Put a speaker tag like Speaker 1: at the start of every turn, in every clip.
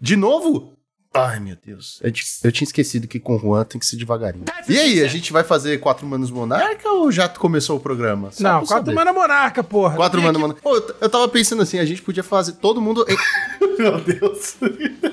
Speaker 1: De novo? Ai, meu Deus. Eu, ti- eu tinha esquecido que com o Juan tem que ser devagarinho. E aí, a gente vai fazer Quatro Manos Monarca ou já começou o programa? Só pra
Speaker 2: Não,
Speaker 1: eu
Speaker 2: quatro
Speaker 1: saber.
Speaker 2: mano monarca, porra.
Speaker 1: Quatro Manos Monarca. Pô, eu, t- eu tava pensando assim, a gente podia fazer todo mundo... meu Deus.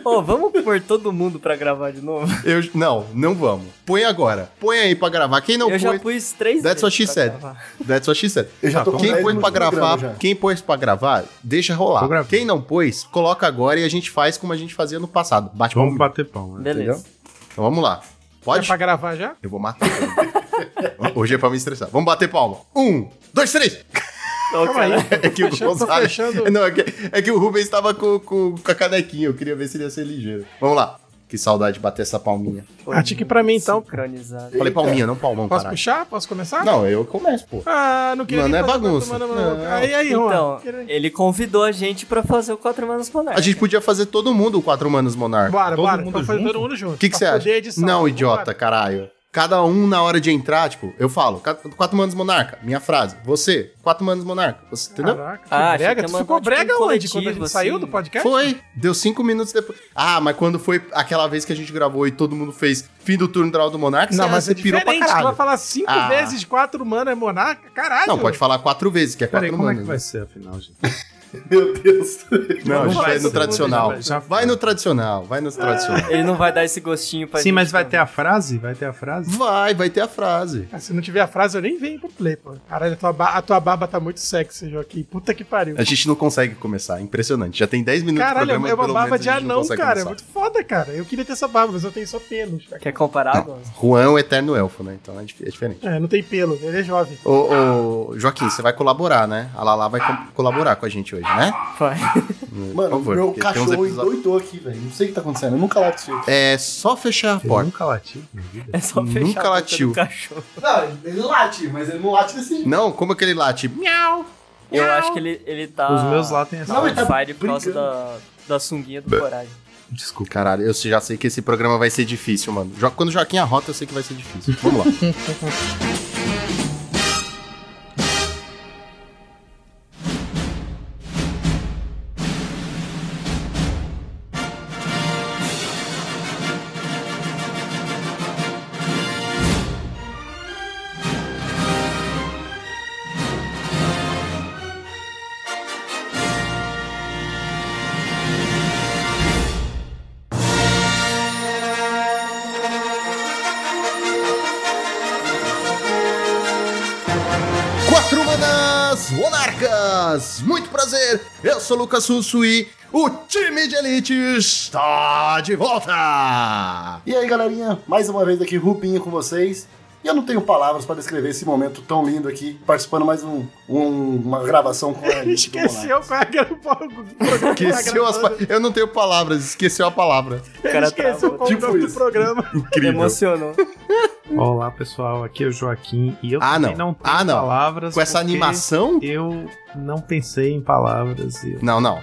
Speaker 3: Ô, vamos pôr todo mundo pra gravar de novo?
Speaker 1: Eu, não, não vamos. Põe agora. Põe aí pra gravar. Quem não
Speaker 3: eu já
Speaker 1: põe...
Speaker 3: pus três
Speaker 1: That's what she
Speaker 3: pra
Speaker 1: said.
Speaker 3: gravar.
Speaker 1: That's what she said.
Speaker 4: Eu já tô com
Speaker 1: Quem
Speaker 4: dez
Speaker 1: pôs pra
Speaker 4: minutos no programa
Speaker 1: gravar,
Speaker 4: já.
Speaker 1: quem pôs pra gravar, deixa rolar.
Speaker 2: Tô gravando.
Speaker 1: Quem não pôs, coloca agora e a gente faz como a gente fazia no passado. Bate
Speaker 5: Vamos
Speaker 1: palma.
Speaker 5: bater palma. né?
Speaker 3: Beleza.
Speaker 1: Então vamos lá.
Speaker 2: Pode?
Speaker 1: Pode?
Speaker 2: É pra gravar já?
Speaker 1: Eu vou matar. Hoje é pra me estressar. Vamos bater palma. Um, dois, três.
Speaker 3: Ô,
Speaker 2: Calma aí.
Speaker 3: Então, cara,
Speaker 1: É que o
Speaker 2: fechando, tô
Speaker 1: Gonzalez...
Speaker 2: fechando.
Speaker 1: Não, é que, é que o Rubens tava com, com, com a canequinha. Eu queria ver se ele ia ser ligeiro. Vamos lá. Que saudade de bater essa palminha.
Speaker 3: foi
Speaker 2: Acho que pra mim, então.
Speaker 3: Sincronizado.
Speaker 1: Falei palminha, não palmão,
Speaker 2: Posso
Speaker 1: caralho.
Speaker 2: puxar? Posso começar?
Speaker 1: Não, eu começo, pô.
Speaker 2: Ah, não queria
Speaker 1: Mano,
Speaker 2: nem
Speaker 1: é
Speaker 2: fazer
Speaker 1: bagunça.
Speaker 2: quatro mano monarca.
Speaker 1: Não.
Speaker 2: Aí, aí, Juan.
Speaker 3: Então,
Speaker 2: Queria-
Speaker 3: ele convidou a gente pra fazer o Quatro Manos Monarca.
Speaker 1: A gente podia fazer todo mundo o Quatro Manos Monarca.
Speaker 2: Bora,
Speaker 5: Todo
Speaker 2: bora.
Speaker 5: mundo
Speaker 2: Então foi
Speaker 5: junto?
Speaker 2: todo mundo junto.
Speaker 1: O que que você
Speaker 2: Pra
Speaker 1: acha?
Speaker 2: poder edição.
Speaker 1: não,
Speaker 2: Vamos
Speaker 1: idiota,
Speaker 2: lá.
Speaker 1: caralho. Cada um na hora de entrar, tipo, eu falo, "Ca- quatro manos monarca, minha frase. Você, quatro manos monarca. Você, entendeu?
Speaker 2: Caraca, que
Speaker 3: Ah, achei
Speaker 2: brega.
Speaker 3: que
Speaker 2: Tu
Speaker 3: ia
Speaker 2: ficou
Speaker 3: mandar, tipo,
Speaker 2: brega
Speaker 3: um
Speaker 2: onde? Quando a
Speaker 3: coletivo,
Speaker 2: gente saiu
Speaker 3: assim.
Speaker 2: do podcast?
Speaker 1: Foi. Deu cinco minutos depois. Ah, mas quando foi aquela vez que a gente gravou e todo mundo fez fim do turno da hora do monarca,
Speaker 2: Não,
Speaker 1: você,
Speaker 2: mas
Speaker 1: você
Speaker 2: é
Speaker 1: pirou pra
Speaker 2: diferente. Tu vai
Speaker 1: caralho.
Speaker 2: falar cinco
Speaker 1: Ah.
Speaker 2: vezes quatro mano é monarca? Caralho.
Speaker 1: Não, pode falar quatro vezes, que é
Speaker 5: Peraí,
Speaker 1: quatro
Speaker 5: como é que
Speaker 1: manos.
Speaker 5: vai ser afinal, gente?
Speaker 4: Meu Deus.
Speaker 1: Não, a gente
Speaker 2: Vamos
Speaker 1: vai
Speaker 2: falar
Speaker 1: no
Speaker 2: isso,
Speaker 1: tradicional.
Speaker 5: vamos falar isso.
Speaker 1: Vai no tradicional, vai no tradicional.
Speaker 3: Ele não vai dar esse gostinho pra
Speaker 5: Sim,
Speaker 3: gente,
Speaker 5: mas vai
Speaker 3: não.
Speaker 5: ter a frase? Vai ter a frase?
Speaker 1: Vai, vai ter a frase.
Speaker 2: Ah, Se não tiver a frase, eu nem venho pro play, pô. Caralho, a tua, ba- a tua baba tá muito sexy, Joaquim. Puta que pariu.
Speaker 1: A gente não consegue começar, é impressionante. Já tem 10 minutos de
Speaker 2: Caralho, é
Speaker 1: programa,
Speaker 2: uma
Speaker 1: pelo
Speaker 2: barba
Speaker 1: menos
Speaker 2: de
Speaker 1: a gente não
Speaker 2: anão,
Speaker 1: consegue
Speaker 2: cara. É
Speaker 1: começar.
Speaker 2: muito foda, cara. Eu queria ter essa barba, mas eu tenho só pelos. Cara.
Speaker 3: Quer comparar, Gonzo?
Speaker 1: Juan é um eterno elfo, né? Então é dif- é diferente.
Speaker 2: É, não tem pelo, ele é jovem.
Speaker 1: Ô, ô, Joaquim, você vai colaborar, né? A Lala vai co- colaborar com a gente hoje, né?
Speaker 3: Vai.
Speaker 1: Por
Speaker 4: Mano,
Speaker 1: favor,
Speaker 4: meu
Speaker 1: porque tem uns
Speaker 4: cachorro
Speaker 1: episódios-
Speaker 4: endoidou aqui, velho. Não sei o que tá acontecendo. Eu nunca lá isso.
Speaker 1: É só fechar a
Speaker 5: Eu
Speaker 1: porta.
Speaker 5: nunca lati na vida.
Speaker 3: É só fechar
Speaker 1: Nunca
Speaker 3: a boca
Speaker 1: latiu.
Speaker 3: do cachorro.
Speaker 4: Não, ele late, mas ele não late desse jeito.
Speaker 1: Não, como aquele tipo, late? Miau!
Speaker 3: Eu acho que ele, ele tá...
Speaker 5: Os meus latem essa.
Speaker 3: Tá
Speaker 4: Não,
Speaker 3: on
Speaker 4: ele tá
Speaker 3: fire por causa
Speaker 4: brincando.
Speaker 3: da, da sunguinha do Coragem.
Speaker 5: Desculpa.
Speaker 1: Caralho, eu já sei que esse programa vai ser difícil, mano. Jo- Quando o Joaquim arrota, eu sei que vai ser difícil. Vamos lá. Quatro manas monarcas! Muito prazer, eu sou o Lucas Susso e o time de elite está de volta!
Speaker 4: E aí, galerinha? Mais uma vez aqui, Rubinho com vocês. E eu não tenho palavras pra descrever esse momento tão lindo aqui, participando mais um, um- uma gravação com tipo, a
Speaker 2: Ele
Speaker 4: Elite do Monarca.
Speaker 2: esqueceu qual é que era o programa do programa. que tá
Speaker 1: Esqueceu as pa...
Speaker 2: gravando.
Speaker 1: Eu não tenho palavras, esqueceu a palavra.
Speaker 2: Ele
Speaker 3: cara
Speaker 2: esqueceu
Speaker 3: travou.
Speaker 2: qual é o
Speaker 4: Tipo
Speaker 2: nome do
Speaker 4: isso.
Speaker 2: programa.
Speaker 3: Emocionou.
Speaker 5: Olá, pessoal. Aqui é o Joaquim. E eu
Speaker 1: Ah,
Speaker 5: também
Speaker 1: não.
Speaker 5: não tenho
Speaker 1: Ah, não.
Speaker 5: palavras.
Speaker 1: Com essa
Speaker 5: porque
Speaker 1: animação?
Speaker 5: Eu não pensei em palavras. E...
Speaker 1: Não, não.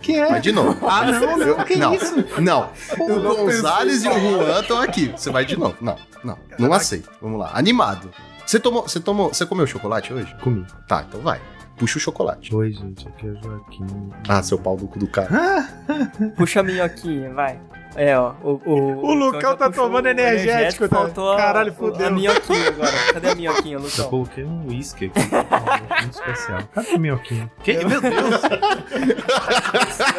Speaker 5: Que é?
Speaker 1: Mas de novo.
Speaker 5: Ah, não, não.
Speaker 2: é
Speaker 5: Que
Speaker 1: não,
Speaker 5: isso?
Speaker 1: Não.
Speaker 4: Eu
Speaker 1: O
Speaker 4: não
Speaker 1: Gonzalez e
Speaker 4: pensei
Speaker 1: o
Speaker 4: em
Speaker 1: Juan estão aqui. Você vai de novo. Não, não. Não aceito. Vamos lá. Animado. Você tomou. Você tomou. Você comeu chocolate hoje?
Speaker 5: Comi.
Speaker 1: Tá, então vai. Puxa o chocolate.
Speaker 5: Oi, gente. Aqui é o Joaquim.
Speaker 1: Ah, seu pau do cu do cara.
Speaker 3: Puxa a minhoquinha, vai. É, ó. O, o,
Speaker 2: O Lucão
Speaker 3: já
Speaker 2: tá
Speaker 3: puxou
Speaker 2: tomando
Speaker 3: o
Speaker 2: energético, tá?
Speaker 3: faltou a-
Speaker 2: Caralho,
Speaker 3: o-
Speaker 2: fudeu.
Speaker 3: A minhoquinha agora. Cadê a
Speaker 1: Tá
Speaker 3: minhoquinha,
Speaker 2: Então.
Speaker 5: Eu
Speaker 3: Lucão?
Speaker 5: coloquei um whisky aqui. um muito especial. Cadê o minhoquinho? Que? Meu Deus!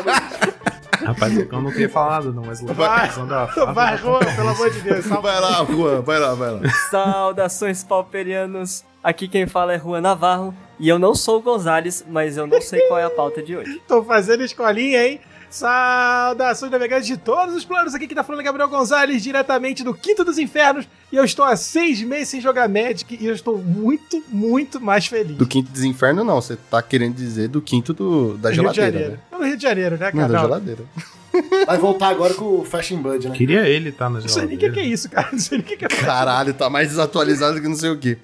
Speaker 5: Rapaz, eu não queria falar nada, não, mas
Speaker 2: Vai.
Speaker 5: da
Speaker 2: Vai, Juan, pelo amor de Deus. salva.
Speaker 1: Vai lá, Juan, vai lá, vai lá.
Speaker 3: Saudações pauperianos. Aqui quem fala é Juan Navarro. E eu não sou o Gonzalez, mas eu não sei qual é a pauta de hoje.
Speaker 2: Tô fazendo escolinha, hein? Saudações navegantes de todos os planos. Aqui que tá falando é Gabriel Gonzalez, diretamente do Quinto dos Infernos. E eu estou há seis meses sem jogar Magic e eu estou muito, muito mais feliz.
Speaker 1: Do quinto desinferno, não. Você tá querendo dizer do quinto do, da
Speaker 2: Rio de
Speaker 1: geladeira,
Speaker 2: Janeiro.
Speaker 1: né?
Speaker 2: Não, no Rio de Janeiro, né,
Speaker 1: Não,
Speaker 2: cara?
Speaker 1: da
Speaker 2: Não,
Speaker 1: geladeira.
Speaker 4: né? Vai voltar agora com o Fashion Bud, né?
Speaker 5: Queria ele estar Tá na
Speaker 2: Não sei nem
Speaker 5: geladeira.
Speaker 2: o que, que é isso, cara. Não sei nem o que, que é
Speaker 1: Caralho, tá mais desatualizado que não sei o quê.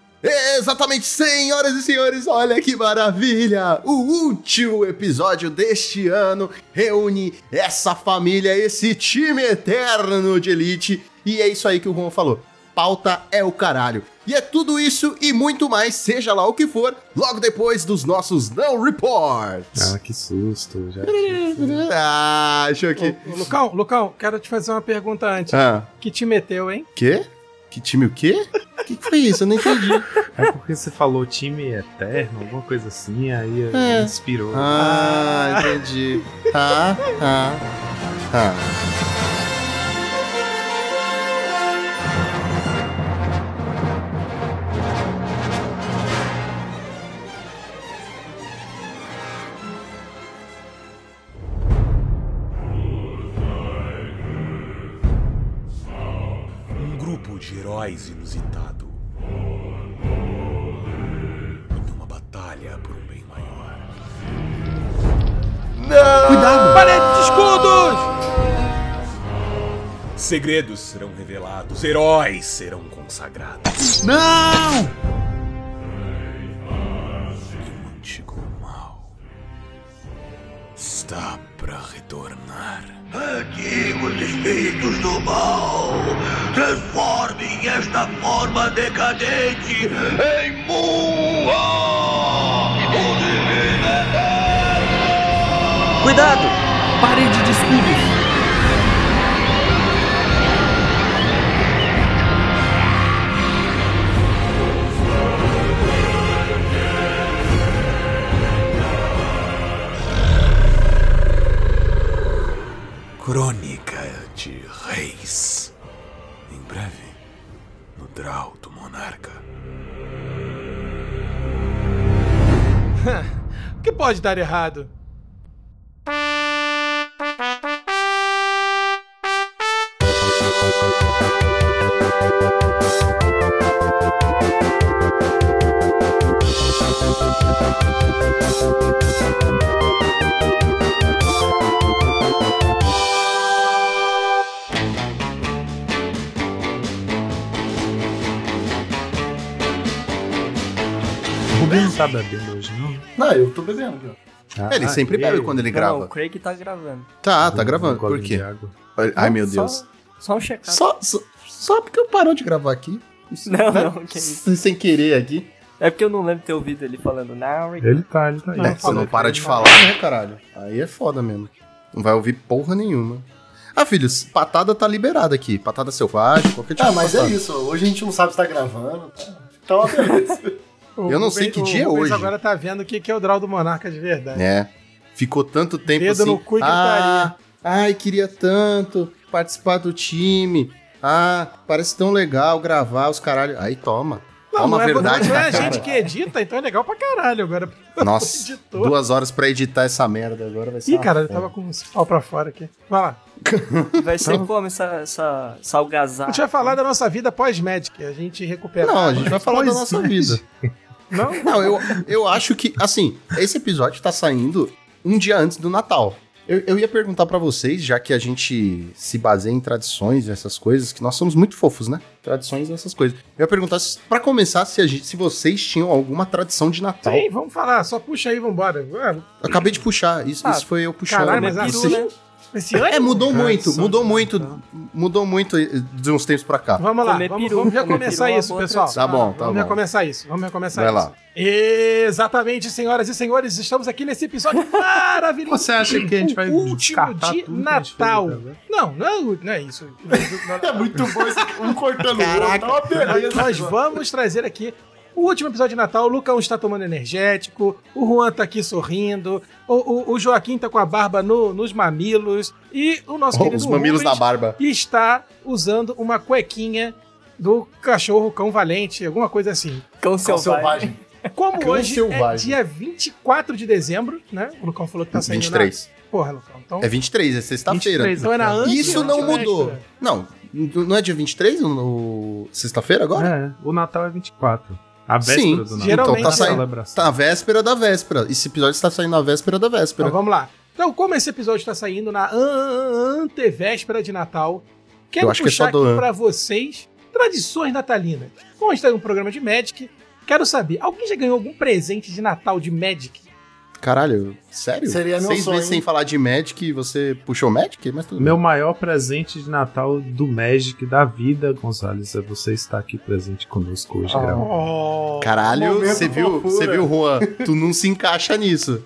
Speaker 1: Exatamente, senhoras e senhores, olha que maravilha! O último episódio deste ano reúne essa família, esse time eterno de elite, e é isso aí que o Juan falou. pauta é o caralho. E é tudo isso e muito mais, seja lá o que for, logo depois dos nossos não reports.
Speaker 5: Ah, que susto. Já.
Speaker 1: Ah, achou que.
Speaker 2: Ô, ô, Lucão, Lucão, quero te fazer uma pergunta antes.
Speaker 1: Ah,
Speaker 2: Que te meteu, hein?
Speaker 1: quê? Que time o quê? O que que foi isso? Eu não entendi.
Speaker 5: É porque você falou time eterno, alguma coisa assim, aí
Speaker 1: É.
Speaker 5: me inspirou.
Speaker 1: Ah, entendi. Ah, ah, ah.
Speaker 6: Um grupo de heróis inusitado. Em uma batalha por um bem maior.
Speaker 5: Cuidado!
Speaker 2: Parede de escudos!
Speaker 6: Segredos serão revelados, heróis serão consagrados.
Speaker 5: Não!
Speaker 6: E o antigo mal está para retornar.
Speaker 7: Antigos espíritos do mal, transformem esta forma decadente em Mua! O divino
Speaker 8: Cuidado! Parede de escudos!
Speaker 6: Crônica de Reis. Em breve, no Draw do Monarca.
Speaker 2: O que pode dar errado?
Speaker 5: O Rubinho não tá bebendo hoje, não?
Speaker 4: Não, eu tô bebendo aqui, ó.
Speaker 5: Ah,
Speaker 1: É, Ele sempre bebe
Speaker 5: eu.
Speaker 1: quando ele
Speaker 3: Não,
Speaker 1: grava.
Speaker 3: o Craig tá gravando.
Speaker 1: Tá,
Speaker 5: Um
Speaker 1: tá gravando.
Speaker 5: gole
Speaker 1: Por
Speaker 5: de
Speaker 1: quê?
Speaker 5: água.
Speaker 1: Ai, meu
Speaker 3: Só-
Speaker 1: Deus.
Speaker 3: Só um check
Speaker 1: Só, só, só porque eu parou de gravar aqui. Isso,
Speaker 3: Não,
Speaker 1: né?
Speaker 3: não, que isso.
Speaker 1: Sem sem querer aqui.
Speaker 3: É porque eu não lembro de ter ouvido ele falando now. Rick."
Speaker 5: Ele tá, ele tá aí.
Speaker 2: Não,
Speaker 1: É, você
Speaker 2: falou
Speaker 1: não
Speaker 2: que
Speaker 1: para
Speaker 2: ele
Speaker 1: de
Speaker 2: não-
Speaker 1: falar, né, caralho? Aí é foda mesmo. Não vai ouvir porra nenhuma. Ah, filhos, patada tá liberada aqui. Patada selvagem, qualquer tipo
Speaker 4: Ah,
Speaker 1: de
Speaker 4: mas é
Speaker 1: patada.
Speaker 4: isso. Hoje a gente não sabe se tá gravando. Tá, tá uma beleza.
Speaker 2: O
Speaker 1: Eu não sei
Speaker 2: Rubens-
Speaker 1: que dia é
Speaker 2: o Rubens
Speaker 1: hoje.
Speaker 2: agora tá vendo o que que é o Draw do Monarca de verdade.
Speaker 1: É. Ficou tanto tempo
Speaker 2: Dedo
Speaker 1: assim.
Speaker 2: no cu e
Speaker 1: ah, ai, queria tanto participar do time. Ah, parece tão legal gravar os caralho. Aí toma. toma a
Speaker 2: é-
Speaker 1: verdade
Speaker 2: não é
Speaker 1: na
Speaker 2: a
Speaker 1: cara.
Speaker 2: gente que edita, então é legal pra caralho agora.
Speaker 1: Nossa,
Speaker 2: editor.
Speaker 1: duas horas pra editar essa merda agora vai ser.
Speaker 2: Ih,
Speaker 1: uma
Speaker 2: cara, eu
Speaker 1: foda.
Speaker 2: tava com uns pau pra fora aqui. Vai lá.
Speaker 3: Vai
Speaker 1: tá-
Speaker 3: ser como essa, essa, essa algazarra?
Speaker 2: A gente vai falar da nossa vida pós-médica. A gente recupera.
Speaker 1: Não, a gente vai falar da
Speaker 5: Pois
Speaker 1: nossa
Speaker 5: é.
Speaker 1: vida.
Speaker 2: Não?
Speaker 1: Não, eu, eu acho que, assim, esse episódio tá saindo um dia antes do Natal. Eu, eu ia perguntar pra vocês, já que a gente se baseia em tradições e essas coisas, que nós somos muito fofos, né? Tradições e essas coisas. Eu ia perguntar, se- pra começar, se, a gente, se vocês tinham alguma tradição de Natal.
Speaker 2: Sim, vamos falar. Só puxa aí, vambora. Ah,
Speaker 1: Eu Acabei de puxar, isso,
Speaker 3: Ah,
Speaker 1: isso foi eu puxando.
Speaker 2: Caralho, mas
Speaker 3: Mas
Speaker 2: assim.
Speaker 3: peru, né?
Speaker 2: Esse ano. Ah,
Speaker 1: É, mudou
Speaker 5: Cara,
Speaker 1: muito,
Speaker 5: só-
Speaker 1: mudou muito, mudou muito eh, de uns tempos pra
Speaker 5: Ah,
Speaker 1: cá.
Speaker 2: Vamos lá,
Speaker 3: Comer
Speaker 2: vamos,
Speaker 3: peru,
Speaker 2: vamos
Speaker 3: comer
Speaker 2: recomeçar
Speaker 3: peru é uma
Speaker 2: isso,
Speaker 3: boa
Speaker 2: pessoal.
Speaker 1: tradição. Tá bom, tá
Speaker 2: Vamos
Speaker 1: bom.
Speaker 2: recomeçar isso, vamos recomeçar
Speaker 1: Vai
Speaker 2: isso.
Speaker 1: lá.
Speaker 2: Exatamente, senhoras e senhores, estamos aqui nesse episódio maravilhoso.
Speaker 5: Você acha que a gente vai
Speaker 2: O último
Speaker 5: descartar
Speaker 2: de
Speaker 5: tudo que a gente fez até
Speaker 2: Natal.
Speaker 5: agora?
Speaker 2: Não, não, não é isso.
Speaker 4: É muito bom esse um cortando o outro. Tá uma
Speaker 2: Nós-
Speaker 4: beleza.
Speaker 2: Nós vamos trazer aqui o último episódio de Natal. O Lucão está tomando energético, o Juan tá aqui sorrindo, o, o- o Joaquim tá com a barba no- nos mamilos e o nosso
Speaker 5: Oh,
Speaker 1: Ó,
Speaker 2: querido
Speaker 1: Os mamilos na
Speaker 2: Rubens
Speaker 1: barba.
Speaker 2: está usando uma cuequinha do cachorro cão valente, alguma coisa assim.
Speaker 3: Cão
Speaker 4: Cão
Speaker 3: selvagem.
Speaker 4: selvagem.
Speaker 2: Como
Speaker 1: Cão
Speaker 2: hoje é
Speaker 1: selvagem.
Speaker 2: dia 24 de dezembro, né? O Lucão falou que tá saindo
Speaker 1: 23.
Speaker 2: na... Porra, Lucão. Então,
Speaker 1: É 23, é sexta-feira.
Speaker 5: 23,
Speaker 2: então era
Speaker 5: cara.
Speaker 2: antes
Speaker 1: Isso não
Speaker 2: antes,
Speaker 1: mudou.
Speaker 2: né?
Speaker 1: Não, n- não é dia 23, no- no sexta-feira agora?
Speaker 5: É, o Natal é 24. A véspera
Speaker 1: Sim,
Speaker 5: do Natal.
Speaker 2: geralmente
Speaker 5: Então
Speaker 2: é.
Speaker 5: tá saindo. celebração.
Speaker 1: Tá na véspera da véspera. Esse episódio está saindo na véspera da véspera.
Speaker 2: Então vamos lá. Então, como esse episódio está saindo na an- an- antevéspera de Natal, quero
Speaker 1: Eu acho que é
Speaker 2: puxar
Speaker 1: só do
Speaker 2: aqui
Speaker 1: an.
Speaker 2: para vocês tradições natalinas. Como a gente está em um programa de Magic, quero saber, alguém já ganhou algum presente de Natal de Magic?
Speaker 1: Caralho, sério?
Speaker 4: Seria meu
Speaker 1: Seis
Speaker 4: sonho,
Speaker 1: meses
Speaker 4: hein?
Speaker 1: sem falar de Magic e você puxou Magic? Mas tudo
Speaker 5: Meu
Speaker 1: bem.
Speaker 5: maior presente de Natal do Magic da vida, Gonzalez, é você estar aqui presente conosco
Speaker 2: Ah.
Speaker 5: hoje. gravando.
Speaker 2: Oh,
Speaker 1: Caralho,
Speaker 4: momento
Speaker 1: você viu,
Speaker 4: fofura.
Speaker 1: você viu, Juan? Tu não se encaixa nisso.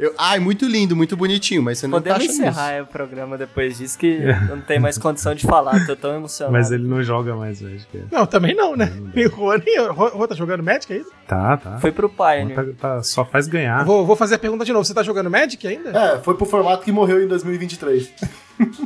Speaker 1: Eu, ah, é muito lindo, muito bonitinho, mas você não
Speaker 3: Podemos
Speaker 1: encaixa
Speaker 3: encerrar
Speaker 1: nisso.
Speaker 3: o programa depois disso, que eu não tenho mais condição de falar, tô tão emocionado.
Speaker 5: Mas ele não joga mais Magic. é.
Speaker 2: Não, também não, né? Nem o Juan, nem o Juan- Juan tá jogando Magic ainda?
Speaker 5: Tá, tá.
Speaker 3: Foi pro né? Pioneer.
Speaker 5: Tá- tá- só faz
Speaker 1: Ah.
Speaker 5: ganhar.
Speaker 2: Vou, vou fazer a pergunta de novo. Você tá jogando Magic ainda?
Speaker 4: É, foi pro formato que morreu em 2023.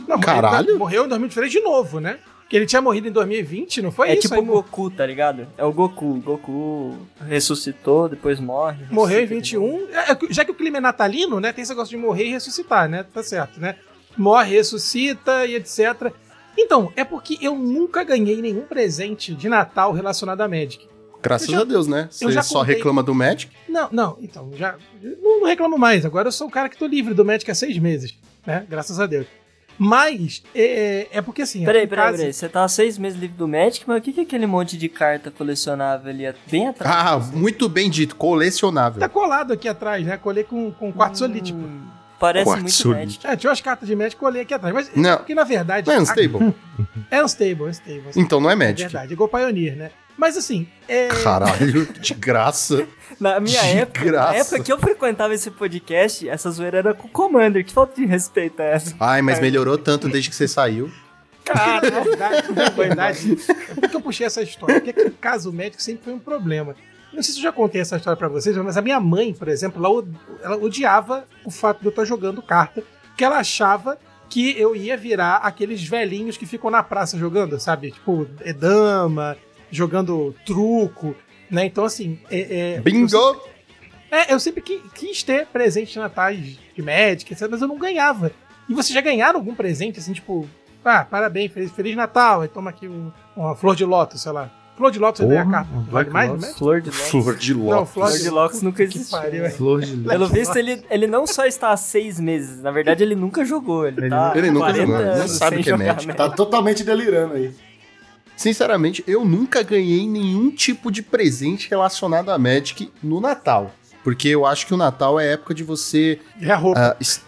Speaker 2: Não, mas
Speaker 1: Caralho.
Speaker 2: ele tá- Morreu em 2023 de novo, né? Porque ele tinha morrido em 2020, não foi
Speaker 3: é
Speaker 2: isso?
Speaker 3: tipo
Speaker 2: Aí
Speaker 3: o Goku, tá ligado? É o Goku. Goku ressuscitou, depois morre.
Speaker 2: Morreu em
Speaker 3: ressuscita de novo.
Speaker 2: 21. É, é que- Já que o clima é natalino, né? Tem esse negócio de morrer e ressuscitar, né? Tá certo, né? Morre, ressuscita e etc. Então, é porque eu nunca ganhei nenhum presente de Natal relacionado a Magic.
Speaker 1: Graças
Speaker 2: Eu já-
Speaker 1: a Deus, né?
Speaker 2: já
Speaker 1: Você só
Speaker 2: contei.
Speaker 1: reclama do Magic.
Speaker 2: Não, não, então, já. Não, não reclamo mais. Agora eu sou o cara que tô livre do Magic há seis meses, né? Graças a Deus. Mas, é, é porque assim.
Speaker 3: Peraí,
Speaker 2: em
Speaker 3: peraí,
Speaker 2: casa-
Speaker 3: peraí. Você tá há seis meses livre do Magic, mas o que que é aquele monte de carta colecionável ali at- bem atrás?
Speaker 1: Ah, muito bem dito, colecionável.
Speaker 2: Tá colado aqui atrás, né? Colei com, com quarto solítico.
Speaker 3: Hum, Parece muito
Speaker 6: Quartzolite.
Speaker 3: Magic.
Speaker 2: É, tinha umas cartas de Magic, colei aqui atrás. Mas é
Speaker 1: Não.
Speaker 2: porque, na verdade.
Speaker 1: Não é
Speaker 2: a-
Speaker 1: unstable?
Speaker 2: É unstable, unstable. unstable.
Speaker 1: Então não é
Speaker 2: É
Speaker 1: Magic.
Speaker 2: verdade, é igual Pioneer, né? Mas assim, é.
Speaker 1: Caralho, de graça.
Speaker 3: Na minha
Speaker 1: De
Speaker 3: época, na
Speaker 1: graça.
Speaker 3: época que eu frequentava esse podcast, essa zoeira era com o Commander. Que falta de respeito é essa?
Speaker 1: Ai, mas melhorou tanto desde que você saiu.
Speaker 2: Cara, Ah, na verdade, na verdade. É Por que eu puxei essa história? Porque aqui em casa o médico sempre foi um problema. Não sei se eu já contei essa história pra vocês, mas a minha mãe, por exemplo, ela, od- ela odiava o fato de eu estar jogando carta, porque ela achava que eu ia virar aqueles velhinhos que ficam na praça jogando, sabe? Tipo, é dama, jogando truco, né? Então, assim. é- é-
Speaker 1: Bingo!
Speaker 2: É, eu sempre qui- quis ter presente de natais de Magic, etc, mas eu não ganhava. E vocês já ganharam algum presente, assim, tipo, ah, parabéns, feliz, feliz Natal, aí toma aqui um- uma flor de lótus, sei lá. Flor de lótus, você
Speaker 5: Porra,
Speaker 2: ganha a carta.
Speaker 5: um
Speaker 2: Vale
Speaker 5: Black
Speaker 2: mais,
Speaker 5: Lotus.
Speaker 2: né?
Speaker 3: Flor de Lótus.
Speaker 1: Flor de
Speaker 2: Não,
Speaker 1: ló.
Speaker 2: flor
Speaker 3: Flor de Lótus nunca
Speaker 2: que
Speaker 3: existiu.
Speaker 2: pariu, é.
Speaker 5: Flor de luz.
Speaker 3: Pelo visto, ele, ele não só está há seis meses, na verdade ele nunca jogou. Ele,
Speaker 5: Ele
Speaker 3: tá
Speaker 5: nunca-
Speaker 1: ele nunca
Speaker 3: 40
Speaker 1: jogou, ele não
Speaker 3: anos
Speaker 1: sabe o
Speaker 3: sem
Speaker 1: que é
Speaker 3: jogar né?
Speaker 1: Magic.
Speaker 4: Tá totalmente delirando aí.
Speaker 1: Sinceramente, eu nunca ganhei nenhum tipo de presente relacionado a Magic no Natal. Porque eu acho que o Natal é a época de você.
Speaker 2: É a roupa.
Speaker 1: ah, es-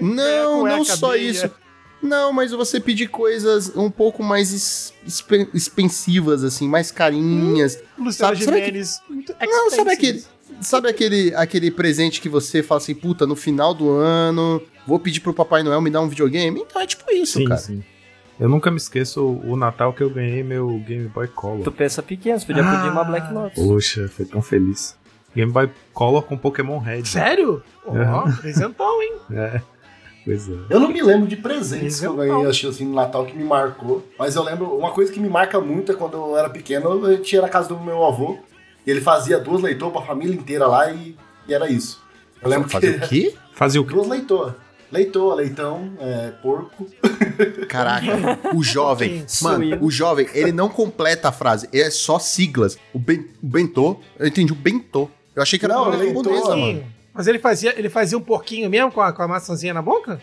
Speaker 1: Não,
Speaker 2: cueca,
Speaker 1: não só
Speaker 2: meia.
Speaker 1: isso. Não, mas você pedir coisas um pouco mais es- expen- expensivas, assim, mais carinhas.
Speaker 2: Luciano
Speaker 1: sabe- será que-
Speaker 2: Gimenez. muito
Speaker 1: Não, sabe aquele,
Speaker 2: expensive.
Speaker 1: sabe aquele, aquele presente que você fala assim, puta, no final do ano, vou pedir pro Papai Noel me dar um videogame? Então é tipo isso,
Speaker 5: Sim,
Speaker 1: cara.
Speaker 5: sim. Eu nunca me esqueço o o Natal que eu ganhei meu Game Boy
Speaker 3: Tu
Speaker 5: Color.
Speaker 3: pensa pequeno, você podia pedir uma Black Lotus.
Speaker 5: Poxa, foi tão feliz. Game Boy Color com Pokémon Red.
Speaker 2: Sério? Ó,
Speaker 5: É.
Speaker 2: presentão, hein?
Speaker 5: É. Pois é.
Speaker 4: Eu não me lembro de presentes que eu ganhei, acho assim, no Natal que me marcou. Mas eu lembro, uma coisa que me marca muito é quando eu era pequeno, eu tinha na casa do meu avô. E ele fazia duas leitoas pra família inteira lá e, e era isso. Eu lembro
Speaker 1: Fazer o
Speaker 4: que
Speaker 1: quê?
Speaker 5: Fazia o quê?
Speaker 4: duas leitoas. Leitoa, leitão, é, porco.
Speaker 1: Caraca, o jovem,
Speaker 2: Sim,
Speaker 1: mano,
Speaker 3: sumiu.
Speaker 1: o jovem, ele não completa a frase, é só siglas. O, ben, o bentô, eu entendi o bentô. Eu achei que era
Speaker 4: Não,
Speaker 1: uma palavra
Speaker 4: leitor,
Speaker 1: japonesa,
Speaker 4: mano.
Speaker 1: mano.
Speaker 2: Sim. Mas ele fazia, ele fazia um porquinho mesmo com a, com a maçãzinha na boca?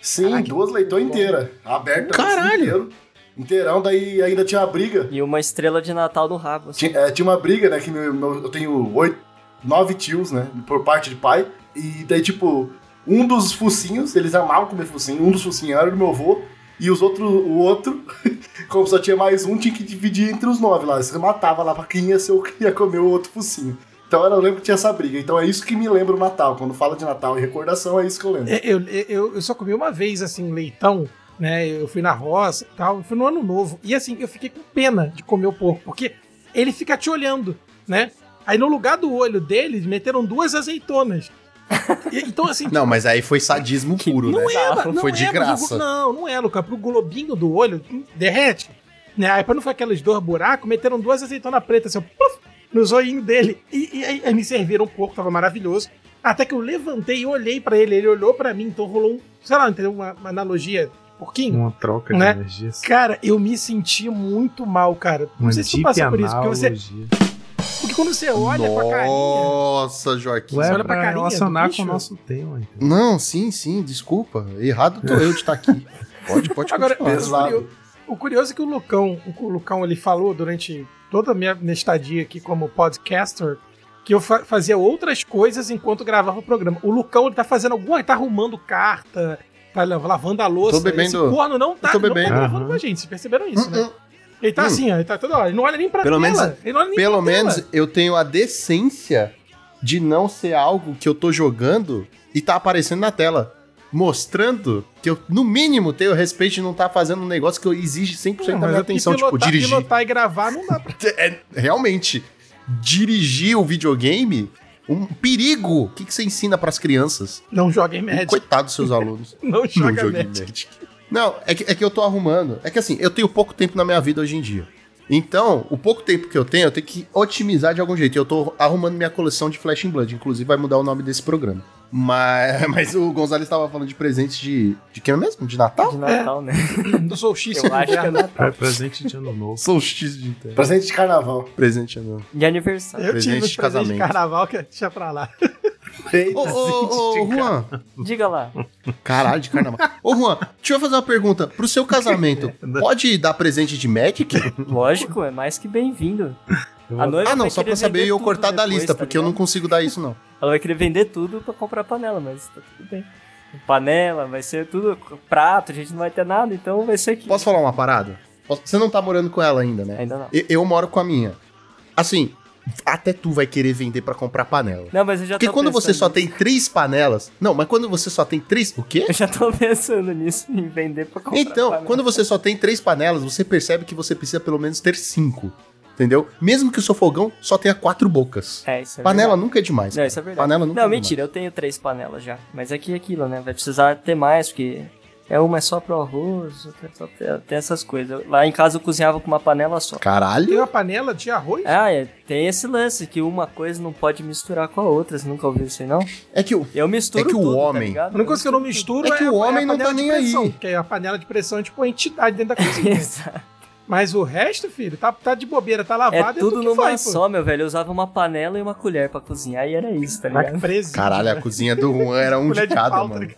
Speaker 4: Sim,
Speaker 2: Caraca.
Speaker 4: duas leitoas inteiras. Aberta. assim,
Speaker 1: Caralho.
Speaker 4: inteiro. Inteirão, daí ainda tinha uma briga.
Speaker 3: E uma estrela de Natal no rabo. assim.
Speaker 4: Tinha, é, tinha uma briga, né? Que meu- meu- eu tenho oito, nove tios, né? Por parte de pai. E daí, tipo, um dos focinhos, eles amavam comer focinho, um dos focinhos era do meu avô. E os outros, o outro, como só tinha mais um, tinha que dividir entre os nove lá. Você matava lá pra quem ia ser o que ia comer o outro focinho. Então eu lembro que tinha essa briga. Então é isso que me lembra o Natal. Quando fala de Natal e recordação, é isso que eu lembro.
Speaker 2: É, Eu, eu, eu só comi uma vez, assim, leitão, né? Eu fui na roça e tal, fui no ano novo. E assim, eu fiquei com pena de comer o porco, porque ele fica te olhando, né? Aí no lugar do olho deles, meteram duas azeitonas. E- então, assim,
Speaker 1: Não, mas aí foi sadismo puro,
Speaker 2: não
Speaker 1: né?
Speaker 2: é, mas-
Speaker 3: Não
Speaker 2: não
Speaker 1: foi
Speaker 2: é,
Speaker 1: de
Speaker 2: mas o
Speaker 1: graça.
Speaker 2: glo- não, não é, Luca. Pro globinho do olho, derrete. Né? Aí pra não ficar aqueles dois buracos, meteram duas azeitonas pretas, assim, ó, pluf, no zoinho dele. E, e aí, aí me serviram um porco, tava maravilhoso. Até que eu levantei e olhei pra ele, ele olhou pra mim, então rolou um, sei lá, entendeu? Uma, uma analogia de porquinho.
Speaker 5: Uma troca de
Speaker 2: Né?
Speaker 5: energias.
Speaker 2: Cara, eu me senti muito mal, cara.
Speaker 5: assim.
Speaker 2: Não
Speaker 5: Uma
Speaker 2: sei se tu passa por isso, porque, você,
Speaker 5: dipianalogia.
Speaker 2: porque quando você olha pra carinha...
Speaker 1: Nossa, Joaquim.
Speaker 5: Ué, pra,
Speaker 2: olha pra carinha do
Speaker 5: relacionar
Speaker 2: bicho. né?
Speaker 5: com o nosso tema. então. entendeu?
Speaker 1: Não, sim, sim, desculpa. Errado tô eu de estar aqui. Pode, pode
Speaker 2: Agora,
Speaker 1: continuar.
Speaker 2: o curioso, o curioso é que o Lucão, o Lucão ele falou durante toda a minha, minha estadia aqui como podcaster que eu fa- fazia outras coisas enquanto gravava o programa. O Lucão, ele tá fazendo alguma, ele tá arrumando carta, tá lav- lavando a louça.
Speaker 1: Tô bebendo.
Speaker 2: Esse corno não tá,
Speaker 1: Eu tô
Speaker 2: não tá
Speaker 1: bebendo.
Speaker 2: gravando
Speaker 5: Aham.
Speaker 2: com a gente, vocês perceberam isso, né?
Speaker 1: Hum, hum.
Speaker 2: Ele tá
Speaker 1: Hum.
Speaker 2: assim, ó, ele tá toda hora, ele não olha nem pra
Speaker 1: Pelo
Speaker 2: tela.
Speaker 1: menos-
Speaker 2: ele não olha nem
Speaker 1: Pelo
Speaker 2: pra tela.
Speaker 1: menos eu tenho a decência de não ser algo que eu tô jogando e tá aparecendo na tela. Mostrando que eu, no mínimo, tenho respeito de não estar fazendo um negócio que eu exige 100%
Speaker 2: Não,
Speaker 1: da
Speaker 2: mas
Speaker 1: minha
Speaker 2: é porque
Speaker 1: atenção, tipo,
Speaker 2: pilotar-
Speaker 1: dirigir.
Speaker 2: Pilotar Tá e gravar não dá pra...
Speaker 1: É, realmente, dirigir o videogame, um perigo. O que, que você ensina pras crianças?
Speaker 2: Não joga em média.
Speaker 1: Coitado dos seus alunos.
Speaker 2: É Não joga
Speaker 1: joguei
Speaker 2: média.
Speaker 1: Magic. Não, é que, é que eu tô arrumando. É que assim, eu tenho pouco tempo na minha vida hoje em dia. Então, o pouco tempo que eu tenho, eu tenho que otimizar de algum jeito. E Eu tô arrumando minha coleção de Flash and Blood. Inclusive, vai mudar o nome desse programa. Mas, mas o Gonzalez tava falando de presentes de. De quem mesmo? De Natal?
Speaker 3: De Natal, né?
Speaker 2: Do solstício.
Speaker 3: Eu acho que é Natal.
Speaker 5: É presente de ano novo.
Speaker 1: Solstício um de inverno.
Speaker 4: Presente de carnaval.
Speaker 1: Presente não.
Speaker 3: De aniversário.
Speaker 2: Eu tive
Speaker 1: Presente
Speaker 2: uns
Speaker 1: de
Speaker 2: presentes de
Speaker 1: casamento.
Speaker 2: carnaval que deixa pra lá.
Speaker 1: Ô, ô, ô, Juan.
Speaker 3: Diga lá.
Speaker 1: Caralho, de carnaval. Ô, Juan, deixa eu fazer uma pergunta. Pro seu casamento, pode dar presente de Magic?
Speaker 3: Lógico, é mais que bem-vindo.
Speaker 5: Eu-
Speaker 3: A noiva
Speaker 1: Ah, não,
Speaker 3: vai
Speaker 1: só
Speaker 3: querer
Speaker 1: pra saber
Speaker 3: vender
Speaker 1: e eu
Speaker 3: tudo
Speaker 1: cortar da
Speaker 3: depois,
Speaker 1: lista,
Speaker 3: tá
Speaker 1: porque eu não
Speaker 3: ligado?
Speaker 1: consigo dar isso, não.
Speaker 3: Ela vai querer vender tudo pra comprar panela, mas tá tudo bem. Panela, vai ser tudo prato, a gente não vai ter nada, então vai ser que.
Speaker 1: Posso falar uma parada? Posso- Você não tá morando com ela ainda, né?
Speaker 3: Ainda não.
Speaker 1: Eu, eu moro com a minha. Assim, até tu vai querer vender pra comprar panela.
Speaker 3: Não, mas eu já
Speaker 1: Porque
Speaker 3: tô
Speaker 1: quando você
Speaker 3: pensando
Speaker 1: só tem três panelas. Não, mas quando você só tem três. O quê?
Speaker 3: Eu já tô pensando nisso, em vender pra comprar.
Speaker 1: Então,
Speaker 3: panela.
Speaker 1: quando você só tem três panelas, você percebe que você precisa pelo menos ter cinco. Entendeu? Mesmo que o seu fogão só tenha quatro bocas.
Speaker 3: É, isso é
Speaker 1: Panela
Speaker 3: verdade.
Speaker 1: nunca é demais.
Speaker 3: Não,
Speaker 1: cara.
Speaker 3: isso é verdade.
Speaker 1: Panela nunca
Speaker 3: Não,
Speaker 1: é
Speaker 3: mentira, eu tenho três panelas já. Mas é que é aquilo, né? Vai precisar ter mais, porque é uma é só pro arroz, outra é só pra- tem essas coisas. Lá em casa eu cozinhava com uma panela só.
Speaker 1: demais. Caralho.
Speaker 2: Tem É uma panela de arroz?
Speaker 3: Ah, é, tem esse lance que uma coisa não pode misturar com a outra. Você nunca ouviu isso aí, não?
Speaker 1: É que o.
Speaker 3: Eu misturo
Speaker 1: É que o
Speaker 3: tudo,
Speaker 1: homem-
Speaker 3: Tá ligado?
Speaker 2: A única coisa que eu não misturo
Speaker 1: É que o
Speaker 2: a-
Speaker 1: homem
Speaker 2: a
Speaker 1: não
Speaker 2: panela
Speaker 1: tá
Speaker 2: de
Speaker 1: nem
Speaker 2: pressão,
Speaker 1: aí.
Speaker 2: Porque a panela de pressão é tipo uma entidade dentro da cozinha.
Speaker 3: Exato.
Speaker 2: Mas o resto, filho, tá, tá de bobeira, tá
Speaker 3: É
Speaker 2: lavado.
Speaker 3: tudo
Speaker 2: do que
Speaker 3: numa
Speaker 2: vai, pô.
Speaker 3: só, meu velho. Eu usava uma panela e uma colher pra cozinhar e era isso, tá
Speaker 2: Caraca,
Speaker 3: ligado?
Speaker 2: preso.
Speaker 1: Caralho, a cozinha do Juan era um de
Speaker 2: Colher de
Speaker 1: cada,
Speaker 2: pau, tá
Speaker 1: mano.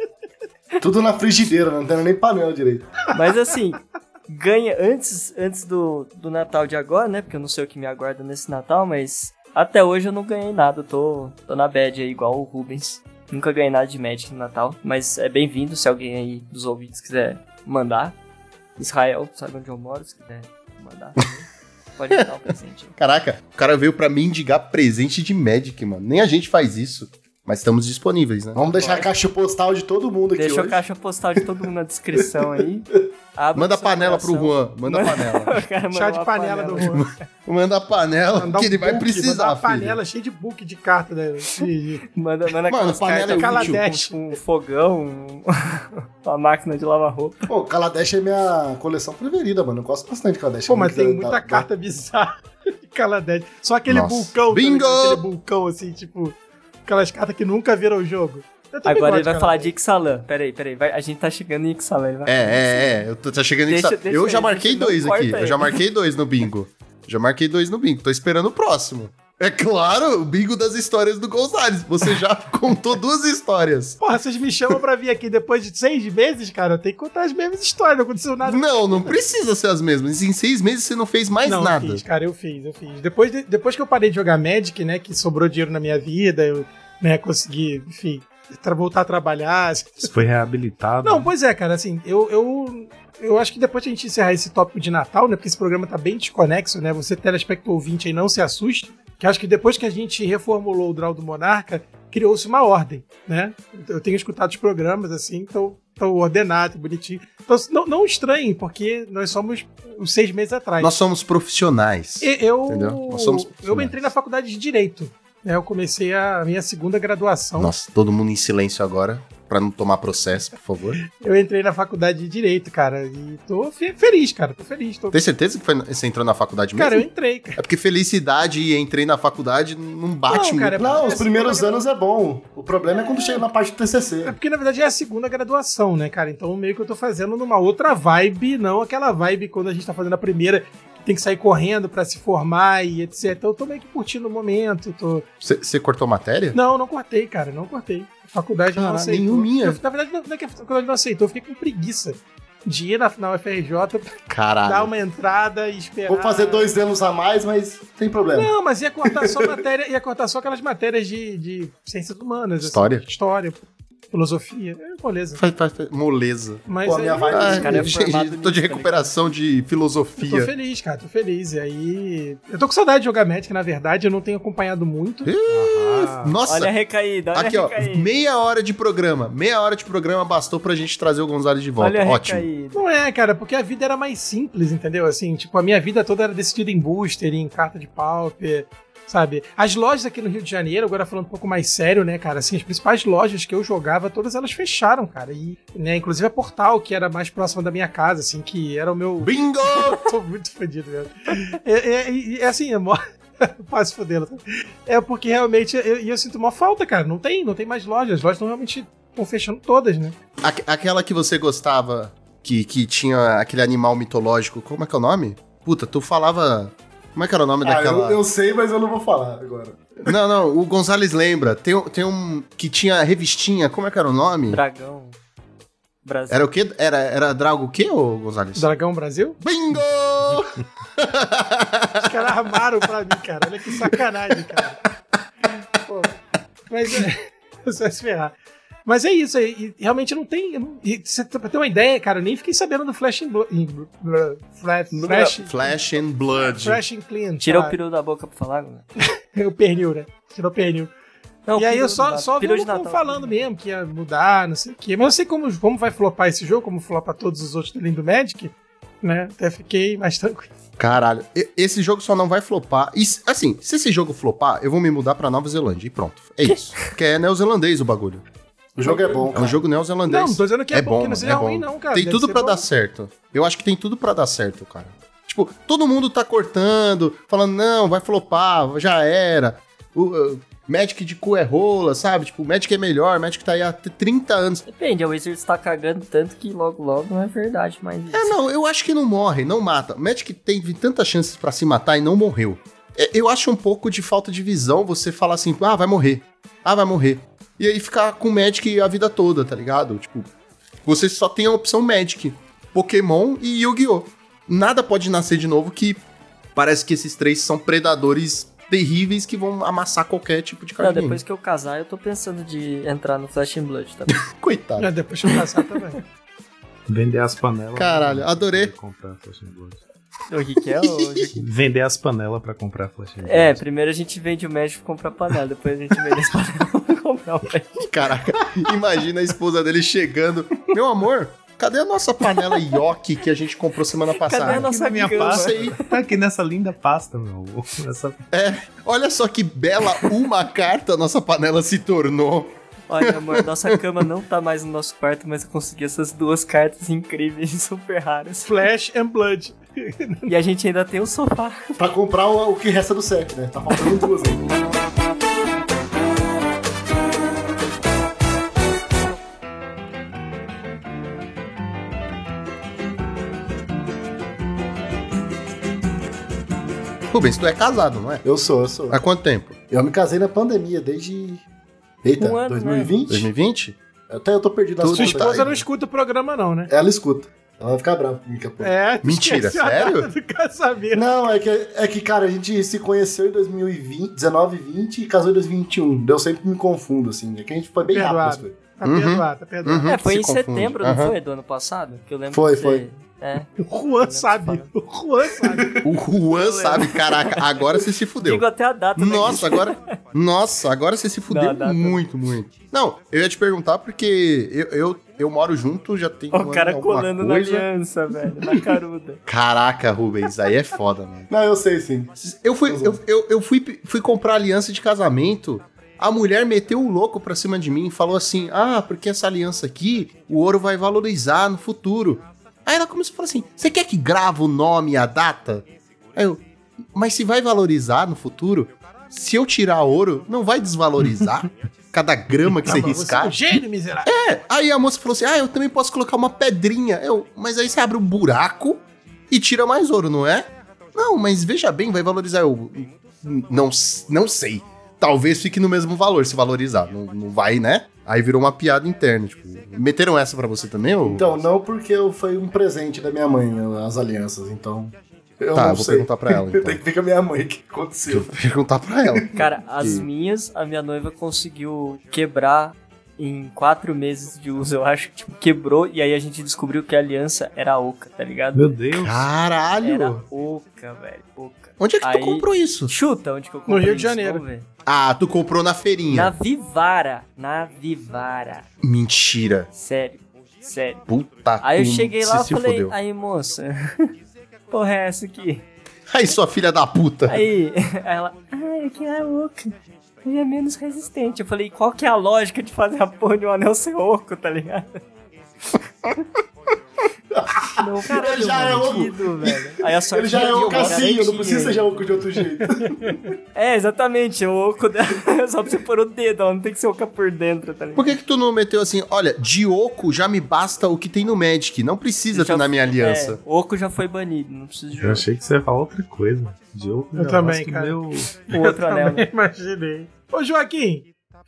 Speaker 4: Tudo na frigideira, né? não tem nem panela direito.
Speaker 3: Mas assim, ganha antes, antes do, do Natal de agora, né? Porque eu não sei o que me aguarda nesse Natal, mas até hoje eu não ganhei nada. Eu tô, tô na bad aí, igual o Rubens. Nunca ganhei nada de Magic no Natal, mas é bem-vindo se alguém aí dos ouvintes quiser mandar. Israel, sabe onde eu moro, se quiser mandar. também. Pode me dar um presente. aí.
Speaker 1: Caraca, o cara veio pra mendigar presente de Magic, mano. Nem a gente faz isso. Mas estamos disponíveis, né?
Speaker 4: Vamos deixar a caixa postal de todo mundo aqui
Speaker 3: Deixa o
Speaker 4: hoje.
Speaker 3: caixa postal de todo mundo na descrição aí. Abre
Speaker 1: Manda
Speaker 3: o seu
Speaker 1: panela pro
Speaker 3: coração.
Speaker 1: Juan. Manda panela.
Speaker 3: O cara mandou
Speaker 2: Chá de
Speaker 3: uma
Speaker 2: panela, do Juan.
Speaker 1: Manda panela
Speaker 2: Mandar
Speaker 1: que ele
Speaker 2: um
Speaker 1: vai
Speaker 2: book,
Speaker 1: precisar,
Speaker 2: mandar
Speaker 1: filho.
Speaker 2: uma panela cheia de book de carta. Né? De- de-
Speaker 3: Manda, manda
Speaker 1: Mano,
Speaker 3: aquelas
Speaker 1: panela
Speaker 3: cartas
Speaker 2: é útil.
Speaker 3: com- com um fogão, um- uma máquina de lavar roupa.
Speaker 4: Pô, Kaladesh é minha coleção preferida, mano. Eu gosto bastante de Kaladesh.
Speaker 2: Pô, mas tem muita
Speaker 4: Da- da-
Speaker 2: carta bizarra de Kaladesh. Só aquele
Speaker 1: Nossa.
Speaker 2: vulcão. tá
Speaker 1: Bingo!
Speaker 2: ligado? Aquele vulcão, assim, tipo... Aquelas cartas que nunca viram o jogo. Eu também
Speaker 3: Agora
Speaker 2: gosto
Speaker 3: ele vai
Speaker 2: Kaladesh.
Speaker 3: falar de Ixalan. Peraí, peraí, vai- a gente tá chegando em Ixalan. ele vai-
Speaker 1: É, é, é. Eu tô, tá chegando
Speaker 3: Deixa-
Speaker 1: em...
Speaker 3: deixa
Speaker 1: Eu
Speaker 3: aí,
Speaker 1: já
Speaker 3: deixa-
Speaker 1: marquei
Speaker 3: não
Speaker 1: dois
Speaker 3: corta
Speaker 1: aqui.
Speaker 3: aí.
Speaker 1: Eu já marquei dois no bingo. Já marquei dois no bingo. Tô esperando o próximo. É claro, o bingo das histórias do Gonzalez. Você já contou duas histórias.
Speaker 2: Porra, vocês me chamam pra vir aqui depois de seis meses, cara. Eu tenho que contar as mesmas histórias. Não aconteceu nada.
Speaker 1: Não, não precisa ser as mesmas. Em seis meses você não fez mais
Speaker 2: não,
Speaker 1: nada.
Speaker 2: Eu fiz, cara, eu fiz, eu fiz. Depois, de- depois que eu parei de jogar Magic, né, que sobrou dinheiro na minha vida, eu né, consegui, enfim, tra- voltar a trabalhar.
Speaker 5: Isso foi reabilitado.
Speaker 2: Não, pois é, cara, assim, eu, eu, eu acho que depois que a gente encerrar esse tópico de Natal, né, porque esse programa tá bem desconexo, né, você telespecto ouvinte aí não se assuste, que acho que depois que a gente reformulou o Draw do Monarca, criou-se uma ordem, né? Eu tenho escutado os programas, assim, então tão ordenado, bonitinho. Então, não, não estranhem, porque nós somos uns seis meses atrás.
Speaker 1: Nós somos profissionais.
Speaker 2: E- Eu,
Speaker 1: Entendeu? Nós somos
Speaker 2: eu
Speaker 1: profissionais.
Speaker 2: entrei na faculdade de Direito. né? Eu comecei a minha segunda graduação.
Speaker 1: Nossa, todo mundo em silêncio agora, pra não tomar processo, por favor.
Speaker 2: Eu entrei na faculdade de Direito, cara. E tô fe- feliz, cara. Tô feliz. Tô...
Speaker 1: Tem certeza que foi na- você entrou na faculdade mesmo?
Speaker 2: Cara, eu entrei, cara.
Speaker 1: É porque felicidade e entrei na faculdade não bate
Speaker 2: Não,
Speaker 1: muito.
Speaker 2: cara, é-
Speaker 4: Não, os primeiros
Speaker 2: Essa-
Speaker 4: anos é bom. O problema é quando chega na parte do
Speaker 2: É
Speaker 4: TCC.
Speaker 2: porque, na verdade, é a segunda graduação, né, cara? Então, meio que eu tô fazendo numa outra vibe, não aquela vibe quando a gente tá fazendo a primeira, que tem que sair correndo pra se formar e etc. Então, eu tô meio que curtindo o momento, tô,
Speaker 1: Você você cortou matéria?
Speaker 2: Não, não cortei, cara, não cortei. A faculdade não
Speaker 1: Cara,
Speaker 2: aceitou.
Speaker 1: nenhum minha.
Speaker 2: Eu, na verdade, não, não é que a faculdade não aceitou, eu fiquei com preguiça de ir na, na UFRJ,
Speaker 1: Caralho.
Speaker 2: dar uma entrada e esperar.
Speaker 4: Vou fazer dois anos a mais, mas tem problema.
Speaker 2: Não, mas ia cortar só matéria, ia cortar só aquelas matérias de, de ciências humanas. assim,
Speaker 1: História.
Speaker 2: história, filosofia, é, beleza.
Speaker 1: Faz, faz, faz- moleza.
Speaker 2: Mas
Speaker 4: Pô, a
Speaker 2: aí-
Speaker 4: minha vibe
Speaker 1: Ah,
Speaker 4: é
Speaker 3: cara é
Speaker 1: gente,
Speaker 3: formado
Speaker 1: tô de
Speaker 3: nisso,
Speaker 1: recuperação de
Speaker 2: Eu tô
Speaker 1: filosofia.
Speaker 2: feliz, cara, tô feliz. E aí. Eu tô com saudade de jogar Magic, na verdade, eu não tenho acompanhado muito.
Speaker 5: ah,
Speaker 1: Nossa,
Speaker 3: Olha a recaída, olha
Speaker 1: aqui
Speaker 3: a
Speaker 1: ó,
Speaker 3: recaída.
Speaker 1: meia hora de programa. Meia hora de programa bastou pra gente trazer o Gonzalez de volta.
Speaker 3: olha a
Speaker 1: Ótimo.
Speaker 3: recaída.
Speaker 2: Não é, cara, porque a vida era mais simples, entendeu? Assim, tipo, a minha vida toda era decidida em booster, em carta de pauper, sabe? As lojas aqui no Rio de Janeiro, agora falando um pouco mais sério, né, cara? Assim, as principais lojas que eu jogava, todas elas fecharam, cara. E, né, inclusive a Portal, que era mais próxima da minha casa, assim, que era o meu...
Speaker 1: Bingo!
Speaker 2: Tô muito fodido mesmo. É, é, é, é assim, é mó... Quase fodendo. sabe? É porque realmente eu, e eu sinto uma falta, cara. Não tem, não tem mais lojas. As lojas estão realmente estão fechando todas, né?
Speaker 1: Aque- aquela que você gostava, que, que tinha aquele animal mitológico, como é que é o nome? Puta, tu falava. Como é que era o nome
Speaker 4: Ah,
Speaker 1: daquela.
Speaker 4: eu, eu sei, mas eu não vou falar agora.
Speaker 1: Não, não, o Gonzalez lembra. Tem, um- tem um que tinha revistinha, como é que era o nome?
Speaker 3: Dragão. Brasil.
Speaker 1: Era o quê? Era, era Drago o quê, ô Gonzalez?
Speaker 2: Dragão Brasil?
Speaker 1: Bingo!
Speaker 2: Os caras armaram pra mim, cara. Olha que sacanagem, cara. Pô, mas é, você vai se ferrar. Mas é isso, e, e realmente não tem. eu não- e cê- pra ter uma ideia, cara, eu nem fiquei sabendo do Flash and Blo- em Bl- Bl- Fla- Flash,
Speaker 1: Flash and Blood.
Speaker 2: Flash and Clean.
Speaker 3: Tira o
Speaker 2: sei lá.
Speaker 3: peru da boca pra falar, mano.
Speaker 2: O pernil, né? Tirou o pernil.
Speaker 3: Não,
Speaker 2: e aí
Speaker 3: peru
Speaker 2: eu
Speaker 3: do
Speaker 2: só,
Speaker 3: Natal.
Speaker 2: só vi
Speaker 3: Peru
Speaker 2: o
Speaker 3: de
Speaker 2: Lucão
Speaker 3: Natal.
Speaker 2: falando mesmo que ia mudar, não sei o quê. Mas eu sei como, como vai flopar esse jogo, como flopa todos os outros além do Magic, né? Até fiquei mais tranquilo.
Speaker 1: Caralho, e- esse jogo só não vai flopar. E, se- assim, se esse jogo flopar, eu vou me mudar pra Nova Zelândia e pronto. É isso. Porque é neozelandês o bagulho.
Speaker 4: O jogo é bom,
Speaker 1: É um
Speaker 4: cara.
Speaker 1: jogo
Speaker 2: Não,
Speaker 1: neozelandês.
Speaker 2: não tô dizendo que é,
Speaker 1: é
Speaker 2: bom,
Speaker 1: bom,
Speaker 2: que não
Speaker 1: mano,
Speaker 2: seja
Speaker 1: é
Speaker 2: ruim,
Speaker 1: bom.
Speaker 2: não, cara.
Speaker 1: tem
Speaker 2: Deve
Speaker 1: tudo
Speaker 2: ser
Speaker 1: pra
Speaker 2: bom.
Speaker 1: dar certo. Eu acho que tem tudo pra dar certo, cara. Tipo, todo mundo tá cortando, falando, não, vai flopar, já era. O, uh, Magic de cu é rola, sabe? Tipo, Magic é melhor, Magic tá aí há t- 30 anos.
Speaker 3: Depende, a Wizards tá cagando tanto que logo logo não é verdade, mas.
Speaker 1: É, não, eu acho que não morre, não mata. Magic teve tantas chances pra se matar e não morreu. É, Eu acho um pouco de falta de visão você falar assim, ah, vai morrer, ah, vai morrer. E aí ficar com Magic a vida toda, tá ligado? Tipo, você só tem a opção Magic, Pokémon e Yu-Gi-Oh! Nada pode nascer de novo que parece que esses três são predadores terríveis que vão amassar qualquer tipo de
Speaker 3: Não,
Speaker 1: cardinho.
Speaker 3: depois que eu casar, eu tô pensando de entrar no Flash and Blood tá? também.
Speaker 1: Coitado.
Speaker 2: É, depois eu passar também.
Speaker 5: Vender as panelas.
Speaker 1: Caralho, adorei.
Speaker 5: Pra comprar Flash and Blood.
Speaker 3: o que que é, ô, Joaquim?
Speaker 5: Vender as panelas pra comprar Flash and Blood.
Speaker 3: É, primeiro a gente vende o médico pra comprar panela, depois a gente vende as panelas pra comprar o médico.
Speaker 1: Caraca, imagina a esposa dele chegando. Meu amor, cadê a nossa panela Yoki que a gente comprou semana passada?
Speaker 3: Cadê a nossa
Speaker 5: na minha
Speaker 3: cama?
Speaker 5: pasta.
Speaker 1: Passa aí.
Speaker 5: Tá aqui nessa linda pasta, meu. Essa
Speaker 1: Olha só que bela uma carta a nossa panela se tornou.
Speaker 3: Olha, amor, nossa cama não tá mais no nosso quarto, mas eu consegui essas duas cartas incríveis, super raras.
Speaker 2: Flash and Blood.
Speaker 3: E a gente ainda tem o sofá.
Speaker 4: Pra comprar o, o que resta do set, né? Tá faltando duas ainda.
Speaker 1: Rubens, tu é casado, não é?
Speaker 4: Eu sou, eu sou.
Speaker 1: Há quanto tempo?
Speaker 4: Eu me casei na pandemia desde. Eita,
Speaker 3: Um ano,
Speaker 4: 2020?
Speaker 1: 2020
Speaker 4: Até eu tô perdido
Speaker 1: Tudo
Speaker 4: nas
Speaker 2: Sua
Speaker 1: Puta,
Speaker 2: esposa
Speaker 1: aí.
Speaker 2: não escuta o programa, não, né?
Speaker 4: Ela escuta. Ela vai ficar brava comigo daqui a pouco.
Speaker 2: É,
Speaker 1: Mentira,
Speaker 2: esquece a
Speaker 1: sério?
Speaker 2: data Do casamento.
Speaker 4: Não, é que, é que, cara, a gente se conheceu em 2020, 19 e 20 e casou em 2021. Eu sempre me confundo, assim. É que a gente foi bem rápido. as
Speaker 2: Perdoado.
Speaker 4: coisas.
Speaker 2: Tá
Speaker 1: Uhum.
Speaker 2: perdoado, tá perdoado.
Speaker 1: Uhum,
Speaker 3: é, foi
Speaker 1: se
Speaker 3: em
Speaker 1: confunde.
Speaker 3: setembro,
Speaker 1: Aham.
Speaker 3: não foi? Do ano passado? Que eu lembro
Speaker 4: Foi,
Speaker 3: que
Speaker 4: foi.
Speaker 3: É.
Speaker 2: O Juan sabe. O Juan sabe.
Speaker 1: O Juan sabe, caraca, agora você se fudeu.
Speaker 3: Digo até a data. né?
Speaker 1: Nossa, agora. Nossa, agora você se fudeu
Speaker 3: Não, dá, dá.
Speaker 1: muito, muito. Não, eu ia te perguntar porque eu, eu, eu moro junto, já tem. um
Speaker 3: Ó, o cara colando na
Speaker 1: coisa.
Speaker 3: aliança, velho, na caruda.
Speaker 1: Caraca, Rubens, aí é foda, mano.
Speaker 4: Não, eu sei, sim.
Speaker 1: Eu fui, eu, eu, eu fui, fui comprar aliança de casamento. A mulher meteu o louco pra cima de mim e falou assim: Ah, porque essa aliança aqui, o ouro vai valorizar no futuro. Aí ela começou a falar assim: Você quer que grava o nome e a data? Aí eu, mas se vai valorizar no futuro, se eu tirar ouro, não vai desvalorizar cada grama que você
Speaker 2: Mas Você é um
Speaker 1: riscar?
Speaker 2: gênio, miserável.
Speaker 1: É, aí a moça falou assim: Ah, eu também posso colocar uma pedrinha. Eu, mas aí você abre um buraco e tira mais ouro, não é? Não, mas veja bem, vai valorizar. Eu não, não sei. Talvez fique no mesmo valor se valorizar. Não, não vai, né? Aí virou uma piada interna, tipo, meteram essa pra você também? Ou...
Speaker 4: Então, não porque eu- foi um presente da minha mãe, né, as alianças, então. Eu
Speaker 1: tá,
Speaker 4: não
Speaker 1: vou
Speaker 4: sei.
Speaker 1: perguntar pra ela então.
Speaker 4: Tem que ver com a minha mãe o que
Speaker 1: Eu
Speaker 4: aconteceu.
Speaker 1: vou perguntar pra ela.
Speaker 3: Cara, as
Speaker 1: Que-
Speaker 3: minhas, a minha noiva conseguiu quebrar em quatro meses de uso, eu acho. Tipo, quebrou e aí a gente descobriu que a aliança era oca, tá ligado?
Speaker 5: Meu Deus.
Speaker 1: Caralho!
Speaker 3: Era oca, velho. Oca.
Speaker 1: Onde é que
Speaker 3: Aí-
Speaker 1: tu comprou isso?
Speaker 3: Chuta onde que eu
Speaker 2: No
Speaker 3: comprei
Speaker 2: Rio de
Speaker 3: isso,
Speaker 2: Janeiro.
Speaker 3: vamos ver.
Speaker 1: Ah, tu comprou na
Speaker 3: Na
Speaker 1: feirinha.
Speaker 3: Vivara. Na Vivara.
Speaker 1: Mentira.
Speaker 3: Sério. Sério.
Speaker 1: Puta
Speaker 3: Aí eu
Speaker 1: que-
Speaker 3: cheguei
Speaker 1: Hum, se-
Speaker 3: lá e
Speaker 1: se
Speaker 3: falei,
Speaker 1: fudeu.
Speaker 3: aí moça, porra é essa aqui?
Speaker 1: Aí, sua filha da puta.
Speaker 3: Aí, aí ela, ai, aqui é oca. Ele é menos resistente. Eu falei, qual que é a lógica de fazer a porra de um anel ser oco, tá ligado? Não,
Speaker 4: Ele já é oco.
Speaker 3: sentido, velho. Aí a sorte
Speaker 4: Ele já é
Speaker 3: que eu
Speaker 4: oco assim, eu não
Speaker 3: garantia
Speaker 4: preciso
Speaker 3: ele.
Speaker 4: ser oco de outro jeito.
Speaker 3: É, exatamente, o oco dela é só pra você pôr o dedo, ela não tem que ser oca por dentro, tá ligado?
Speaker 1: Por que que tu não meteu assim, olha, de oco já me basta o que tem no Magic, não precisa
Speaker 3: Já-
Speaker 1: ter na minha aliança.
Speaker 3: É, oco já foi banido, não precisa de
Speaker 5: Eu
Speaker 3: oco.
Speaker 5: achei que você ia falar outra coisa. Diogo,
Speaker 2: Eu também, cara.
Speaker 5: Meu...
Speaker 3: O outro anel. né?
Speaker 2: Imaginei. Ô, Joaquim,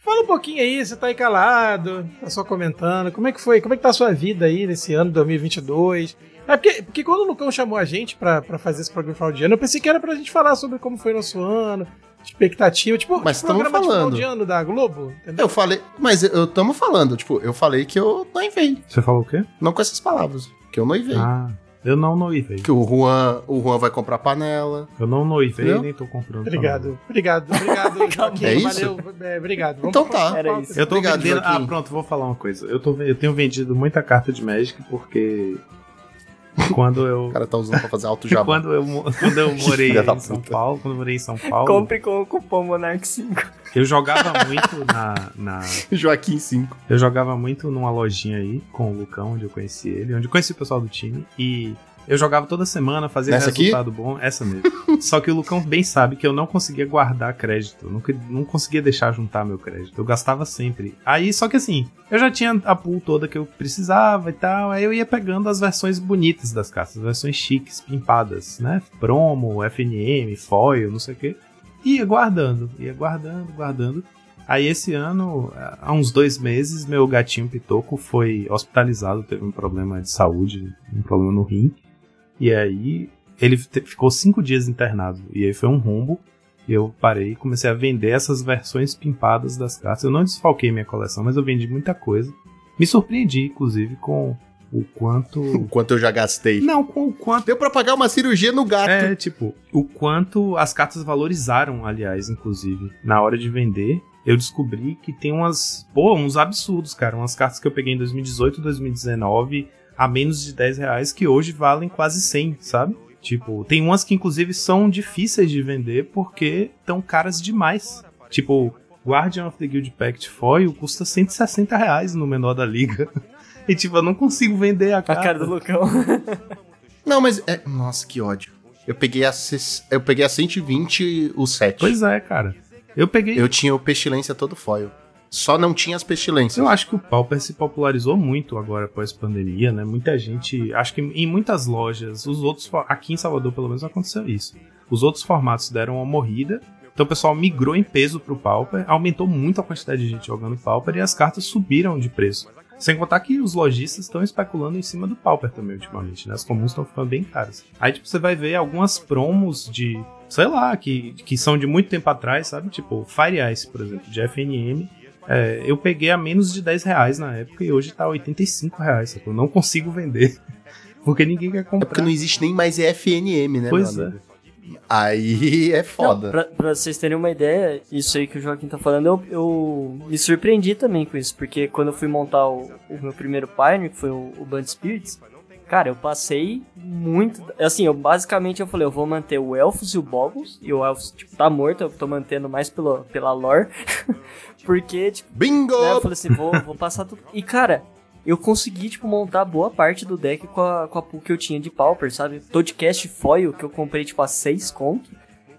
Speaker 2: fala um pouquinho aí, você tá aí calado, tá só comentando. Como é que foi? Como é que tá a sua vida aí nesse ano de 2022? É porque, porque quando o Lucão chamou a gente pra, pra fazer esse programa de final de ano, eu pensei que era pra gente falar sobre como foi nosso ano, expectativa, tipo,
Speaker 1: Mas
Speaker 2: tipo
Speaker 1: tamo
Speaker 2: programa de final
Speaker 1: falando.
Speaker 2: de ano da Globo, entendeu?
Speaker 1: Eu falei, mas eu, eu tamo falando, tipo, eu falei que eu noivei,
Speaker 5: Você falou o quê?
Speaker 1: não com essas palavras, que eu noivei.
Speaker 5: Ah, eu não noivei.
Speaker 1: Que o Juan, o Juan vai comprar panela.
Speaker 5: Eu não noivei
Speaker 1: Não?
Speaker 5: nem tô comprando.
Speaker 2: Obrigado, obrigado, obrigado, Joaquim.
Speaker 1: É
Speaker 2: valeu, é, obrigado. Vamos
Speaker 1: Então tá.
Speaker 2: pra-
Speaker 3: Era isso.
Speaker 5: Eu tô
Speaker 1: Obrigado,
Speaker 5: vendendo.
Speaker 1: Joaquim.
Speaker 5: Ah, pronto, vou falar uma coisa. Eu, tô, eu tenho vendido muita carta de Magic porque. Quando eu.
Speaker 1: O cara tá usando pra fazer alto jabá.
Speaker 5: quando eu, mo- quando eu morei
Speaker 1: Filha da
Speaker 5: em São
Speaker 1: puta.
Speaker 5: Paulo, quando eu morei em São Paulo,
Speaker 3: Compre com o cupom Monarch 5.
Speaker 5: eu jogava muito na, na.
Speaker 1: Joaquim 5.
Speaker 5: Eu jogava muito numa lojinha aí com o Lucão, onde eu conheci ele, onde eu conheci o pessoal do time. E eu jogava toda semana, fazia
Speaker 1: Nessa aqui?
Speaker 5: resultado bom, essa mesmo. Só que o Lucão bem sabe que eu não conseguia guardar crédito. Eu nunca, não conseguia deixar juntar meu crédito. Eu gastava sempre. Aí, só que assim, eu já tinha a pool toda que eu precisava e tal. Aí eu ia pegando as versões bonitas das cartas, as versões chiques, pimpadas, né? Promo, FNM, foil, não sei o quê. Ia guardando, ia guardando, guardando. Aí esse ano, há uns dois meses, meu gatinho Pitoco foi hospitalizado, teve um problema de saúde, um problema no rim. E aí ele te- ficou cinco dias internado. E aí foi um rombo. E eu parei e comecei a vender essas versões pimpadas das cartas. Eu não desfalquei minha coleção, mas eu vendi muita coisa. Me surpreendi, inclusive, com o quanto.
Speaker 1: Quanto eu já gastei.
Speaker 5: Não, com o quanto.
Speaker 1: Deu pra pagar uma cirurgia no gato.
Speaker 5: É, tipo, o quanto as cartas valorizaram, aliás, inclusive, na hora de vender. Eu descobri que tem umas, pô, uns absurdos, cara. Umas cartas que eu peguei em 2018, 2019, a menos de 10 reais, que hoje valem quase 100, sabe? Tipo, tem umas que inclusive são difíceis de vender porque estão caras demais. Tipo, Guardian of the Guild Pact Foil custa 160 reais no menor da liga. E tipo, eu não consigo vender a
Speaker 3: A
Speaker 5: carta.
Speaker 3: cara do Lucão.
Speaker 1: Não, mas. é- Nossa, que ódio. Eu peguei a, ses- eu peguei a 120 o 7.
Speaker 5: Pois é, cara. Eu peguei
Speaker 1: Eu tinha o pestilência todo foil. Só não tinha as pestilências.
Speaker 5: Eu acho que o Pauper se popularizou muito agora após pandemia, né? Muita gente, acho que em muitas lojas, os outros for- aqui em Salvador pelo menos aconteceu isso. Os outros formatos deram uma morrida, então o pessoal migrou em peso pro Pauper, aumentou muito a quantidade de gente jogando Pauper e as cartas subiram de preço. Sem contar que os lojistas estão especulando em cima do Pauper também ultimamente, né? As comuns estão ficando bem caras. Aí, tipo, você vai ver algumas promos de, sei lá, que, que são de muito tempo atrás, sabe? Tipo, Fire Ice, por exemplo, de FNM. É, eu peguei a menos de 10 reais na época e hoje tá 85 reais, sacou? Eu não consigo vender. Porque ninguém quer
Speaker 1: É porque
Speaker 5: comprar.
Speaker 1: não existe nem mais EFNM, né,
Speaker 5: Pois é.
Speaker 1: meu amigo? Aí é foda.
Speaker 3: Pra, pra vocês terem uma ideia, isso aí que o Joaquim tá falando, eu, eu me surpreendi também com isso, porque quando eu fui montar o, o meu primeiro Pioneer, que foi o, o Band Spirits, cara, eu passei muito. Assim, eu basicamente eu falei, eu vou manter o Elfos e o Boggles, e o Elfos, tipo, tá morto, eu tô mantendo mais pela, pela lore, porque, tipo,
Speaker 1: Bingo!
Speaker 3: né, eu falei assim, vou, vou passar tudo. E, cara. Eu consegui, tipo, montar boa parte do deck com a, com a pool que eu tinha de Pauper, sabe? Toadcast Foil, que eu comprei, tipo, a 6 conto.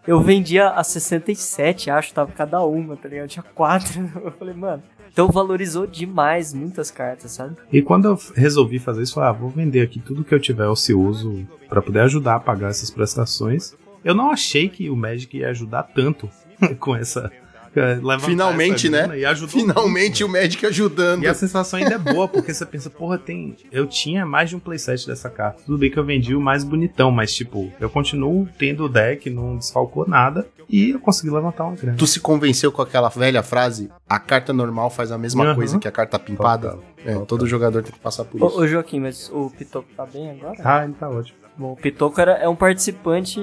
Speaker 3: Eu vendia a 67, acho, tava cada uma, tá ligado? Tinha quatro. Eu falei, mano. Então valorizou demais muitas cartas, sabe?
Speaker 5: E quando eu f- resolvi fazer isso, eu falei, ah, vou vender aqui tudo que eu tiver ocioso pra poder ajudar a pagar essas prestações. Eu não achei que o Magic ia ajudar tanto com essa saca? Levantar
Speaker 1: Finalmente,
Speaker 5: essa mina
Speaker 1: né?
Speaker 5: E ajudou
Speaker 1: Finalmente o Magic ajudando.
Speaker 5: E a sensação ainda é boa, porque você pensa, porra, tem. Eu tinha mais de um playset dessa carta. Tudo bem que eu vendi o mais bonitão, mas tipo, eu continuo tendo o deck, não desfalcou nada. E eu consegui levantar uma grana.
Speaker 1: Tu se convenceu com aquela velha frase: a carta normal faz a mesma
Speaker 5: Aham.
Speaker 1: coisa que a carta pimpada.
Speaker 5: Total,
Speaker 1: É,
Speaker 5: total.
Speaker 1: todo jogador tem que passar por
Speaker 3: Ô,
Speaker 1: isso.
Speaker 3: ô, Joaquim, mas o Pitoco tá bem agora?
Speaker 5: Ah, ele tá ótimo.
Speaker 3: Bom, o Pitoco era, é um participante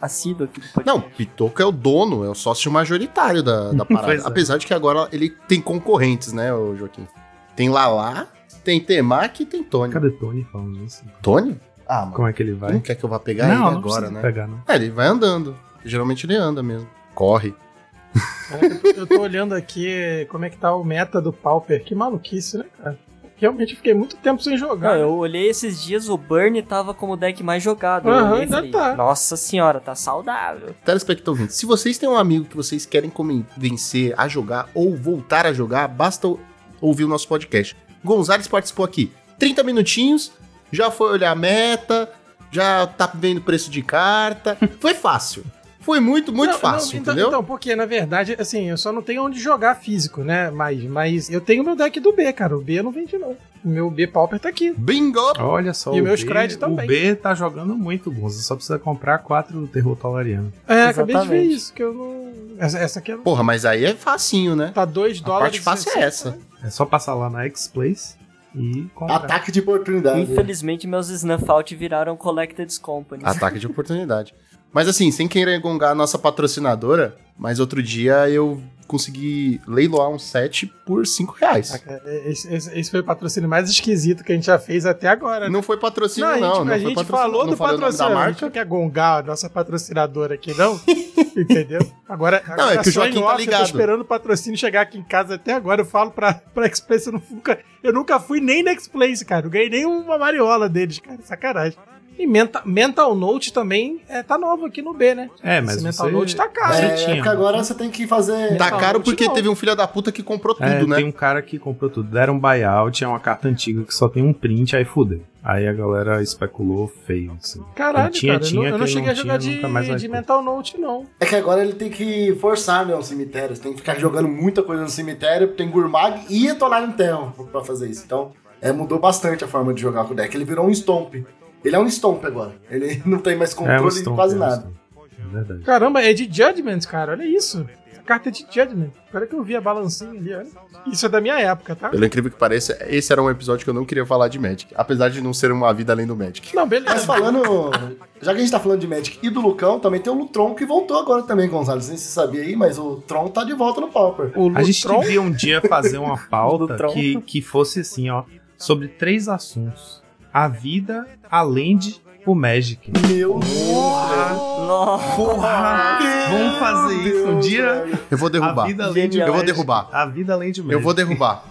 Speaker 3: assíduo aqui do podcast.
Speaker 1: Não, Pitoco é o dono, é o sócio majoritário da, da parada.
Speaker 5: Pois é.
Speaker 1: Apesar de que agora ele tem concorrentes, né, ô Joaquim? Tem Lalá, tem Temac e tem Tony.
Speaker 5: Cadê Tony falando isso?
Speaker 1: Tony? Ah, mano.
Speaker 5: Como é que ele vai?
Speaker 1: Não quer que eu vá pegar ele agora,
Speaker 5: precisa
Speaker 1: né?
Speaker 5: pegar, não.
Speaker 1: É, ele vai andando. Geralmente ele anda mesmo. Corre.
Speaker 2: Eu tô olhando aqui como é que tá o meta do Pauper. Que maluquice, né, cara? Realmente eu fiquei muito tempo sem
Speaker 3: Não,
Speaker 2: jogar.
Speaker 3: eu olhei esses dias, o Burn tava como o deck mais jogado. Eu
Speaker 2: Aham,
Speaker 3: olhei e
Speaker 2: ainda
Speaker 3: falei,
Speaker 2: tá.
Speaker 3: Nossa senhora, tá saudável.
Speaker 1: Telespectador ouvinte, se vocês têm um amigo que vocês querem convencer a jogar ou voltar a jogar, basta ouvir o nosso podcast. Gonzales participou aqui 30 minutinhos, já foi olhar a meta, já tá vendo o preço de carta. Foi fácil. Foi muito, muito
Speaker 2: Não,
Speaker 1: fácil,
Speaker 2: não, então,
Speaker 1: entendeu?
Speaker 2: Então, porque na verdade, assim, eu só não tenho onde jogar físico, né? Mas, mas eu tenho meu deck do B, cara. O B eu não vendi, não. O meu B Pauper tá aqui.
Speaker 1: Bingo!
Speaker 5: Olha só,
Speaker 2: E
Speaker 5: o
Speaker 2: meus
Speaker 5: B,
Speaker 2: créditos
Speaker 5: o
Speaker 2: também.
Speaker 5: B tá jogando muito, Gonza. Só precisa comprar quatro do Terror Talariano.
Speaker 2: É, acabei de ver
Speaker 3: Exatamente.
Speaker 2: isso, que eu não. Essa, essa aqui é-
Speaker 1: Porra, mas aí é facinho, né?
Speaker 2: tá 2
Speaker 1: A parte
Speaker 2: dólares.
Speaker 1: fácil é essa.
Speaker 2: né?
Speaker 5: É só passar lá na X-Place e comprar.
Speaker 4: Ataque de oportunidade.
Speaker 3: Infelizmente, meus Snuff Out viraram Collected Company.
Speaker 1: Ataque de oportunidade. Mas assim, sem querer gongar a nossa patrocinadora, mas outro dia eu consegui leiloar um set por 5 reais.
Speaker 2: Esse, esse- esse foi o patrocínio mais esquisito que a gente já fez até agora. né?
Speaker 1: Não foi patrocínio, não.
Speaker 2: a gente,
Speaker 1: não
Speaker 2: tipo, a
Speaker 1: foi
Speaker 2: gente
Speaker 1: patrocínio.
Speaker 2: falou
Speaker 1: Não
Speaker 2: do
Speaker 1: falei o nome
Speaker 2: patrocínio.
Speaker 1: Da
Speaker 2: A gente
Speaker 1: marca.
Speaker 2: não quer gongar a nossa patrocinadora aqui, não. Entendeu? Agora, agora
Speaker 1: é que o
Speaker 2: só em
Speaker 1: Joaquim tá
Speaker 2: off, Eu
Speaker 1: ligado.
Speaker 2: tô esperando o patrocínio chegar aqui em casa até agora. Eu falo pra, pra X-Place, eu nunca, eu nunca fui nem na X-Place, cara. Eu ganhei nem uma mariola deles, cara. Sacanagem. E Menta- Mental Note também é, tá novo aqui no B, né?
Speaker 5: É, mas você...
Speaker 2: Esse Mental Note tá caro.
Speaker 5: Você
Speaker 4: É,
Speaker 5: tinha,
Speaker 4: porque agora você tem que fazer.
Speaker 1: Tá
Speaker 2: Não,
Speaker 1: caro
Speaker 2: não,
Speaker 1: porque
Speaker 2: não.
Speaker 1: teve um filho da puta que comprou tudo,
Speaker 5: É,
Speaker 1: né?
Speaker 5: tem um cara que comprou tudo. Deram um buyout, é uma carta antiga que só tem um print, aí fudeu. Aí a galera especulou feio, assim.
Speaker 2: Caralho,
Speaker 5: Quem tinha,
Speaker 2: cara. eu não-
Speaker 5: tinha,
Speaker 2: eu não,
Speaker 5: quem
Speaker 2: cheguei
Speaker 5: não
Speaker 2: a jogar
Speaker 5: tinha, nunca
Speaker 2: de,
Speaker 5: mais vai
Speaker 2: de
Speaker 5: ter.
Speaker 2: Mental Note, não.
Speaker 4: É que agora ele tem que forçar, né? O cemitério. Você tem que ficar jogando muita coisa no cemitério. Tem Gourmag e Etolar em Terra pra fazer isso. Então, é, mudou bastante a forma de jogar com o deck. Ele virou um stomp. Ele é um stomp agora. Ele não tem mais
Speaker 5: É um
Speaker 4: controle de
Speaker 5: stomp,
Speaker 4: quase
Speaker 5: é um
Speaker 4: nada.
Speaker 5: stomp. É verdade.
Speaker 2: Caramba, é de Judgment, cara. Olha isso. Essa carta é de Judgment. Agora que eu vi a balancinha ali, olha. Isso é da minha época, tá?
Speaker 1: Pelo incrível que pareça, esse era um episódio que eu não queria falar de Magic. Apesar de não ser uma vida além do Magic.
Speaker 2: Não, beleza.
Speaker 4: Mas falando. Já que a gente tá falando de Magic e do Lucão, também tem o Lutron que voltou agora também, Gonzalez. Nem se sabia aí, mas o Tron tá de volta no Pauper.
Speaker 2: O
Speaker 5: A gente
Speaker 2: Lutron,
Speaker 5: devia um dia fazer uma pauta
Speaker 3: Lutron.
Speaker 5: que, que fosse assim, ó, sobre três assuntos. A vida, além de o Magic.
Speaker 4: Meu Deus!
Speaker 3: Nossa,
Speaker 5: Porra! Vamos fazer isso um dia.
Speaker 1: Eu vou derrubar.
Speaker 5: A vida além de
Speaker 1: Eu vou
Speaker 5: Magic.
Speaker 1: derrubar.
Speaker 5: A vida além de Magic.
Speaker 1: Eu vou derrubar.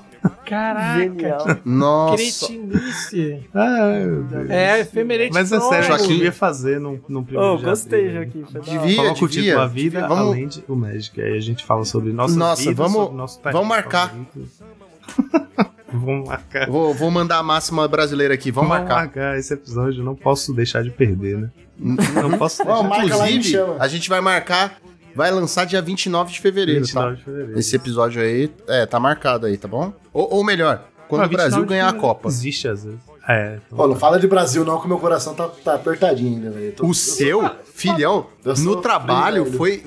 Speaker 2: caraca.
Speaker 3: genial.
Speaker 1: Nossa.
Speaker 2: Cretinice.
Speaker 5: Ai, Ah, meu Deus.
Speaker 2: É, efemerate.
Speaker 5: Mas é sério, a gente
Speaker 1: Joaquim.
Speaker 5: devia fazer num, num primeiro
Speaker 3: Oh,
Speaker 5: de abril,
Speaker 3: gostei,
Speaker 5: né?
Speaker 3: Joaquim. Foi da hora.
Speaker 1: Devia,
Speaker 5: Coloca o título
Speaker 1: devia.
Speaker 5: A Vida
Speaker 1: devia. Vamos,
Speaker 5: Além de o Magic. Aí a gente fala sobre nossas
Speaker 1: Nossa,
Speaker 5: vidas,
Speaker 1: vamos-
Speaker 5: sobre nosso talento
Speaker 1: vamos marcar.
Speaker 5: favorito. vamos marcar.
Speaker 1: vou, vou mandar a máxima brasileira aqui. Vamos marcar.
Speaker 5: esse episódio, não posso deixar de perder, né? Não posso
Speaker 4: Ó,
Speaker 5: deixar
Speaker 4: marca lá e me
Speaker 1: Inclusive,
Speaker 4: chama.
Speaker 1: a gente vai marcar. Vai lançar dia 29 de
Speaker 5: de
Speaker 1: fevereiro,
Speaker 5: 29
Speaker 1: tá?
Speaker 5: de fevereiro.
Speaker 1: Esse episódio aí, é, tá marcado aí, tá bom? Ou, ou melhor, quando
Speaker 5: Ah,
Speaker 1: o Brasil
Speaker 5: 29 de
Speaker 1: ganhar a
Speaker 5: fevereiro.
Speaker 1: Copa.
Speaker 5: Existe às vezes. É. então-
Speaker 4: Pô, não fala de Brasil não, que meu coração tá, tá apertadinho ainda, velho. Tô-
Speaker 1: O seu filhão
Speaker 4: eu
Speaker 1: no
Speaker 4: sou
Speaker 1: trabalho
Speaker 4: frio,
Speaker 1: foi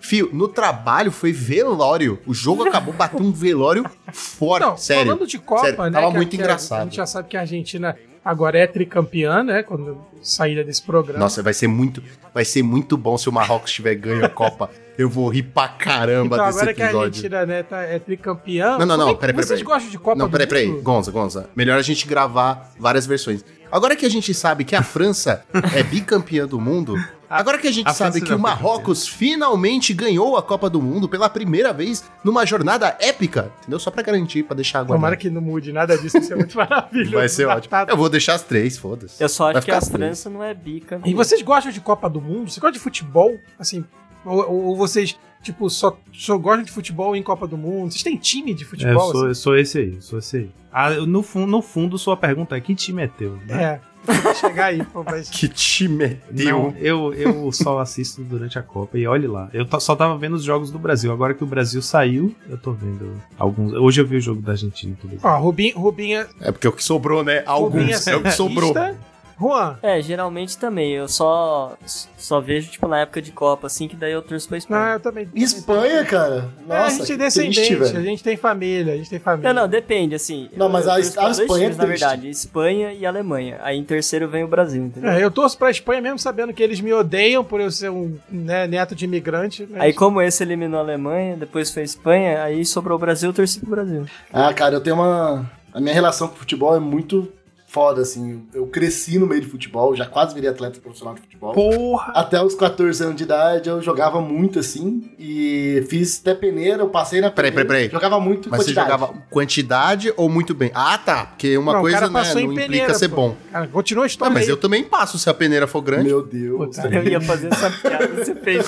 Speaker 1: fio, no trabalho foi velório. O jogo acabou bateu um velório forte,
Speaker 2: Não,
Speaker 1: sério.
Speaker 2: falando de Copa,
Speaker 1: Sério,
Speaker 2: né?
Speaker 1: tava
Speaker 2: que a-
Speaker 1: muito
Speaker 2: que a- A
Speaker 1: engraçado.
Speaker 2: gente já sabe que a Argentina agora é tricampeã, né? Quando saída desse programa.
Speaker 1: Nossa, vai ser muito, vai ser muito bom se o Marrocos tiver ganho a Copa. Eu vou rir pra caramba
Speaker 2: então
Speaker 1: desse
Speaker 2: agora que a
Speaker 1: episódio.
Speaker 2: Argentina né, tá, é tricampeã.
Speaker 1: Não, não, não,
Speaker 2: Como é que
Speaker 1: peraí, peraí,
Speaker 2: Vocês
Speaker 1: peraí.
Speaker 2: gostam de Copa
Speaker 1: Não,
Speaker 2: do
Speaker 1: peraí, peraí,
Speaker 2: Mundo?
Speaker 1: Gonza, Gonza. Melhor a gente gravar várias versões. Agora que a gente sabe que a França é bicampeã do mundo, agora que a gente
Speaker 5: a
Speaker 1: sabe
Speaker 5: França
Speaker 2: é
Speaker 1: que
Speaker 5: já
Speaker 1: o
Speaker 5: foi
Speaker 1: Marrocos finalmente ganhou a Copa do Mundo pela primeira vez numa jornada épica, entendeu? Só pra garantir, pra deixar agora.
Speaker 2: Tomara que não mude nada disso, isso é muito maravilhoso.
Speaker 1: Vai ser ótimo.
Speaker 2: Tá-
Speaker 1: Eu vou deixar as três, foda-se.
Speaker 3: Eu só
Speaker 1: Vai
Speaker 3: acho que
Speaker 1: ficar assim.
Speaker 3: a
Speaker 1: feio.
Speaker 3: França não é bica.
Speaker 2: E vocês gostam de Copa do Mundo? Você gosta de futebol? Assim, Ou, ou- ou vocês, tipo, só, só gostam de futebol em Copa do Mundo? Vocês têm time de
Speaker 5: É, eu
Speaker 2: futebol?
Speaker 5: sou, eu sou esse aí, eu sou esse aí. Ah, eu- no, fun- no fundo, sua pergunta é: que time é teu?
Speaker 2: assim?
Speaker 5: né?
Speaker 2: É. Chegar aí, pô, mas...
Speaker 1: Que time
Speaker 5: Não, eu, eu só assisto durante a Copa e olhe lá. Eu to- só tava vendo os jogos do Brasil. Agora que o Brasil saiu, eu tô vendo alguns. Hoje eu vi o jogo da Argentina. por exemplo.
Speaker 2: Ó, Rubinho, Rubinho, é-
Speaker 1: É porque o que sobrou, né?
Speaker 2: Rubinho é
Speaker 1: Alguns. É o que
Speaker 2: santista.
Speaker 1: sobrou.
Speaker 2: Juan,
Speaker 3: É, geralmente também. Eu só, só vejo, tipo, na época de Copa, assim, que daí eu torço pra Espanha.
Speaker 2: ah, eu também.
Speaker 4: Espanha, cara.
Speaker 2: É,
Speaker 4: Nossa,
Speaker 2: a gente
Speaker 4: que triste,
Speaker 2: é descendente,
Speaker 4: velho.
Speaker 2: a gente tem família, a gente tem
Speaker 3: Não,
Speaker 2: família.
Speaker 3: não, depende, assim.
Speaker 4: Não, mas
Speaker 3: Eu
Speaker 4: a-
Speaker 3: torço pra
Speaker 4: a
Speaker 3: dois
Speaker 4: Espanha
Speaker 3: times,
Speaker 4: é
Speaker 3: na
Speaker 4: triste.
Speaker 3: verdade, Espanha e Alemanha. Aí em terceiro vem o Brasil, entendeu?
Speaker 2: É, eu torço pra Espanha mesmo sabendo que eles me odeiam por eu ser um né, neto de imigrante. mas-
Speaker 3: Aí como esse eliminou a Alemanha, depois foi a Espanha, aí sobrou o Brasil, eu torci pro Brasil.
Speaker 4: Ah, cara, eu tenho uma. A minha relação com o futebol é muito foda, assim. Eu cresci no meio de futebol, já quase virei atleta profissional de futebol.
Speaker 5: Porra!
Speaker 4: Até os 14 anos de idade eu jogava muito, assim. E fiz até peneira, eu passei na
Speaker 1: Peraí,
Speaker 4: peneira.
Speaker 1: peraí, peraí.
Speaker 4: Jogava muito em
Speaker 1: Mas você
Speaker 4: quantidade.
Speaker 1: jogava quantidade ou muito bem? Ah, tá. Porque uma
Speaker 2: Não, o
Speaker 1: coisa
Speaker 2: cara
Speaker 1: né, não
Speaker 2: passou em
Speaker 1: implica
Speaker 2: peneira,
Speaker 1: ser
Speaker 2: pô.
Speaker 1: bom.
Speaker 2: Cara, continua a
Speaker 1: Ah,
Speaker 2: história.
Speaker 1: mas
Speaker 2: aí.
Speaker 1: eu também passo se a peneira for grande.
Speaker 4: Meu Deus.
Speaker 2: Puta.
Speaker 3: Eu ia fazer essa piada, você fez.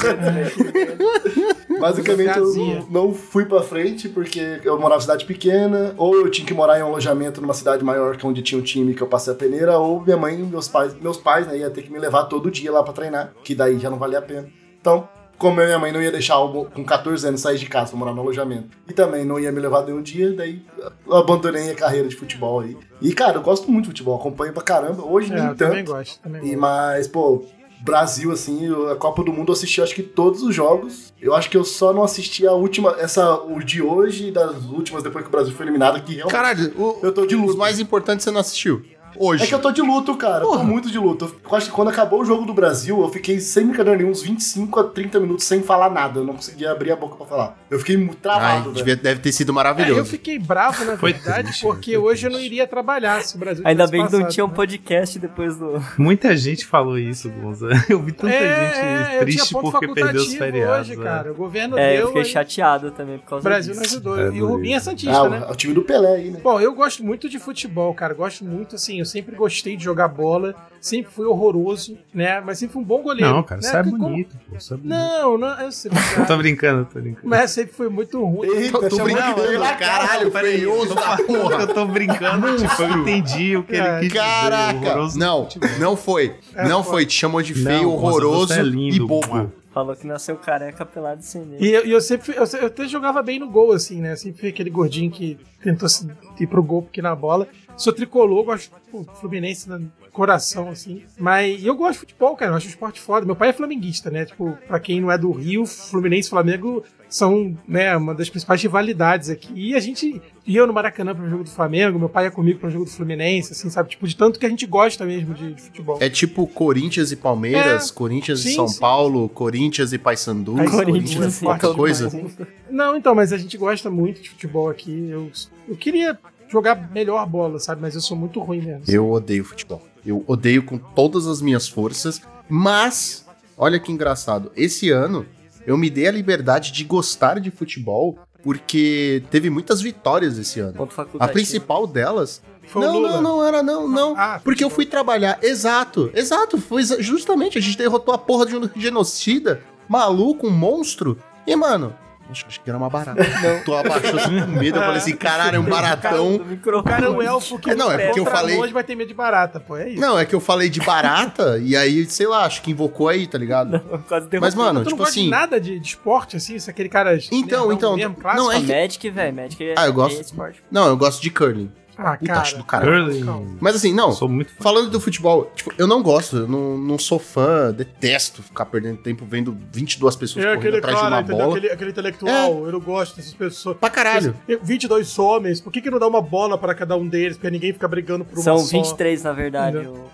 Speaker 4: Basicamente, eu
Speaker 2: Casinha.
Speaker 4: não, não fui pra frente porque eu morava em cidade pequena, ou eu tinha que morar em um alojamento numa cidade maior que onde tinha um time que eu passei a peneira, ou minha mãe e meus pais, meus pais, né, ia ter que me levar todo dia lá pra treinar, que daí já não valia a pena. Então, como minha mãe não ia deixar eu, com 14 anos sair de casa pra morar no alojamento, e também não ia me levar de um dia, daí eu abandonei a carreira de futebol aí. E cara, eu gosto muito de futebol, acompanho pra caramba, hoje
Speaker 2: É,
Speaker 4: nem
Speaker 2: eu
Speaker 4: tanto.
Speaker 2: também gosto. Também
Speaker 4: E,
Speaker 2: gosto.
Speaker 4: mas, pô, Brasil, assim, eu- a Copa do Mundo eu assisti acho que todos os jogos. Eu acho que eu só não assisti a última, essa, o de hoje e das últimas, depois que o Brasil foi eliminado, que realmente.
Speaker 1: Caralho, o-
Speaker 4: Então, eu tô de
Speaker 1: os
Speaker 4: luto.
Speaker 1: mais importantes você não assistiu. Hoje.
Speaker 4: É que eu tô de luto, cara. Eu tô muito de luto. Eu acho que quando acabou o jogo do Brasil, eu fiquei sem brincadeira nenhuma, uns 25 a 30 minutos sem falar nada. Eu não conseguia abrir a boca pra falar. Eu fiquei mu-
Speaker 1: Ai,
Speaker 4: travado, velho.
Speaker 1: devia- deve ter sido
Speaker 2: É, eu
Speaker 1: maravilhoso.
Speaker 2: fiquei bravo, na
Speaker 5: Foi
Speaker 2: verdade,
Speaker 5: triste,
Speaker 2: porque
Speaker 5: foi
Speaker 2: hoje eu não
Speaker 5: triste.
Speaker 2: iria trabalhar se o Brasil
Speaker 3: Ainda
Speaker 2: tivesse
Speaker 3: bem que não
Speaker 2: passado,
Speaker 3: tinha um
Speaker 2: né?
Speaker 3: podcast depois do.
Speaker 5: Muita gente falou isso, Gonza. Eu vi tanta gente
Speaker 2: É, é, eu tinha
Speaker 5: triste
Speaker 2: ponto
Speaker 5: porque perdeu os
Speaker 2: facultativo
Speaker 5: feriados.
Speaker 2: hoje,
Speaker 5: né?
Speaker 2: cara. O governo
Speaker 3: É, eu
Speaker 2: deu,
Speaker 3: fiquei
Speaker 2: aí
Speaker 3: chateado também por
Speaker 2: o
Speaker 3: causa
Speaker 2: Brasil não
Speaker 3: disso.
Speaker 2: ajudou.
Speaker 5: É,
Speaker 2: e o Rubinho é
Speaker 4: Ah,
Speaker 2: Santista,
Speaker 4: o,
Speaker 2: né?
Speaker 4: é o time do Pelé aí, né?
Speaker 2: Bom, eu gosto muito de futebol, cara. Gosto muito, assim. Eu sempre gostei de jogar bola. Sempre fui horroroso, né? Mas sempre fui um bom goleiro.
Speaker 5: Não, cara,
Speaker 2: né?
Speaker 5: isso é
Speaker 2: Porque como-
Speaker 5: bonito, pô. Isso é bonito.
Speaker 2: Não, não. Eu sei,
Speaker 5: Eu tô
Speaker 2: cara,
Speaker 5: brincando, tô brincando.
Speaker 2: mas sempre fui muito ruim.
Speaker 4: Eita,
Speaker 1: Tô, tô
Speaker 4: chamou-
Speaker 1: brincando,
Speaker 4: Não,
Speaker 1: caralho, feioso da
Speaker 5: Porra, É.
Speaker 1: porra.
Speaker 5: eu tô brincando, tipo, eu entendi o que ele quis dizer.
Speaker 1: Caraca!
Speaker 5: horroroso.
Speaker 1: Não, não foi.
Speaker 2: É,
Speaker 1: Não
Speaker 2: pô.
Speaker 1: foi. Te chamou de feio,
Speaker 5: Não, Gonza,
Speaker 1: horroroso
Speaker 5: você é
Speaker 1: e
Speaker 5: lindo,
Speaker 1: bobo.
Speaker 5: mano.
Speaker 3: Falou que nasceu careca pelado sem
Speaker 2: E
Speaker 3: medo.
Speaker 2: eu, e eu sempre fui- eu, se- eu até jogava bem no gol, assim, né? Sempre fui aquele gordinho que tentou se- ir pro gol porque na bola. Sou tricolor, gosto do Fluminense no coração, assim. Mas eu gosto de futebol, cara. Eu acho o esporte foda. Meu pai é flamenguista, né? Tipo, pra quem não é do Rio, Fluminense e Flamengo são, né, uma das principais rivalidades aqui. E a gente ia no Maracanã pro jogo do Flamengo, meu pai ia comigo pro jogo do Fluminense, assim, sabe? Tipo, de tanto que a gente gosta mesmo de, de futebol.
Speaker 1: É tipo Corinthians e
Speaker 4: É.
Speaker 1: Palmeiras, Corinthians e
Speaker 2: Sim,
Speaker 1: São
Speaker 2: sim.
Speaker 1: Paulo, Corinthians e Paysandu,
Speaker 2: Aí são
Speaker 1: Corinthians
Speaker 2: duas
Speaker 1: e qualquer
Speaker 2: fortes
Speaker 1: coisa.
Speaker 2: Não, então, mas a gente gosta muito de futebol aqui. Eu, eu queria jogar melhor bola, sabe? Mas eu sou muito ruim mesmo.
Speaker 1: Eu odeio futebol. Eu odeio com todas as minhas forças. Mas, olha que engraçado. Esse ano, eu me dei a liberdade de gostar de futebol porque teve muitas vitórias esse ano.
Speaker 3: Ponto
Speaker 1: A
Speaker 3: facultativo.
Speaker 1: principal delas.
Speaker 2: Foi o
Speaker 1: Não,
Speaker 2: Lula.
Speaker 1: não, não era, não, não.
Speaker 2: Ah,
Speaker 1: Porque eu fui trabalhar. Exato, exato. Foi exa- justamente. A gente derrotou a porra de um genocida, maluco, um monstro. E, mano. Acho, acho que era uma barata. Tu abaixou assim com medo. Eu falei assim: caralho, é um baratão.
Speaker 2: O cara é um elfo que
Speaker 1: É, não, é porque eu
Speaker 2: encontra
Speaker 1: falei-
Speaker 2: longe vai ter medo de barata, pô. É isso.
Speaker 1: Não, é que eu falei de barata e aí, sei lá, acho que invocou aí, tá ligado?
Speaker 3: Quase derrubou.
Speaker 1: Mas, mano,
Speaker 2: tu não
Speaker 1: tipo
Speaker 2: gosta de
Speaker 1: assim.
Speaker 2: nada de, de esporte, assim? Isso é aquele cara.
Speaker 1: Então,
Speaker 2: nerdão
Speaker 1: então,
Speaker 2: Mesmo,
Speaker 1: não,
Speaker 2: clássico?
Speaker 1: é-
Speaker 3: Ah, Magic, velho. Magic é,
Speaker 1: Ah, eu gosto.
Speaker 3: é esporte.
Speaker 1: Não, eu gosto de curling.
Speaker 2: Ah,
Speaker 1: é Puta, acho do
Speaker 2: cara.
Speaker 1: caralho.
Speaker 5: Curling.
Speaker 1: Mas assim, não.
Speaker 5: Sou muito fã.
Speaker 1: Falando do futebol, tipo, eu não gosto, eu não, não sou fã, detesto ficar perdendo tempo vendo 22 pessoas
Speaker 2: É
Speaker 1: correndo
Speaker 2: aquele
Speaker 1: atrás
Speaker 2: cara,
Speaker 1: de uma
Speaker 2: entendeu?
Speaker 1: bola. É.
Speaker 2: Aquele, aquele intelectual. Eu não gosto dessas pessoas.
Speaker 1: Pra caralho.
Speaker 2: Eu- 22 homens, por que, que não dá uma bola pra cada um deles? Porque ninguém fica brigando por uma
Speaker 3: São
Speaker 2: só?
Speaker 3: 23, na verdade. o-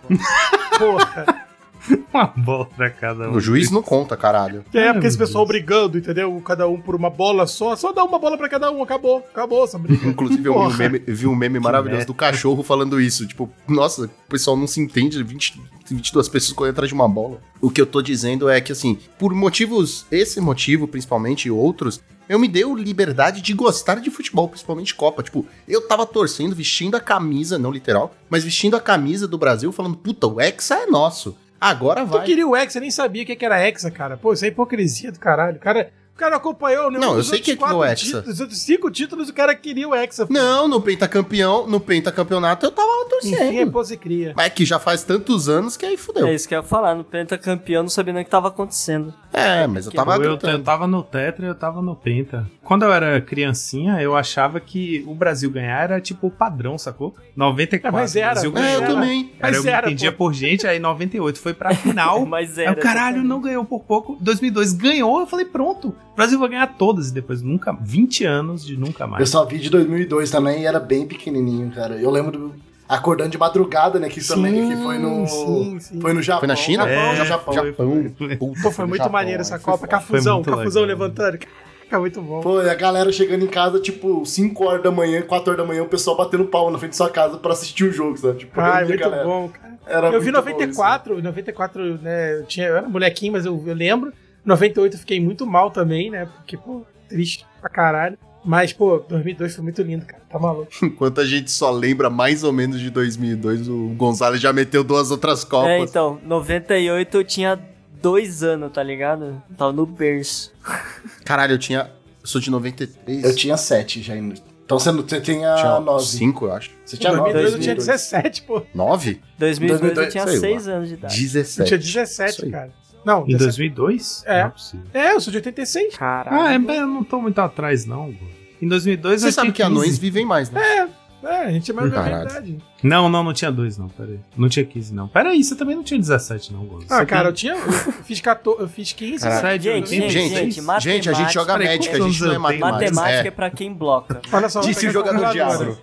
Speaker 2: Porra.
Speaker 5: Uma bola pra cada um.
Speaker 1: O juiz não conta, caralho.
Speaker 2: Que é porque
Speaker 5: Meu
Speaker 2: esse pessoal
Speaker 5: Deus.
Speaker 2: brigando, entendeu? Cada um por uma bola só. Só dá uma bola pra cada um, acabou. Acabou essa briga.
Speaker 1: Inclusive, eu vi um
Speaker 2: Porra.
Speaker 1: meme, vi um meme maravilhoso do cachorro falando isso. Tipo, nossa, o pessoal não se entende, 20, 22 pessoas correndo atrás de uma bola. O que eu tô dizendo é que, assim, por motivos, esse motivo principalmente e outros, eu me deu liberdade de gostar de futebol, principalmente Copa. Tipo, eu tava torcendo, vestindo a camisa, não literal, mas vestindo a camisa do Brasil, falando, puta, o Hexa é nosso. Agora
Speaker 2: Tu
Speaker 1: vai.
Speaker 2: queria o Hexa, nem sabia o que que era Hexa, cara. Pô, isso é hipocrisia do caralho. O cara, o cara acompanhou, né?
Speaker 1: Não, eu
Speaker 2: os
Speaker 1: sei
Speaker 2: outros
Speaker 1: que é que não é
Speaker 2: quatro
Speaker 1: Hexa.
Speaker 2: títulos, Os outros cinco títulos, o cara queria o Hexa. pô.
Speaker 1: Não, no pentacampeão, no pentacampeonato eu tava lá
Speaker 2: Enfim, é
Speaker 1: torcendo.
Speaker 2: posicria.
Speaker 1: Mas é que já faz tantos anos que aí fudeu.
Speaker 3: É
Speaker 1: É,
Speaker 3: isso que eu ia falar. No pentacampeão, não sabia nem o que tava acontecendo.
Speaker 1: É, mas eu
Speaker 3: que
Speaker 1: tava
Speaker 5: eu, eu
Speaker 1: gritando.
Speaker 5: tava no Tetra eu tava no Penta. Quando eu era criancinha, eu achava que o Brasil ganhar era tipo o padrão, sacou? 94.
Speaker 2: Mas era,
Speaker 5: o Brasil
Speaker 2: mas
Speaker 1: É,
Speaker 5: ganhou.
Speaker 1: eu
Speaker 2: era.
Speaker 1: também.
Speaker 5: Cara, eu
Speaker 2: Mas
Speaker 5: me
Speaker 2: era,
Speaker 5: entendia
Speaker 2: pô.
Speaker 5: por gente, aí 98 foi pra final.
Speaker 3: Mas
Speaker 5: aí
Speaker 1: é
Speaker 3: era.
Speaker 5: o caralho não ganhou por pouco. 2002 ganhou, eu falei, pronto. O Brasil vai ganhar todas e depois nunca, 20 anos de nunca
Speaker 4: Eu
Speaker 5: mais.
Speaker 4: só vi de 2002 também e era bem pequenininho, cara. Eu lembro do acordando de madrugada, né? Que também que foi no
Speaker 2: Sim, sim.
Speaker 4: foi no Japão.
Speaker 1: Foi na China?
Speaker 4: Japão,
Speaker 5: É, foi-
Speaker 4: Japão.
Speaker 1: Japão. Puta,
Speaker 2: Pô, foi
Speaker 1: no
Speaker 2: muito
Speaker 1: Japão,
Speaker 2: maneiro essa
Speaker 1: aí foi
Speaker 2: Copa.
Speaker 1: foda.
Speaker 2: Cafuzão,
Speaker 5: muito
Speaker 2: cafuzão
Speaker 5: legal.
Speaker 2: levantando. Caraca, muito bom.
Speaker 4: Pô, e a galera chegando em casa, tipo, 5 horas da manhã, 4 horas da manhã, o pessoal batendo pau na frente da sua casa pra assistir o jogo, sabe? Tipo,
Speaker 2: Ai,
Speaker 4: eu vi a
Speaker 2: muito
Speaker 4: galera.
Speaker 2: bom, cara.
Speaker 4: Era
Speaker 2: Eu vi
Speaker 4: muito bom isso.
Speaker 2: 94, 94, né? Eu, tinha, eu era molequinho, mas eu, eu lembro. 98 eu fiquei muito mal também, né? Porque, pô, triste pra caralho. Mas, pô, 2002 foi muito lindo, cara. Tá maluco.
Speaker 1: Enquanto a gente só lembra mais ou menos de 2002, o Gonzalez já meteu duas outras
Speaker 3: É,
Speaker 1: Copas.
Speaker 3: então, 98 eu tinha dois anos, tá ligado? Tava no berço.
Speaker 1: Caralho, eu tinha. Eu sou de 93.
Speaker 4: Eu tinha 7 já. ainda. Então você, não- você tinha um 9.
Speaker 1: 5, eu acho.
Speaker 4: Você tinha
Speaker 2: Em
Speaker 4: 9.
Speaker 2: 2002 eu tinha 17, pô.
Speaker 1: 9?
Speaker 3: 2002 eu
Speaker 4: 2002,
Speaker 3: tinha
Speaker 1: sei lá.
Speaker 3: 6 anos de idade.
Speaker 1: 17.
Speaker 2: Eu tinha
Speaker 1: Isso
Speaker 2: 17,
Speaker 1: aí.
Speaker 2: cara. Não,
Speaker 5: Em
Speaker 2: 17.
Speaker 5: 2002?
Speaker 2: É.
Speaker 5: Não possível.
Speaker 2: É, eu sou de 86.
Speaker 3: Caralho.
Speaker 5: Ah, é, mas eu não tô muito atrás, não. pô. Em 2002
Speaker 1: Você
Speaker 5: eu
Speaker 1: sabe
Speaker 5: tinha
Speaker 1: que é anões
Speaker 5: 15.
Speaker 1: vivem mais, né?
Speaker 2: É, a gente é maior da minha
Speaker 1: Caralho.
Speaker 2: idade.
Speaker 5: Não, não, não tinha dois, não. Pera aí. Não tinha 15, não. Pera aí, você também não tinha 17, não, Gonzo.
Speaker 2: Ah,
Speaker 5: Você
Speaker 2: cara, eu
Speaker 5: tem...
Speaker 2: tinha. Eu fiz, 14, eu fiz 15.
Speaker 1: é Caralho.
Speaker 5: Sai de
Speaker 3: Gente,
Speaker 1: Gente,
Speaker 5: 86.
Speaker 1: gente, gente, a gente joga
Speaker 5: É, Peraí,
Speaker 1: médica, a
Speaker 5: quantos
Speaker 1: gente não é
Speaker 5: anos eu tenho?
Speaker 1: matemática.
Speaker 3: Matemática é
Speaker 1: É.
Speaker 3: pra quem bloca.
Speaker 2: Olha só,
Speaker 1: Disse o jogador de agro.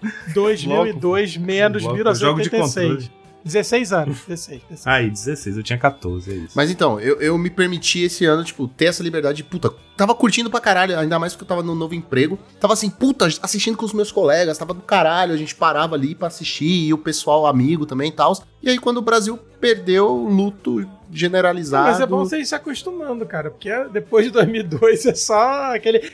Speaker 2: 2002 menos
Speaker 5: um Bloco, jogo de
Speaker 2: 1986.
Speaker 5: controle.
Speaker 2: 16 anos. 16, 16.
Speaker 5: Aí, 16, eu tinha 14, é isso.
Speaker 1: Mas então, eu, eu me permiti esse ano, tipo, ter essa liberdade de puta. Tava curtindo pra caralho, ainda mais porque eu tava num novo emprego. Tava assim, puta, assistindo com os meus colegas, tava do caralho. A gente parava ali pra assistir, e o pessoal amigo também e tal. E aí, quando o Brasil perdeu, luto generalizado.
Speaker 2: Mas é bom você ir se acostumando, cara, porque é depois de 2002 é só aquele.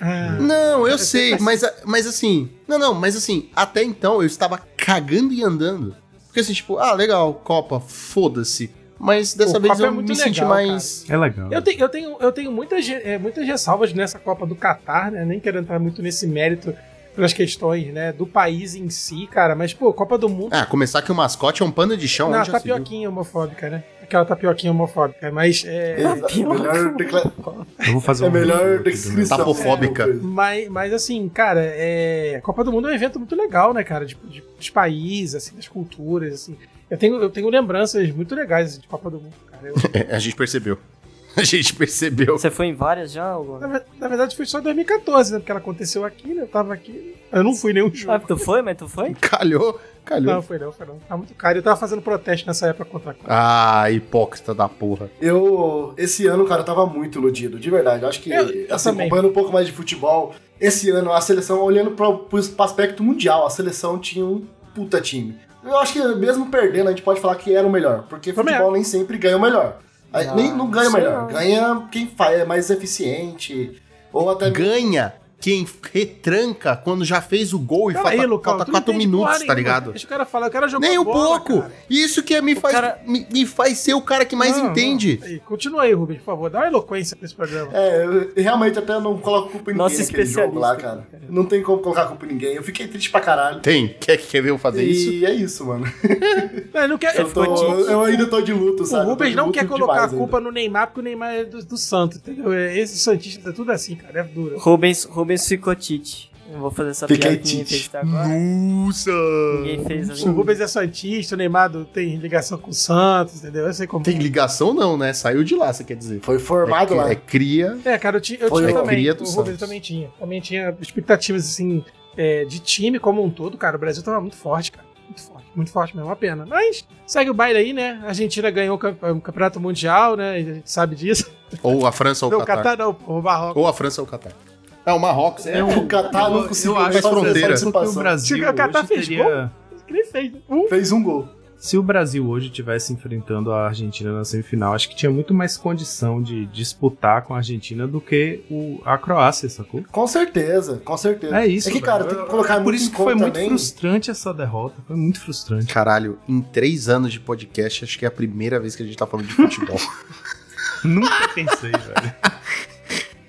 Speaker 2: Ah,
Speaker 1: Não, eu sei, mas, a- mas assim. Não, não, mas assim, até então eu estava cagando e andando. Porque assim, tipo, ah, legal, Copa, foda-se. Mas dessa
Speaker 2: O
Speaker 1: vez
Speaker 2: Copa
Speaker 1: eu
Speaker 2: é
Speaker 1: me
Speaker 2: muito
Speaker 1: senti
Speaker 2: legal,
Speaker 1: mais.
Speaker 5: É legal.
Speaker 2: Eu tenho, eu tenho, eu tenho muitas, re- eh, muitas ressalvas nessa Copa do Catar, né? Nem quero entrar muito nesse mérito pelas questões, né? Do país em si, cara. Mas, pô, Copa do Mundo.
Speaker 1: Ah, começar que o mascote é um pano de chão.
Speaker 2: É, Não, tá
Speaker 1: onde
Speaker 2: a
Speaker 1: já se viu?
Speaker 2: tapioquinha homofóbica, né? Aquela tapioquinha homofóbica. Mas é.
Speaker 4: Exato. Melhor decla-
Speaker 5: Eu vou fazer
Speaker 4: É melhor
Speaker 5: vídeo aqui do
Speaker 4: descrição.
Speaker 1: Tapofóbica.
Speaker 2: Mas, mas assim, cara, é... a Copa do Mundo é um evento muito legal, né, cara? De, de- dos países, assim, das culturas, assim. Eu tenho, eu tenho lembranças muito legais assim, de Copa do Mundo, cara. Eu-
Speaker 1: É, a gente percebeu. A gente percebeu.
Speaker 3: Você foi em várias já, ô Gonzo?
Speaker 2: na, ver- na verdade, foi só em 2014, né? Porque ela aconteceu aqui, né? Eu tava aqui. Eu não fui em nenhum
Speaker 3: Ah,
Speaker 2: jogo.
Speaker 3: tu foi, mas tu foi?
Speaker 1: Calhou, calhou.
Speaker 2: Não, foi não, foi não. Tá muito caro. Eu tava fazendo protesto nessa época contra a Copa.
Speaker 1: Ah, hipócrita da porra.
Speaker 4: Eu, esse ano, cara, eu tava muito iludido, de verdade. Eu acho que,
Speaker 2: Eu- eu
Speaker 4: assim,
Speaker 2: também.
Speaker 4: acompanhando um pouco mais de futebol, esse ano a seleção, olhando pro, pro, pro aspecto mundial, a seleção tinha um puta time. Eu acho que mesmo perdendo, a gente pode falar que era o melhor, porque
Speaker 2: Foi
Speaker 4: futebol nem sempre ganha o melhor. Aí,
Speaker 3: Ah,
Speaker 4: nem, não ganha o
Speaker 3: sei
Speaker 4: melhor,
Speaker 3: não.
Speaker 4: ganha quem fa- é mais eficiente, ou até
Speaker 1: Ganha quem retranca quando já fez o gol e
Speaker 2: Pera
Speaker 1: falta,
Speaker 2: aí, Lucão,
Speaker 1: falta
Speaker 2: tu não
Speaker 1: quatro
Speaker 2: entende porra
Speaker 1: minutos, tá
Speaker 2: nenhuma.
Speaker 1: ligado?
Speaker 2: Deixa o cara falar, o cara jogou
Speaker 1: Nem um
Speaker 2: bola,
Speaker 1: pouco.
Speaker 2: cara.
Speaker 1: Isso que é me faz,
Speaker 3: cara-
Speaker 1: me, me faz ser o cara que mais
Speaker 2: Não, não.
Speaker 1: entende.
Speaker 2: Aí, continua aí, Rubens, por favor. Dá uma eloquência pra esse programa.
Speaker 4: É, eu realmente até não coloco culpa em
Speaker 3: Nosso
Speaker 4: ninguém naquele jogo lá,
Speaker 3: especialista,
Speaker 4: cara. Não tem como colocar culpa em ninguém. Eu fiquei triste pra caralho.
Speaker 1: Tem. Quer, quer ver eu fazer isso?
Speaker 4: E é isso, mano.
Speaker 2: É, Não, não quer...
Speaker 4: Eu, tô- eu ainda tô de luto,
Speaker 2: O
Speaker 4: sabe? Eu tô
Speaker 2: Rubens
Speaker 4: de
Speaker 2: não
Speaker 4: luto
Speaker 2: quer colocar
Speaker 4: demais
Speaker 2: a culpa no Neymar, porque o Neymar é do, do santo, entendeu? É, Esse santista é tudo assim, cara, é dura.
Speaker 3: Rubens, Rubens ficou Tite. Eu vou fazer essa
Speaker 4: Fiquei
Speaker 3: piada que ninguém
Speaker 4: Tite.
Speaker 3: fez até agora.
Speaker 1: Nossa!
Speaker 3: Ninguém fez
Speaker 2: O
Speaker 3: assim.
Speaker 2: Rubens é santista, o Neymar do- tem ligação com o Santos, entendeu? Eu sei como.
Speaker 1: Tem ligação não, né? Saiu de lá, você quer dizer.
Speaker 4: Foi formado
Speaker 1: é,
Speaker 4: lá.
Speaker 1: é cria.
Speaker 2: É, cara, eu, ti, eu
Speaker 4: Foi
Speaker 2: tinha
Speaker 4: a
Speaker 2: também.
Speaker 1: cria
Speaker 2: O
Speaker 1: do
Speaker 2: Rubens
Speaker 1: Santos.
Speaker 2: também tinha. Também tinha expectativas, assim, é, de time como um todo, cara. O Brasil tava muito forte, cara. Muito forte, muito forte mesmo, uma pena. Mas segue o baile aí, né? A Argentina ganhou o campe- o Campeonato Mundial, né? E A gente sabe disso.
Speaker 1: Ou a França ou
Speaker 2: não,
Speaker 1: o
Speaker 2: o
Speaker 1: Catar.
Speaker 2: Catar não, o Marrocos.
Speaker 1: Ou a França ou o Catar. É, o Marrocos é...
Speaker 4: o Catar não
Speaker 5: Eu-
Speaker 4: conseguiu
Speaker 5: eu acho
Speaker 1: fronteira.
Speaker 5: que o Brasil
Speaker 4: participação.
Speaker 5: hoje
Speaker 2: Chega, o Catar fez
Speaker 5: teria...
Speaker 2: Que nem fez. né? Um
Speaker 4: Fez um gol.
Speaker 5: se o Brasil hoje estivesse enfrentando a Argentina na semifinal, acho que tinha muito mais condição de disputar com a Argentina do que o, a Croácia, sacou?
Speaker 4: Com certeza, com certeza.
Speaker 5: É isso,
Speaker 4: É que, cara,
Speaker 5: velho.
Speaker 4: tem que colocar
Speaker 5: Por
Speaker 4: muito
Speaker 5: isso
Speaker 4: em
Speaker 5: que foi
Speaker 4: conta
Speaker 5: muito
Speaker 4: também.
Speaker 5: frustrante essa derrota. Foi muito frustrante.
Speaker 1: Caralho, em três anos de podcast, acho que é a primeira vez que a gente tá falando de futebol.
Speaker 5: Nunca pensei, velho.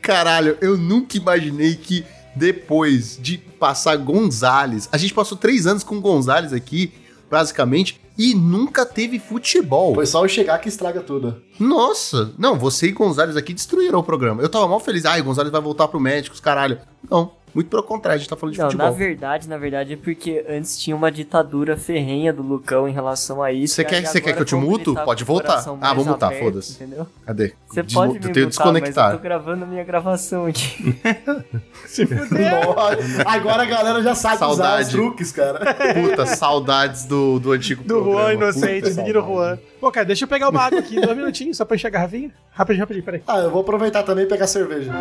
Speaker 1: Caralho, eu nunca imaginei que depois de passar Gonzalez, a gente passou três anos com Gonzalez aqui, basicamente, e nunca teve futebol.
Speaker 4: Foi só eu chegar que estraga tudo.
Speaker 1: Nossa, não, você e Gonzalez aqui destruíram o programa. Eu tava mal feliz. Ai, Gonzalez vai voltar pro médico, os caralho. Não, muito pelo contrário, a gente tá falando de
Speaker 3: Não, na
Speaker 1: futebol.
Speaker 3: verdade, na verdade é porque antes tinha uma ditadura ferrenha do Lucão em relação a isso.
Speaker 1: Você quer-
Speaker 3: aí
Speaker 1: você quer
Speaker 3: agora,
Speaker 1: que eu te
Speaker 3: como ele
Speaker 1: muto?
Speaker 3: tá com
Speaker 1: Pode
Speaker 3: o
Speaker 1: voltar?
Speaker 3: coração
Speaker 1: Ah,
Speaker 3: mais
Speaker 1: vou mutar,
Speaker 3: aberto,
Speaker 1: foda-se.
Speaker 3: entendeu?
Speaker 1: Cadê?
Speaker 3: Você
Speaker 1: Desmo-
Speaker 3: pode me
Speaker 1: eu tenho que
Speaker 3: mutar, mas eu
Speaker 1: desconectar.
Speaker 3: tô gravando minha gravação aqui.
Speaker 5: É.
Speaker 4: Nossa, agora a galera já sabe usar
Speaker 1: Saudade.
Speaker 4: os truques, cara.
Speaker 1: Puta, saudades do, do antigo
Speaker 2: Do
Speaker 1: programa.
Speaker 2: Juan inocente,
Speaker 1: Puta né?
Speaker 2: menino
Speaker 1: saudade.
Speaker 2: Juan. Pô, cara, deixa eu pegar uma água aqui, dois minutinhos, só pra encher a garrafinha. Rapidinho, rapidinho, peraí.
Speaker 4: Ah, eu vou aproveitar também e pegar cerveja.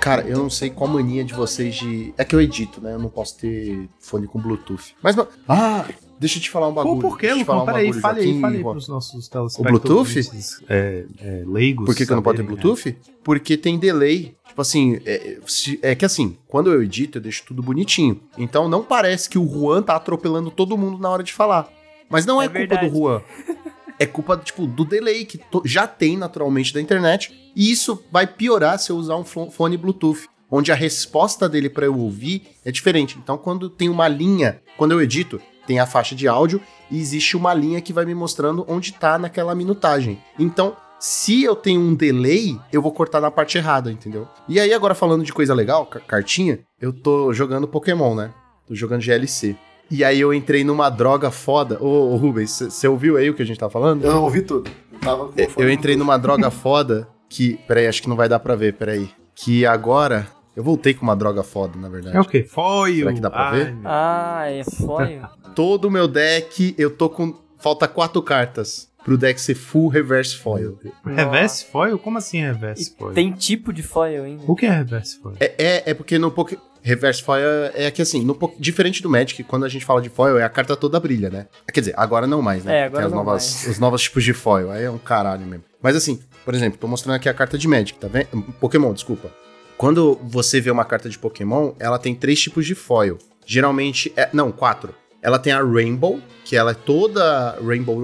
Speaker 1: Cara, eu não sei qual mania de vocês de. É que eu edito, né? Eu não posso ter fone com Bluetooth. Mas. ma- Ah! Deixa eu te falar um bagulho.
Speaker 5: Pô, por que,
Speaker 1: deixa eu te falar
Speaker 5: Lucão?
Speaker 1: um
Speaker 5: Peraí,
Speaker 1: bagulho,
Speaker 5: fale aí,
Speaker 1: Joaquim,
Speaker 5: fale aí
Speaker 1: Rock.
Speaker 5: pros nossos
Speaker 1: O
Speaker 5: telespectadores.
Speaker 1: Bluetooth?
Speaker 5: É, é, leigos.
Speaker 1: Por que, que eu não boto em
Speaker 5: saberem, né?
Speaker 1: Bluetooth? Porque tem delay. Tipo assim, é, se- é que assim, quando eu edito, eu deixo tudo bonitinho. Então não parece que o Juan tá atropelando todo mundo na hora de falar. Mas não é,
Speaker 3: É
Speaker 1: culpa
Speaker 3: verdade.
Speaker 1: do Juan. É culpa, tipo, do delay que to- já tem naturalmente da internet. E isso vai piorar se eu usar um fo- fone Bluetooth. Onde a resposta dele pra eu ouvir é diferente. Então, quando tem uma linha, quando eu edito, tem a faixa de áudio e existe uma linha que vai me mostrando onde tá naquela minutagem. Então, se eu tenho um delay, eu vou cortar na parte errada, entendeu? E aí, agora falando de coisa legal, ca- cartinha, eu tô jogando Pokémon, né? Tô jogando GLC. E aí eu entrei numa droga foda. Ô, ô Rubens, você ouviu aí o que a gente tá falando?
Speaker 4: Eu ouvi tudo. Eu, tava com
Speaker 1: Eu entrei numa droga foda que. Peraí, acho que não vai dar pra ver, peraí. Que agora. Eu voltei com uma droga foda, na verdade.
Speaker 5: É o quê? Foi
Speaker 1: Será
Speaker 5: o-
Speaker 1: que dá pra ver?
Speaker 5: meu-
Speaker 3: Ah, é foio?
Speaker 1: Todo o meu deck, eu tô com. Falta quatro cartas pro deck ser full reverse foil.
Speaker 5: Reverse foil? Como assim reverse foil?
Speaker 3: Tem tipo de foil ainda.
Speaker 5: O que é reverse foil?
Speaker 1: É, é, é porque no Poké. Reverse Foil é que assim, no Pok- diferente do Magic, quando a gente fala de foil, é a carta toda brilha, né? Quer dizer, agora não mais, né?
Speaker 3: É, agora
Speaker 1: Tem as
Speaker 3: não
Speaker 1: novas,
Speaker 3: mais.
Speaker 1: os novos tipos de foil, aí é um caralho mesmo. Mas assim, por exemplo, tô mostrando aqui a carta de Magic, tá vendo? Pokémon, desculpa. Quando você vê uma carta de Pokémon, ela tem três tipos de foil. Geralmente, é, não, quatro. Ela tem a Rainbow, que ela é toda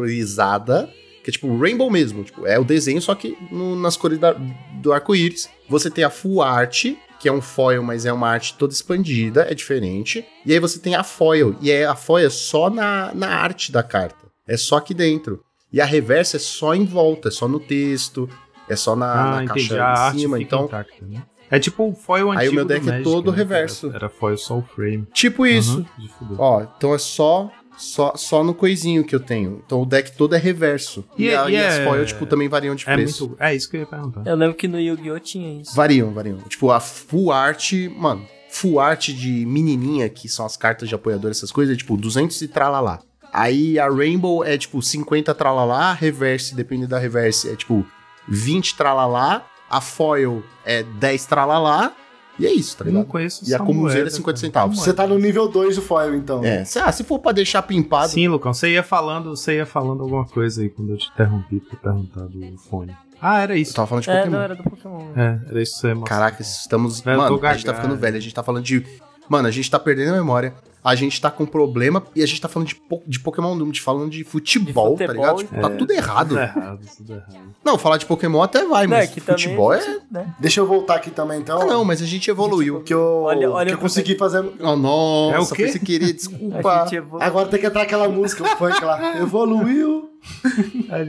Speaker 1: rainbowizada, que é tipo Rainbow mesmo, tipo, é o desenho, só que no- nas cores da- do arco-íris. Você tem a Full Art, que é um foil, mas é uma arte toda expandida, é diferente. E aí você tem a foil, e é a foil é só na, na arte da carta, é só aqui dentro. E a reversa é só em volta, é só no texto, é só na,
Speaker 5: Ah,
Speaker 1: na
Speaker 5: entendi.
Speaker 1: caixa
Speaker 5: a
Speaker 1: em
Speaker 5: arte
Speaker 1: cima.
Speaker 5: fica
Speaker 1: Então,
Speaker 5: intacta, né? É tipo o foil antigo
Speaker 1: Aí o meu
Speaker 5: do
Speaker 1: deck é
Speaker 5: Magic,
Speaker 1: todo
Speaker 5: né?
Speaker 1: reverso.
Speaker 5: Era, era foil só o frame.
Speaker 1: tipo isso.
Speaker 5: Aham, de fuder.
Speaker 1: Ó, então é só, só só no coisinho que eu tenho. Então o deck todo é reverso. E,
Speaker 5: E é-
Speaker 1: a- e
Speaker 5: e é-
Speaker 1: as foil, tipo, também variam de
Speaker 5: é,
Speaker 1: preço. tá
Speaker 5: muito, é isso que eu ia perguntar.
Speaker 3: Eu lembro que no Yu-Gi-Oh! tinha isso.
Speaker 1: Variam, variam. Tipo, a full art, mano, full art de menininha, que são as cartas de apoiador, essas coisas, é tipo 200 e tralalá. Aí a Rainbow é tipo 50 tralalá, reverse, dependendo da reverse, é tipo 20 tralalá, a foil é 10 tralalá, e é isso, tá
Speaker 5: Eu não
Speaker 1: ligado?
Speaker 5: conheço
Speaker 1: E a
Speaker 5: essa
Speaker 1: comuseira é
Speaker 5: moeda,
Speaker 1: 50
Speaker 5: cara.
Speaker 1: centavos.
Speaker 4: Você tá no nível 2 do foil, então.
Speaker 1: É, se, ah, se for pra deixar pimpado,
Speaker 5: Sim, Lucão, você ia falando, você ia falando alguma coisa aí quando eu te interrompi pra perguntar do fone. Ah, era
Speaker 1: eu um.
Speaker 5: isso.
Speaker 1: tava falando de
Speaker 3: É,
Speaker 1: Pokémon.
Speaker 3: não, era do Pokémon.
Speaker 5: É, era isso que você ia mostrar.
Speaker 1: Caraca, estamos.
Speaker 5: Velho,
Speaker 1: mano,
Speaker 5: eu tô
Speaker 1: a gente tá
Speaker 5: gaga.
Speaker 1: ficando velho, a gente tá falando de. Mano, a gente tá perdendo a memória, a gente tá com problema e a gente tá falando de, po- de Pokémon, não, de falando de futebol,
Speaker 3: De futebol,
Speaker 1: tá ligado? Tipo, tá
Speaker 5: é.
Speaker 1: tudo errado.
Speaker 5: Tudo errado, tudo errado.
Speaker 1: Não, falar de Pokémon até vai,
Speaker 3: Não,
Speaker 1: mas
Speaker 3: é que também
Speaker 1: futebol
Speaker 3: a
Speaker 1: é.
Speaker 3: gente, né?
Speaker 4: Deixa eu voltar aqui também, então.
Speaker 1: Ah, não, mas a gente evoluiu.
Speaker 4: Que eu,
Speaker 3: Olha- olha é
Speaker 4: que eu
Speaker 3: o-
Speaker 4: consegui fazer.
Speaker 1: Oh, nossa,
Speaker 5: É o quê?
Speaker 1: foi sem querer,
Speaker 3: A
Speaker 1: desculpa.
Speaker 3: gente é evolu...
Speaker 4: Agora tem que entrar aquela música, o funk lá. Evoluiu.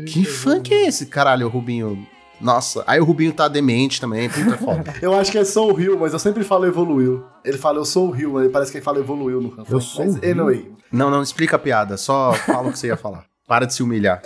Speaker 1: Que funk é esse, caralho, Rubinho? Nossa, aí o Rubinho tá demente também, puta é foda.
Speaker 4: Eu acho que é Soul Hill, mas eu sempre falo evoluiu. Ele fala eu sou o Hill, mas parece que ele fala evoluiu no canto.
Speaker 5: Eu sou
Speaker 4: Mas,
Speaker 5: o Hill?
Speaker 4: anyway.
Speaker 1: Não, não, explica a piada, só fala o que você ia falar. Para de se humilhar.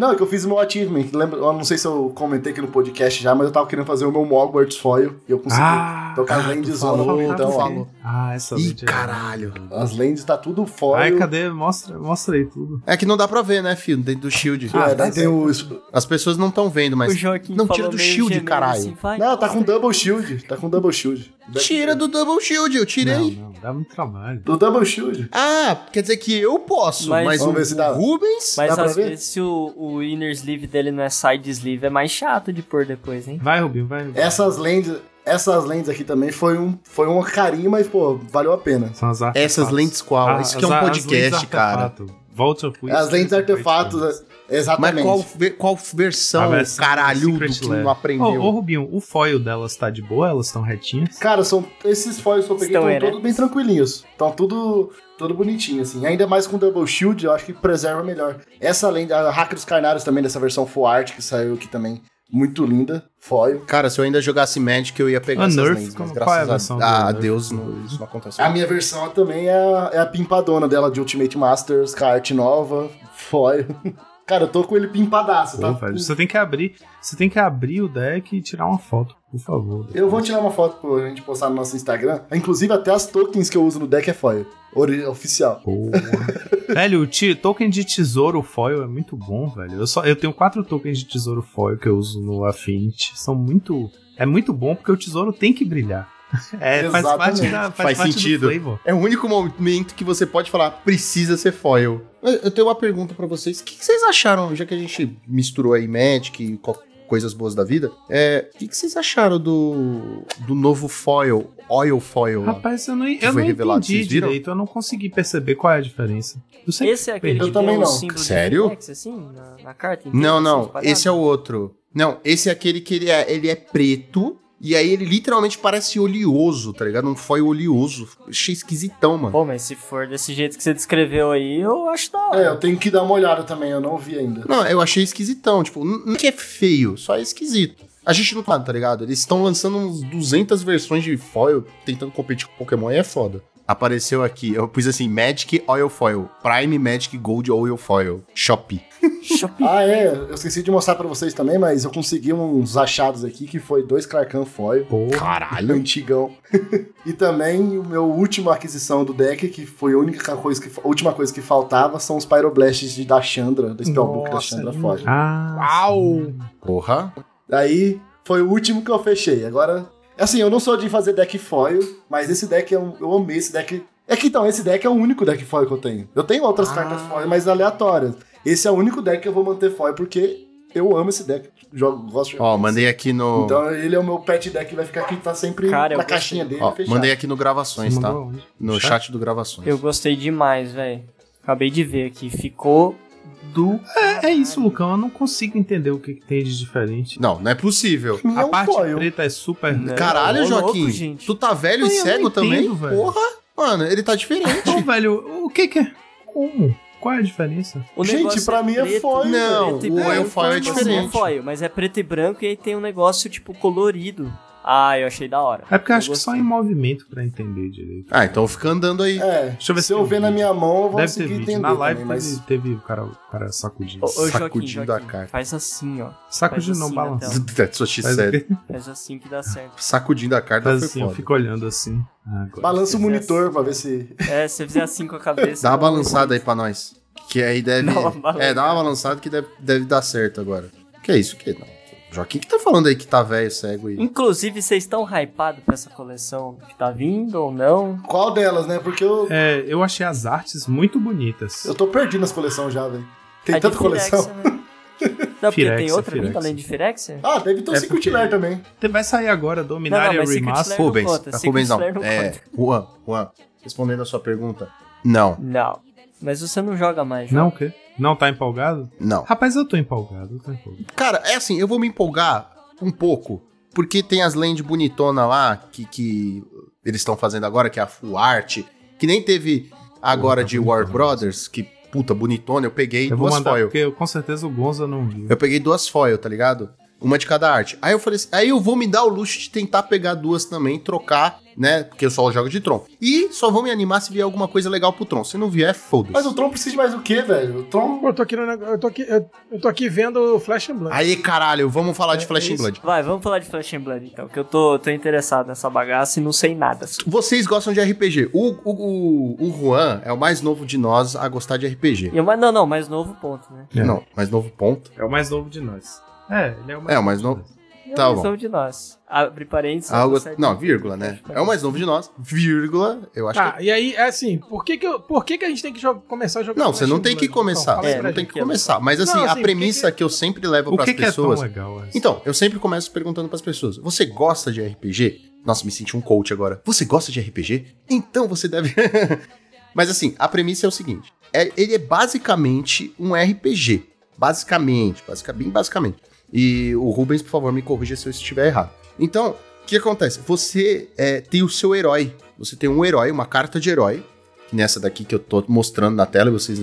Speaker 4: Não, é que eu fiz meu achievement. Lembra, eu não sei se eu comentei aqui no podcast já, mas eu tava querendo fazer o meu Mogwarts foil e eu consegui.
Speaker 5: Ah, tá
Speaker 4: Então, as lands
Speaker 5: falou,
Speaker 4: então,
Speaker 5: tu
Speaker 4: ó.
Speaker 5: falou. Ah, essa
Speaker 1: Ih,
Speaker 5: lente é-
Speaker 1: caralho.
Speaker 4: As lands tá tudo foil.
Speaker 5: Ai, cadê? Mostra, mostra aí tudo.
Speaker 1: É que não dá pra ver, né, filho, dentro do shield.
Speaker 4: É,
Speaker 5: Ah,
Speaker 4: daí
Speaker 5: tá
Speaker 4: tem o.
Speaker 1: As pessoas não estão vendo,
Speaker 3: O
Speaker 1: mas.
Speaker 3: Joaquim
Speaker 1: Não,
Speaker 3: falou
Speaker 1: tira do
Speaker 3: meio
Speaker 1: shield,
Speaker 3: gemendo
Speaker 1: caralho.
Speaker 3: assim, vai,
Speaker 4: Não, tá com
Speaker 3: mostra aí.
Speaker 4: double shield. Tá com double shield.
Speaker 1: Tira do Double Shield, eu
Speaker 5: Não,
Speaker 1: tirei.
Speaker 5: não, dá muito trabalho.
Speaker 4: Do double shield.
Speaker 1: Ah, quer dizer que eu posso, mas,
Speaker 3: Mas-
Speaker 1: o,
Speaker 4: Vamos ver se dá.
Speaker 1: o Rubens.
Speaker 4: Dá
Speaker 3: Mas
Speaker 4: pra
Speaker 3: às
Speaker 4: ver?
Speaker 3: vezes se o, o inner sleeve dele não é side sleeve, é mais chato de pôr depois, hein?
Speaker 5: Vai, Rubinho, vai. Rubinho.
Speaker 4: Essas lentes. Essas lentes aqui também foi um, foi um carinho, mas, pô, valeu a pena.
Speaker 5: São as artefatos.
Speaker 1: Essas lentes qual?
Speaker 5: Ah,
Speaker 1: Isso aqui é
Speaker 5: as-
Speaker 1: um
Speaker 5: as
Speaker 1: podcast,
Speaker 5: lentes
Speaker 1: cara.
Speaker 5: artefato. Vault of Wisdom.
Speaker 4: As lentes artefatos, é,
Speaker 1: Mas
Speaker 4: exatamente.
Speaker 1: qual, ve- qual
Speaker 5: A
Speaker 1: versão,
Speaker 5: versão
Speaker 1: caralhudo,
Speaker 5: Ah, Secret
Speaker 1: que
Speaker 5: Lair.
Speaker 1: não
Speaker 5: Ô,
Speaker 1: aprendeu?
Speaker 3: Oh,
Speaker 5: ô, Rubinho, o foil delas tá de boa? Elas estão retinhas?
Speaker 4: Cara, são esses foils que eu peguei
Speaker 3: Estão
Speaker 1: né?
Speaker 4: estão
Speaker 3: eretos.
Speaker 4: todos bem tranquilinhos. Estão tudo, tudo bonitinho, assim. Ainda mais com Double Shield, eu acho que preserva melhor. Essa lenda, a Hack dos Carnários também, dessa versão Full Art, que saiu aqui também. Muito linda, foil.
Speaker 1: Cara, se eu ainda jogasse Magic, eu ia pegar
Speaker 5: A
Speaker 1: essas
Speaker 5: Ah, Nerf,
Speaker 1: lentes, mas
Speaker 5: como- qual é a
Speaker 1: graças
Speaker 5: versão
Speaker 1: a, a
Speaker 5: do
Speaker 1: Deus Ah,
Speaker 5: Nerf?
Speaker 1: não, isso não aconteceu.
Speaker 4: A minha versão também é a, é a pimpadona dela, de Ultimate Masters, com a arte nova, foil. Cara, eu tô com ele pimpadaço, tá?
Speaker 5: Pô, velho, você tem que abrir. Você tem que abrir o deck e tirar uma foto, por favor.
Speaker 4: Eu vou tirar uma foto pra gente postar no nosso Instagram. Inclusive, até as tokens que eu uso no deck é foil. Ori- Oficial.
Speaker 5: Porra. velho, o ti- token de tesouro foil é muito bom, velho. Eu, só, eu tenho quatro tokens de tesouro foil que eu uso no Affinity. São muito. É muito bom porque o tesouro tem que brilhar. É, faz
Speaker 4: Exatamente.
Speaker 5: parte, da, faz
Speaker 1: Faz
Speaker 5: parte
Speaker 1: sentido.
Speaker 5: do flavor.
Speaker 1: É o único momento que você pode falar, precisa ser foil. Eu, eu tenho uma pergunta pra vocês. O que, que vocês acharam, já que a gente misturou aí Magic e co- coisas boas da vida? É, o que, que vocês acharam do, do novo foil, oil foil? lá?
Speaker 5: Rapaz, eu não,
Speaker 1: Que
Speaker 5: eu
Speaker 1: foi
Speaker 5: não
Speaker 1: revelado,
Speaker 5: entendi
Speaker 1: vocês viram?
Speaker 5: direito, eu não consegui perceber qual é a diferença. Eu sei
Speaker 3: Esse é aquele
Speaker 5: Eu
Speaker 3: que
Speaker 4: também
Speaker 3: tem um
Speaker 4: não.
Speaker 3: símbolo
Speaker 1: Sério?
Speaker 3: de Fênix, assim, na, na carta?
Speaker 1: Não, não. Esse é o outro. Não, esse é aquele que ele é, ele é preto. E aí ele literalmente parece oleoso, tá ligado? Um foil oleoso. Achei esquisitão, mano.
Speaker 3: Pô, mas se for desse jeito que você descreveu aí, eu acho da
Speaker 4: É,
Speaker 3: hora.
Speaker 4: eu tenho que dar uma olhada também, eu não vi ainda.
Speaker 1: Não, eu achei esquisitão. Tipo, n- não que é feio, só é esquisito. A gente não tá, tá ligado? Eles estão lançando uns 200 versões de foil tentando competir com Pokémon e é foda. Apareceu aqui, eu pus assim, Magic Oil Foil, Prime Magic Gold Oil Foil, Shop.
Speaker 3: Shopping.
Speaker 4: Ah, é, eu esqueci de mostrar pra vocês também, mas eu consegui uns achados aqui, que foi dois Krakan Foil. um
Speaker 1: Caralho.
Speaker 4: Antigão. e também o meu última aquisição do deck, que foi a única coisa que, a última coisa que faltava, são os Pyroblasts de- da Chandra, do Spellbook da
Speaker 2: Nossa,
Speaker 4: Chandra
Speaker 2: lindo.
Speaker 4: Foil.
Speaker 5: Ah,
Speaker 2: Uau!
Speaker 1: Porra.
Speaker 4: Aí foi o último que eu fechei. Agora, assim, eu não sou de fazer deck foil, mas esse deck eu, eu amei esse deck. É que então, esse deck é o único deck foil que eu tenho. Eu tenho outras
Speaker 2: Ah.
Speaker 4: cartas foil, mas aleatórias. Esse é o único deck que eu vou manter foil porque eu amo esse deck. Jogo, gosto de jogar
Speaker 1: Ó,
Speaker 4: com
Speaker 1: mandei aqui
Speaker 5: um-
Speaker 1: no.
Speaker 4: Então ele é o meu pet deck, vai ficar aqui, tá sempre
Speaker 3: Cara, eu
Speaker 4: na
Speaker 3: gostei.
Speaker 4: caixinha dele.
Speaker 1: ó,
Speaker 4: fechado.
Speaker 1: mandei aqui no gravações,
Speaker 5: você
Speaker 1: tá?
Speaker 5: mandou onde?
Speaker 1: No
Speaker 5: Chat?
Speaker 1: chat do gravações.
Speaker 3: Eu gostei demais, velho. Acabei de ver aqui. Ficou do.
Speaker 5: É, é isso, Lucão. Eu não consigo entender o que, que tem de diferente.
Speaker 1: Não, não Né? é possível.
Speaker 4: Não um
Speaker 5: a parte
Speaker 4: foil.
Speaker 5: preta é super.
Speaker 3: Não.
Speaker 1: Caralho,
Speaker 3: ô louco,
Speaker 1: Joaquim.
Speaker 3: gente.
Speaker 1: Tu tá velho e
Speaker 5: Ai, eu
Speaker 1: cego
Speaker 5: não
Speaker 1: também?
Speaker 5: entendo, velho.
Speaker 1: Porra. Mano, ele tá diferente.
Speaker 5: Então, velho, o que, que é? Como? Qual é a diferença?
Speaker 3: O
Speaker 4: Gente,
Speaker 3: negócio
Speaker 4: pra mim é
Speaker 3: preto,
Speaker 4: foil,
Speaker 1: Não,
Speaker 3: preto e
Speaker 1: o
Speaker 3: branco,
Speaker 1: oil foil é
Speaker 3: mas Não
Speaker 1: diferente.
Speaker 3: foil, mas é preto e branco e aí tem um negócio, tipo, colorido. Ah, eu achei da hora.
Speaker 5: É porque eu acho que
Speaker 3: gostei.
Speaker 5: só em movimento pra entender direito.
Speaker 1: Ah, então fica andando aí.
Speaker 4: É,
Speaker 5: Deixa eu ver
Speaker 4: se
Speaker 5: se
Speaker 4: eu
Speaker 5: tem
Speaker 4: ver na
Speaker 5: vídeo.
Speaker 4: minha mão, eu vou
Speaker 5: Deve ter
Speaker 4: conseguir
Speaker 5: vídeo.
Speaker 4: entender.
Speaker 5: Na live
Speaker 4: também,
Speaker 5: teve,
Speaker 4: mas...
Speaker 5: teve o cara, o cara sacudindo.
Speaker 3: Ô, ô, Joaquim,
Speaker 1: Sacudindo
Speaker 3: Joaquim,
Speaker 1: a carta.
Speaker 3: Faz assim, ó.
Speaker 5: Sacudindo não,
Speaker 3: Oh, assim,
Speaker 5: balança.
Speaker 1: That's what she
Speaker 5: Faz
Speaker 1: said.
Speaker 5: o quê?
Speaker 3: Faz assim que dá certo.
Speaker 1: É, Sacudindo a carta
Speaker 5: Faz
Speaker 1: foi
Speaker 5: é assim, eu
Speaker 1: foda.
Speaker 5: fico olhando assim. Ah, agora.
Speaker 4: Balança o
Speaker 3: Fizesse.
Speaker 4: monitor pra ver se.
Speaker 3: É, se você fizer assim com a cabeça.
Speaker 1: Dá uma balançada aí pra nós. Que aí deve.
Speaker 3: Dá uma balançada.
Speaker 1: é, dá uma balançada que deve, deve dar certo agora. Que é isso que não. Joaquim que tá falando aí que tá velho, cego e.
Speaker 3: Inclusive, vocês estão hypados pra essa coleção que tá vindo ou não?
Speaker 4: Qual delas, né? Porque eu,
Speaker 5: É, eu achei as artes muito bonitas.
Speaker 4: eu tô perdido nas coleções já, velho. Tem
Speaker 3: A de
Speaker 4: tanta coleção.
Speaker 3: Firexia, né? Não, porque tem
Speaker 5: Firexia,
Speaker 3: outra vindo
Speaker 5: Firexia.
Speaker 3: além de Firexia?
Speaker 4: Ah, deve ter o
Speaker 5: É
Speaker 4: Secret
Speaker 5: porque-
Speaker 4: Lair também.
Speaker 5: Te- Vai sair agora Dominaria
Speaker 3: Não, não, mas Secret
Speaker 5: Remaster.
Speaker 3: Lair- não
Speaker 1: Rubens.
Speaker 3: conta,
Speaker 1: é,
Speaker 3: Secret
Speaker 1: Rubens não.
Speaker 3: Lair não
Speaker 1: é. Juan, Juan, respondendo a sua pergunta. Não,
Speaker 3: Não. Mas você não joga mais,
Speaker 5: Não,
Speaker 3: joga?
Speaker 5: o quê? Não tá empolgado?
Speaker 1: não.
Speaker 5: Rapaz, eu tô empolgado, eu tô empolgado.
Speaker 1: Cara, é assim, eu vou me empolgar um pouco, porque tem as land bonitona lá que, que eles estão fazendo agora, que é a Full Art, que nem teve agora de War Brothers, que puta bonitona, eu peguei
Speaker 5: Eu vou
Speaker 1: duas
Speaker 5: mandar,
Speaker 1: foil.
Speaker 5: porque eu, com certeza o Gonza não viu.
Speaker 1: Eu peguei duas foil, tá ligado? Uma de cada arte. Aí eu falei assim, aí eu vou me dar o luxo de tentar pegar duas também, trocar, né? Porque eu só jogo de Tron. E só vou me animar se vier alguma coisa legal pro Tron. Se não vier,
Speaker 4: Mas o
Speaker 1: foda-se.
Speaker 4: Tron precisa de mais o quê, velho? O Tron.
Speaker 2: Pô, eu tô aqui no negócio. Eu tô aqui, eu, eu tô aqui vendo o Flash and Blood.
Speaker 1: Aí, caralho, vamos falar de
Speaker 2: É
Speaker 1: Flash and
Speaker 2: isso.
Speaker 1: Blood.
Speaker 3: Vai, vamos falar de Flash and Blood então, que eu tô, tô interessado nessa bagaça e não sei nada.
Speaker 1: Vocês gostam de RPG. O, o, o, o Juan é o mais novo de nós a gostar de RPG.
Speaker 3: E, mas não, não, mais novo ponto, né?
Speaker 5: É.
Speaker 1: Não, mais novo ponto.
Speaker 5: É o mais novo de nós. É, ele é o mais,
Speaker 1: É, o mais novo.
Speaker 3: E é
Speaker 1: Tá
Speaker 3: mais
Speaker 1: bom.
Speaker 3: novo de nós. Abre parênteses.
Speaker 1: Algo,
Speaker 3: consegue-
Speaker 1: não, vírgula, né? É o mais novo de nós. Vírgula, eu acho
Speaker 2: Tá,
Speaker 1: que.
Speaker 2: e aí, é assim, por que que, eu, por que que a gente tem que jo- começar a jogar
Speaker 1: Não,
Speaker 2: Flash
Speaker 1: você não
Speaker 2: and
Speaker 1: tem que
Speaker 2: Blood? Então,
Speaker 1: começar.
Speaker 2: fala
Speaker 3: É,
Speaker 1: Você
Speaker 2: pra
Speaker 1: não tem
Speaker 2: gente.
Speaker 1: que começar. Mas assim,
Speaker 2: Não,
Speaker 1: a
Speaker 2: assim,
Speaker 1: premissa
Speaker 2: por
Speaker 1: que... eu sempre levo
Speaker 5: O
Speaker 1: pras
Speaker 5: que, que é tão
Speaker 1: pessoas.
Speaker 5: legal? Essa?
Speaker 1: Então, eu sempre começo perguntando pras pessoas: você gosta de RPG? Nossa, me senti um coach agora. Você gosta de RPG? Então você deve. Mas assim, a premissa é o seguinte: é- ele é basicamente um RPG. Basicamente, basica, bem basicamente. E o Rubens, por favor, me corrija se eu estiver errado. Então, o que acontece? Você é, tem o seu herói. Você tem um herói, uma carta de herói. que Nessa daqui que eu tô mostrando na tela, vocês,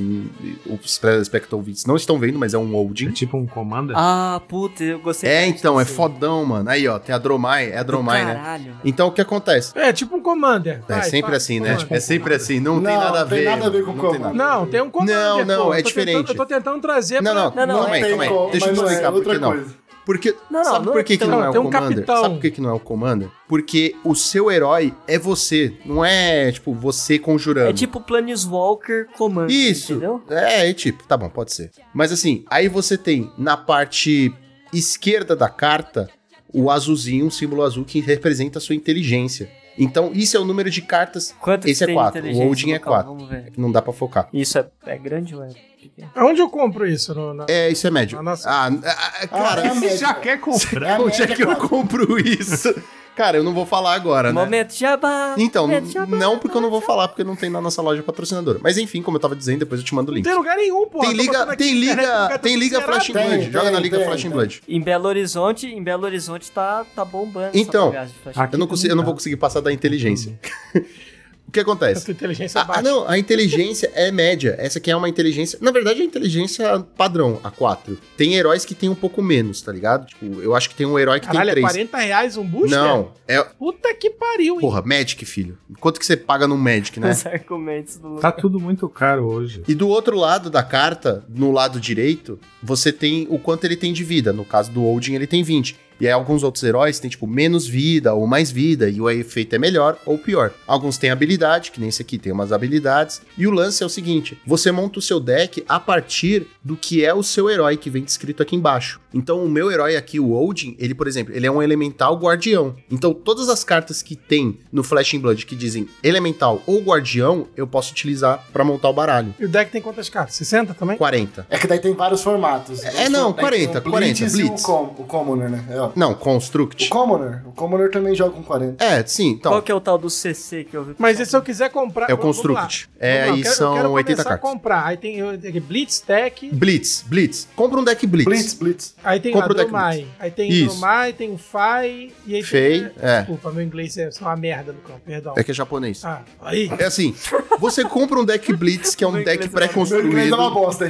Speaker 1: os telespectadores ouvintes não estão vendo, mas é um Odin.
Speaker 5: É tipo um Commander?
Speaker 3: Ah, puta, eu gostei.
Speaker 1: É,
Speaker 3: bastante
Speaker 1: então, é
Speaker 3: desse-
Speaker 1: fodão, mano. Aí, ó, tem a Dromai, é a
Speaker 3: do
Speaker 1: Dromai, né?
Speaker 3: caralho, velho.
Speaker 1: Então, o que acontece?
Speaker 2: É tipo um Commander.
Speaker 1: É
Speaker 2: vai,
Speaker 1: sempre
Speaker 2: tá,
Speaker 1: assim, né?
Speaker 2: Commander.
Speaker 1: É sempre assim, não, tem
Speaker 4: Não,
Speaker 1: nada a
Speaker 4: tem
Speaker 1: ver.
Speaker 4: nada a ver com
Speaker 1: não tem
Speaker 4: comando.
Speaker 1: nada.
Speaker 2: Não, tem um Commander.
Speaker 1: Não, não,
Speaker 2: pô,
Speaker 1: é
Speaker 2: eu tô
Speaker 1: diferente.
Speaker 2: tentando- eu tô tentando trazer
Speaker 1: Não, não,
Speaker 3: Não, não,
Speaker 1: calma aí,
Speaker 4: tem
Speaker 1: calma aí.
Speaker 4: como,
Speaker 1: Deixa eu
Speaker 4: mas
Speaker 1: te
Speaker 4: não é,
Speaker 1: explicar por
Speaker 4: outra
Speaker 1: que não.
Speaker 4: coisa.
Speaker 1: Porque,
Speaker 3: Não, não,
Speaker 1: sabe
Speaker 3: não
Speaker 1: por
Speaker 3: é
Speaker 1: que, que
Speaker 3: tão-
Speaker 1: não é
Speaker 2: Tem
Speaker 1: o
Speaker 2: um
Speaker 1: Commander?
Speaker 2: capitão.
Speaker 1: Sabe por que, que não é o Commander? Porque o seu herói é você, não é, tipo, você conjurando.
Speaker 3: É tipo Planeswalker Commander,
Speaker 1: Isso.
Speaker 3: entendeu?
Speaker 1: É, é tipo, tá bom, pode ser. Mas assim, aí você tem na parte esquerda da carta o azulzinho, um símbolo azul que representa a sua inteligência. Então, isso é o número de cartas.
Speaker 3: Quanto
Speaker 1: Esse é
Speaker 3: que tem
Speaker 1: quatro, o
Speaker 3: inteligência,
Speaker 1: holding é
Speaker 3: Lucão?
Speaker 1: quatro.
Speaker 3: Vamos ver.
Speaker 1: Não dá pra focar.
Speaker 3: Isso é, é grande ou é pequeno?
Speaker 2: Aonde eu compro isso? No- na-
Speaker 1: É, isso é médio.
Speaker 2: Ah, nossa.
Speaker 1: Ah, ah, ah, cara,
Speaker 4: Ah, é médio.
Speaker 5: Já quer comprar?
Speaker 4: É a
Speaker 1: onde é
Speaker 4: média,
Speaker 1: que eu
Speaker 4: cara.
Speaker 1: compro isso? Cara, eu não vou falar
Speaker 2: É,
Speaker 1: agora, né?
Speaker 3: Momento jabá!
Speaker 1: Então,
Speaker 3: momento jabá,
Speaker 1: não porque eu não vou
Speaker 3: momento
Speaker 1: falar, porque não tem na nossa loja patrocinadora. Mas enfim, como eu tava dizendo, depois eu te mando o
Speaker 2: Não
Speaker 1: link.
Speaker 2: tem lugar nenhum, porra.
Speaker 1: Tem
Speaker 2: Tô botando
Speaker 1: liga,
Speaker 2: aqui
Speaker 1: tem
Speaker 2: na internet,
Speaker 1: liga,
Speaker 2: lugar
Speaker 1: tem
Speaker 2: todo
Speaker 1: liga
Speaker 2: zerado.
Speaker 1: Flash and
Speaker 4: Tem,
Speaker 1: Blood.
Speaker 4: tem,
Speaker 1: Joga na liga
Speaker 4: tem,
Speaker 1: Flash and
Speaker 4: tem.
Speaker 1: Blood.
Speaker 3: jabá. Em Belo Horizonte, em Belo Horizonte tá, tá bombando
Speaker 1: Então,
Speaker 3: essa bagaça de flash.
Speaker 5: aqui
Speaker 1: Eu não, consigo, eu não vou conseguir passar da inteligência. o que
Speaker 2: Uhum. A
Speaker 1: acontece?
Speaker 2: tua inteligência é
Speaker 1: Ah, ah,
Speaker 2: baixa.
Speaker 1: não, a inteligência é média. Essa aqui é uma inteligência. Na verdade, é a inteligência padrão, a 4. Tem heróis que tem um pouco menos, tá ligado? Tipo, eu acho que tem um herói que
Speaker 2: Caralho, é
Speaker 1: tem 3.
Speaker 2: 40 reais um booster?
Speaker 1: Não, é.
Speaker 2: Puta que pariu, hein?
Speaker 1: Porra, Magic, filho. Quanto que você paga no Magic, né?
Speaker 3: Os argumentos do
Speaker 5: Tá tudo muito caro hoje.
Speaker 1: E do outro lado da carta, no lado direito, você tem o quanto ele tem de vida. No caso do Odin, ele tem 20. E aí alguns outros heróis têm, tipo, menos vida ou mais vida, e o efeito é melhor ou pior. Alguns têm habilidade, que nem esse aqui tem umas habilidades. E o lance é o seguinte: você monta o seu deck a partir do que é o seu herói que vem descrito aqui embaixo. Então, o meu herói aqui, o Odin, ele, por exemplo, ele é um elemental guardião. Então, todas as cartas que tem no Flash in Blood que dizem elemental ou guardião, eu posso utilizar pra montar o baralho.
Speaker 2: E o deck tem quantas cartas? 60 também?
Speaker 1: 40.
Speaker 4: É que daí tem vários formatos.
Speaker 1: É, não,
Speaker 4: Daí tem
Speaker 1: 40,
Speaker 4: o Blitz
Speaker 1: 40,
Speaker 4: e
Speaker 1: Blitz.
Speaker 4: O, com, o Commoner, né? É, ó.
Speaker 1: Não,
Speaker 4: O
Speaker 1: Construct.
Speaker 4: Commoner. O Commoner também joga com 40.
Speaker 1: É, sim,
Speaker 3: Qual
Speaker 1: então.
Speaker 3: que é o tal do CC que eu vi?
Speaker 2: Mas e se eu quiser comprar...
Speaker 1: É o
Speaker 2: vamos- vamos lá.
Speaker 1: Construct. É,
Speaker 2: Vamos lá, eu
Speaker 1: aí
Speaker 2: quero- eu quero
Speaker 1: são 80
Speaker 2: começar a
Speaker 1: cartas.
Speaker 2: comprar. Aí tem eu- tem Blitz Tech,
Speaker 1: Blitz, Blitz. Compra um deck Blitz.
Speaker 4: Blitz, Blitz.
Speaker 2: aí tem
Speaker 1: Compra o
Speaker 2: o
Speaker 1: deck
Speaker 2: Dromai, aí tem o
Speaker 1: Isso.
Speaker 2: Dromai, tem o Fai, e aí
Speaker 1: Fei,
Speaker 2: tem...
Speaker 1: é.
Speaker 2: Desculpa, meu inglês é só uma merda, Lucão, perdão.
Speaker 1: É que é japonês.
Speaker 2: Ah, aí...
Speaker 1: É assim, você compra um deck Blitz, que é um
Speaker 3: Meu
Speaker 1: deck
Speaker 3: inglês é uma-
Speaker 4: Meu inglês é uma
Speaker 1: pré-construído.
Speaker 4: bosta, é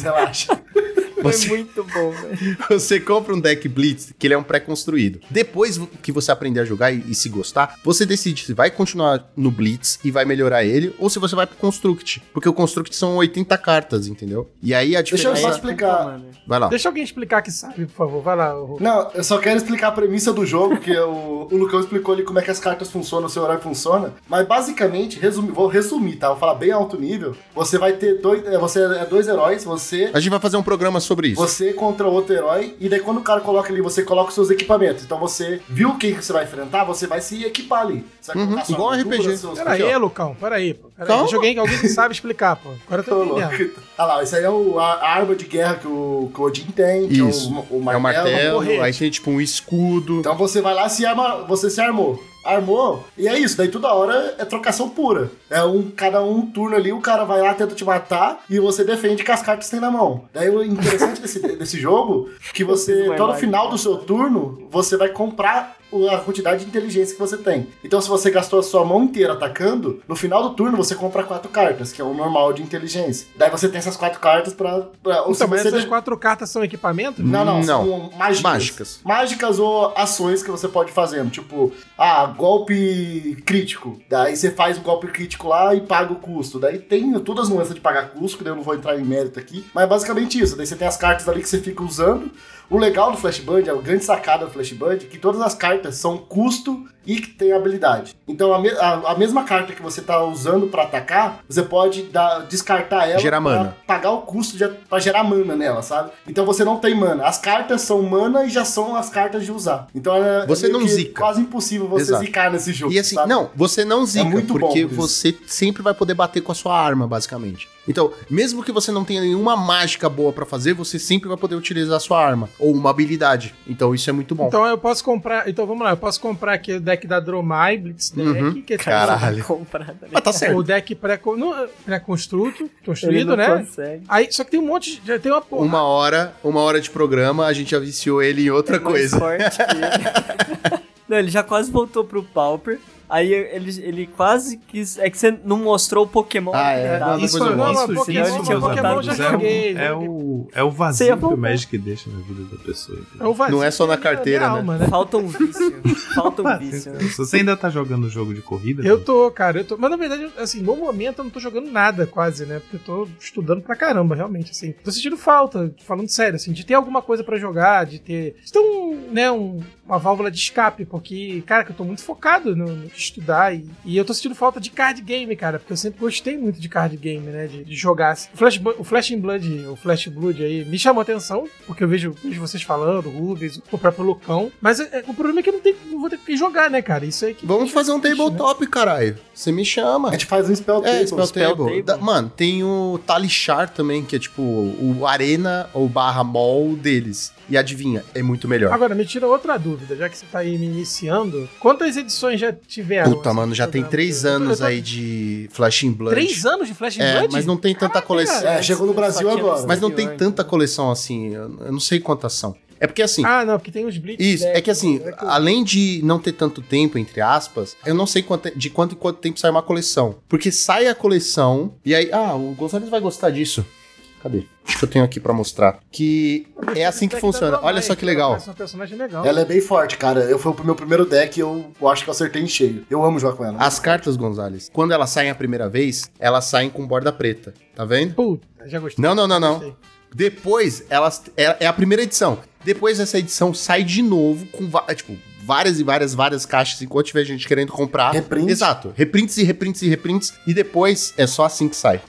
Speaker 4: relaxa.
Speaker 3: Foi muito bom, velho.
Speaker 1: Você compra um deck Blitz, que ele é um pré-construído. Depois que você aprender a jogar e, e se gostar, você decide se vai continuar no Blitz e vai melhorar ele, ou se você vai pro Construct. Porque o Construct são 80 cartas, entendeu? E aí a
Speaker 4: Deixa eu
Speaker 1: diferença.
Speaker 4: só explicar.
Speaker 1: Vai lá.
Speaker 2: Deixa alguém explicar que sabe, por favor. Vai lá, o...
Speaker 4: Não, eu só quero explicar a premissa do jogo, que o, o Lucão explicou ali como é que as cartas funcionam, o seu horário funciona. Mas basicamente, resumi- vou resumir, tá? Vou falar bem alto nível. Você vai ter dois. é, Você é dois heróis, você.
Speaker 1: A gente vai fazer um programa sobre isso.
Speaker 4: Você contra outro herói, e daí quando o cara coloca ali, você coloca os seus equipamentos. Então você viu quem que você vai enfrentar, você vai se equipar ali. Você vai
Speaker 1: Uhum,
Speaker 4: colocar sua
Speaker 1: igual
Speaker 4: armadura,
Speaker 1: RPG.
Speaker 4: seus-
Speaker 1: Aqui,
Speaker 2: Peraí, é
Speaker 1: ó.
Speaker 2: Lucão, peraí. pô. peraí.
Speaker 1: Calma. Então,
Speaker 2: Deixa alguém, alguém que sabe explicar, pô. Agora eu
Speaker 4: Tô
Speaker 2: tô
Speaker 4: louco.
Speaker 2: entendendo.
Speaker 4: Ah lá, isso aí é o- a a arma de guerra que o, que o Odin tem, que
Speaker 1: Isso.
Speaker 4: é o,
Speaker 1: É um martelo,
Speaker 2: porrete.
Speaker 1: aí tem tipo um escudo.
Speaker 4: Então você vai lá se arma, você se armou. Armou, e é isso, daí toda hora é trocação pura. É um, cada um turno ali, o cara vai lá, tenta te matar, e você defende com as cartas que tem na mão. Daí o interessante desse, desse jogo, é que
Speaker 3: preciso
Speaker 4: você,
Speaker 3: mais
Speaker 4: todo
Speaker 3: live.
Speaker 4: final do seu turno, você vai comprar o- a quantidade de inteligência que você tem. Então se você gastou a sua mão inteira atacando, no final do turno você compra quatro cartas, que é o normal de inteligência. Daí você tem essas quatro cartas pra... pra ou
Speaker 2: Então, mas
Speaker 4: se você
Speaker 2: essas quatro cartas são equipamento?
Speaker 4: não, não,
Speaker 1: Não.
Speaker 4: são mágicas.
Speaker 1: Mágicas.
Speaker 4: Mágicas ou ações que você pode fazer. Tipo, ah, golpe crítico. Daí você faz o golpe crítico lá e paga o custo. Daí tem todas as nuances de pagar custo, que daí eu não vou entrar em mérito aqui. Mas é basicamente isso. Daí você tem as cartas ali que você fica usando. O legal do Flashband, a grande sacada do Flashband, é que todas as cartas são custo e que tem habilidade. Então, a, me- a- a mesma carta que você tá usando pra atacar, você pode dar- descartar ela
Speaker 1: Gerar
Speaker 4: pra
Speaker 1: mana.
Speaker 4: pagar o custo de, pra gerar mana nela, sabe? Então você não tem mana. As cartas são mana e já são as cartas de usar. Então é,
Speaker 1: Você
Speaker 4: é meio
Speaker 1: não
Speaker 4: que
Speaker 1: zica.
Speaker 4: quase impossível você
Speaker 1: Exato.
Speaker 4: zicar nesse jogo.
Speaker 1: E assim,
Speaker 4: sabe?
Speaker 1: não, você não zica,
Speaker 4: Tá muito bom
Speaker 1: porque
Speaker 4: por isso.
Speaker 1: você sempre vai poder bater com a sua arma, basicamente. Então, mesmo que você não tenha nenhuma mágica boa pra fazer, você sempre vai poder utilizar a sua arma ou uma habilidade. Então, isso é muito bom.
Speaker 2: Então eu posso comprar. Então vamos lá, eu posso comprar aqui o deck da Dromai, Blitz Deck,
Speaker 1: Uhum.
Speaker 2: que é
Speaker 1: Caralho.
Speaker 3: Comprada, né?
Speaker 1: Mas tá
Speaker 2: o
Speaker 1: certo.
Speaker 2: deck pré-con- no- pré-construto,
Speaker 3: Ele
Speaker 2: construído,
Speaker 3: não
Speaker 2: né?
Speaker 3: consegue.
Speaker 2: Aí, só que tem um monte de. já Tem uma porra.
Speaker 1: Uma hora, uma hora de programa, a gente já viciou ele em outra
Speaker 3: É mais
Speaker 1: coisa.
Speaker 3: forte que ele. não, ele já quase voltou pro Pauper. Aí ele, ele quase quis. É que você não mostrou o Pokémon.
Speaker 1: Ah, é.
Speaker 3: né?
Speaker 1: Não,
Speaker 3: Tava-
Speaker 1: depois eu
Speaker 5: não,
Speaker 1: mostro.
Speaker 5: isso,
Speaker 2: Pokémon,
Speaker 5: isso,
Speaker 3: mas
Speaker 5: meus
Speaker 3: Pokémon
Speaker 5: amigos,
Speaker 3: já
Speaker 5: é o-
Speaker 2: joguei,
Speaker 5: é,
Speaker 2: já
Speaker 5: o, é o
Speaker 3: Você ia
Speaker 5: vazio que o
Speaker 3: voltar.
Speaker 5: Magic deixa na vida da pessoa. entendeu?
Speaker 2: É o vazio
Speaker 1: Não é só na
Speaker 2: da-
Speaker 1: carteira,
Speaker 2: da
Speaker 1: né?
Speaker 2: alma, né?
Speaker 3: Falta um vício. Falta
Speaker 2: Ah,
Speaker 3: um vício. né?
Speaker 5: Se você ainda tá jogando o jogo de corrida,
Speaker 2: Eu tô, cara, eu tô. Mas na verdade, assim, no momento eu não tô jogando nada quase, né? Porque eu tô estudando pra caramba, realmente, assim. Tô sentindo falta, falando sério, assim, de ter alguma coisa pra jogar, de ter. De ter um, né, um, uma válvula de escape, porque, cara, que eu tô muito focado no, no que estudar e, e eu tô sentindo falta de card game, cara, porque eu sempre gostei muito de card game, né, de, de jogar. O Flash, Bu- o Flash in Blood, o Flash Blood aí, me chamou atenção, porque eu vejo, vejo vocês falando, o Rubens, o próprio Lucão, mas é, é, o problema é que eu não, tenho, não vou ter que jogar, né, cara, isso aí que...
Speaker 1: Vamos fazer um
Speaker 2: Ixi, né?
Speaker 1: tabletop, caralho. Você me chama.
Speaker 4: A gente faz um spell
Speaker 1: É,
Speaker 4: table.
Speaker 1: Spell
Speaker 3: Spell
Speaker 1: Table.
Speaker 3: Table.
Speaker 1: Da- mano, tem o Talishar também, que é tipo o Arena ou barra Mall deles. E adivinha, é muito melhor.
Speaker 2: Agora, me tira outra dúvida, já que você tá aí me iniciando, quantas edições já tiveram?
Speaker 1: Puta,
Speaker 2: assim,
Speaker 1: mano, já
Speaker 2: do
Speaker 1: tem
Speaker 2: programa?
Speaker 1: três
Speaker 2: Eu tô- eu
Speaker 1: anos
Speaker 2: tô-
Speaker 1: aí de Flash in Blood.
Speaker 2: Três anos de Flash in
Speaker 1: É,
Speaker 2: Blood?
Speaker 1: mas não tem tanta coleção.
Speaker 4: É, chegou no Brasil
Speaker 3: Só tinha
Speaker 4: agora.
Speaker 3: no
Speaker 1: Mas não tem
Speaker 3: antes,
Speaker 1: tanta
Speaker 3: né?
Speaker 1: coleção assim. Eu eu não sei quantas são. É porque assim.
Speaker 2: Ah, não, porque tem os Blitz.
Speaker 1: Isso,
Speaker 2: né,
Speaker 1: é que assim,
Speaker 2: é que eu-
Speaker 1: além de não ter tanto tempo, entre aspas, eu não sei quanto- é, de quanto em quanto tempo sai uma coleção. Porque sai a coleção, e aí. Ah, o Gonçalves vai gostar disso. Cadê? Acho que eu tenho aqui pra mostrar. Que é assim que
Speaker 2: Até
Speaker 1: funciona.
Speaker 2: dá pra
Speaker 1: Olha
Speaker 2: mais,
Speaker 1: só que
Speaker 2: ela
Speaker 1: legal.
Speaker 2: parece uma personagem legal.
Speaker 4: Ela é bem forte, cara. Eu fui pro meu primeiro deck e eu, eu acho que eu acertei em cheio. Eu amo jogar com ela.
Speaker 1: As cartas, Gonzalez, quando elas saem a primeira vez, elas saem com borda preta. Tá vendo?
Speaker 2: Puta, já gostei.
Speaker 1: Não, não, não, não.
Speaker 2: Gostei.
Speaker 1: Depois, elas. É, é a primeira edição. Depois essa edição sai de novo com va- é, tipo, várias e várias, várias caixas enquanto tiver gente querendo comprar.
Speaker 4: Reprint.
Speaker 1: Exato. Reprints e reprints e reprints. E depois é só assim que sai.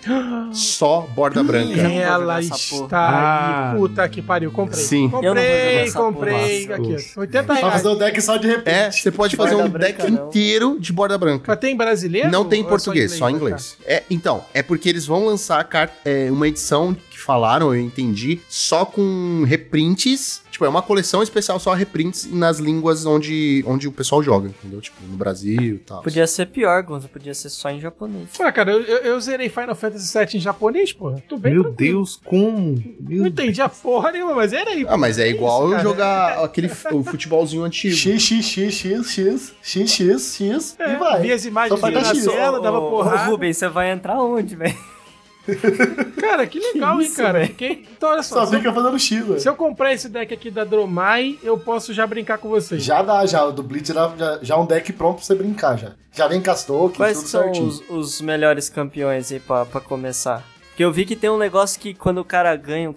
Speaker 1: Só borda branca.
Speaker 3: não vou
Speaker 2: Ela
Speaker 3: jogar essa
Speaker 2: está
Speaker 5: porra.
Speaker 2: aí. Puta que pariu. Comprei.
Speaker 1: Sim.
Speaker 3: Eu não vou jogar
Speaker 2: Comprei,
Speaker 3: essa porra.
Speaker 2: comprei.
Speaker 5: Ah. Nossa,
Speaker 2: Aqui,
Speaker 5: puxa.
Speaker 2: ó, 80
Speaker 4: Pra
Speaker 2: reais.
Speaker 4: fazer o deck só de repente.
Speaker 1: É, você pode fazer
Speaker 3: Borda
Speaker 1: um
Speaker 3: branca,
Speaker 1: deck
Speaker 3: não.
Speaker 1: inteiro de borda branca.
Speaker 2: Mas tem em brasileiro?
Speaker 1: Não tem em
Speaker 2: Ou é
Speaker 1: português, só em inglês. É, então, é porque eles vão lançar a car- é, uma edição que falaram, eu entendi, só com reprints. Tipo, é uma coleção especial só reprints nas línguas onde, onde o pessoal joga, entendeu? Tipo, no Brasil e tal.
Speaker 3: Podia ser pior, Gonzo. Podia ser só em japonês.
Speaker 2: Ah, cara, eu, eu, eu zerei Final Fantasy VII em japonês, porra. Tô bem
Speaker 5: Meu
Speaker 2: tranquilo.
Speaker 5: Deus, como? Meu
Speaker 2: Não entendi a porra nenhuma, mas zerei.
Speaker 1: Ah, mas é
Speaker 2: Que
Speaker 1: igual
Speaker 2: isso,
Speaker 1: eu
Speaker 2: cara?
Speaker 1: jogar aquele f- o futebolzinho
Speaker 3: É.
Speaker 1: antigo.
Speaker 4: X, X, X, X, X, X, X, X, e
Speaker 2: É, vi
Speaker 4: vai.
Speaker 2: as imagens
Speaker 4: Ah, Só
Speaker 2: dele
Speaker 4: falta
Speaker 2: na
Speaker 4: X.
Speaker 2: tela, dava
Speaker 3: Ô, ô,
Speaker 2: porrada.
Speaker 3: Rubens, você vai entrar onde, velho?
Speaker 2: Cara, que legal, hein,
Speaker 3: isso,
Speaker 2: cara.
Speaker 3: velho?
Speaker 2: Fiquei... Então, olha só.
Speaker 4: Só
Speaker 2: se eu-
Speaker 4: fica fazendo X,
Speaker 2: Se
Speaker 4: velho.
Speaker 2: eu comprar esse deck aqui da Dromai, eu posso já brincar com vocês.
Speaker 4: Já dá, já. O do Blitz já, já, já é um deck pronto pra você brincar, já. Já vem Castor,
Speaker 3: Quais
Speaker 4: tudo
Speaker 3: são
Speaker 4: certinho.
Speaker 3: os, os melhores campeões aí pra, pra começar? Porque eu vi que tem um negócio que quando o cara ganha um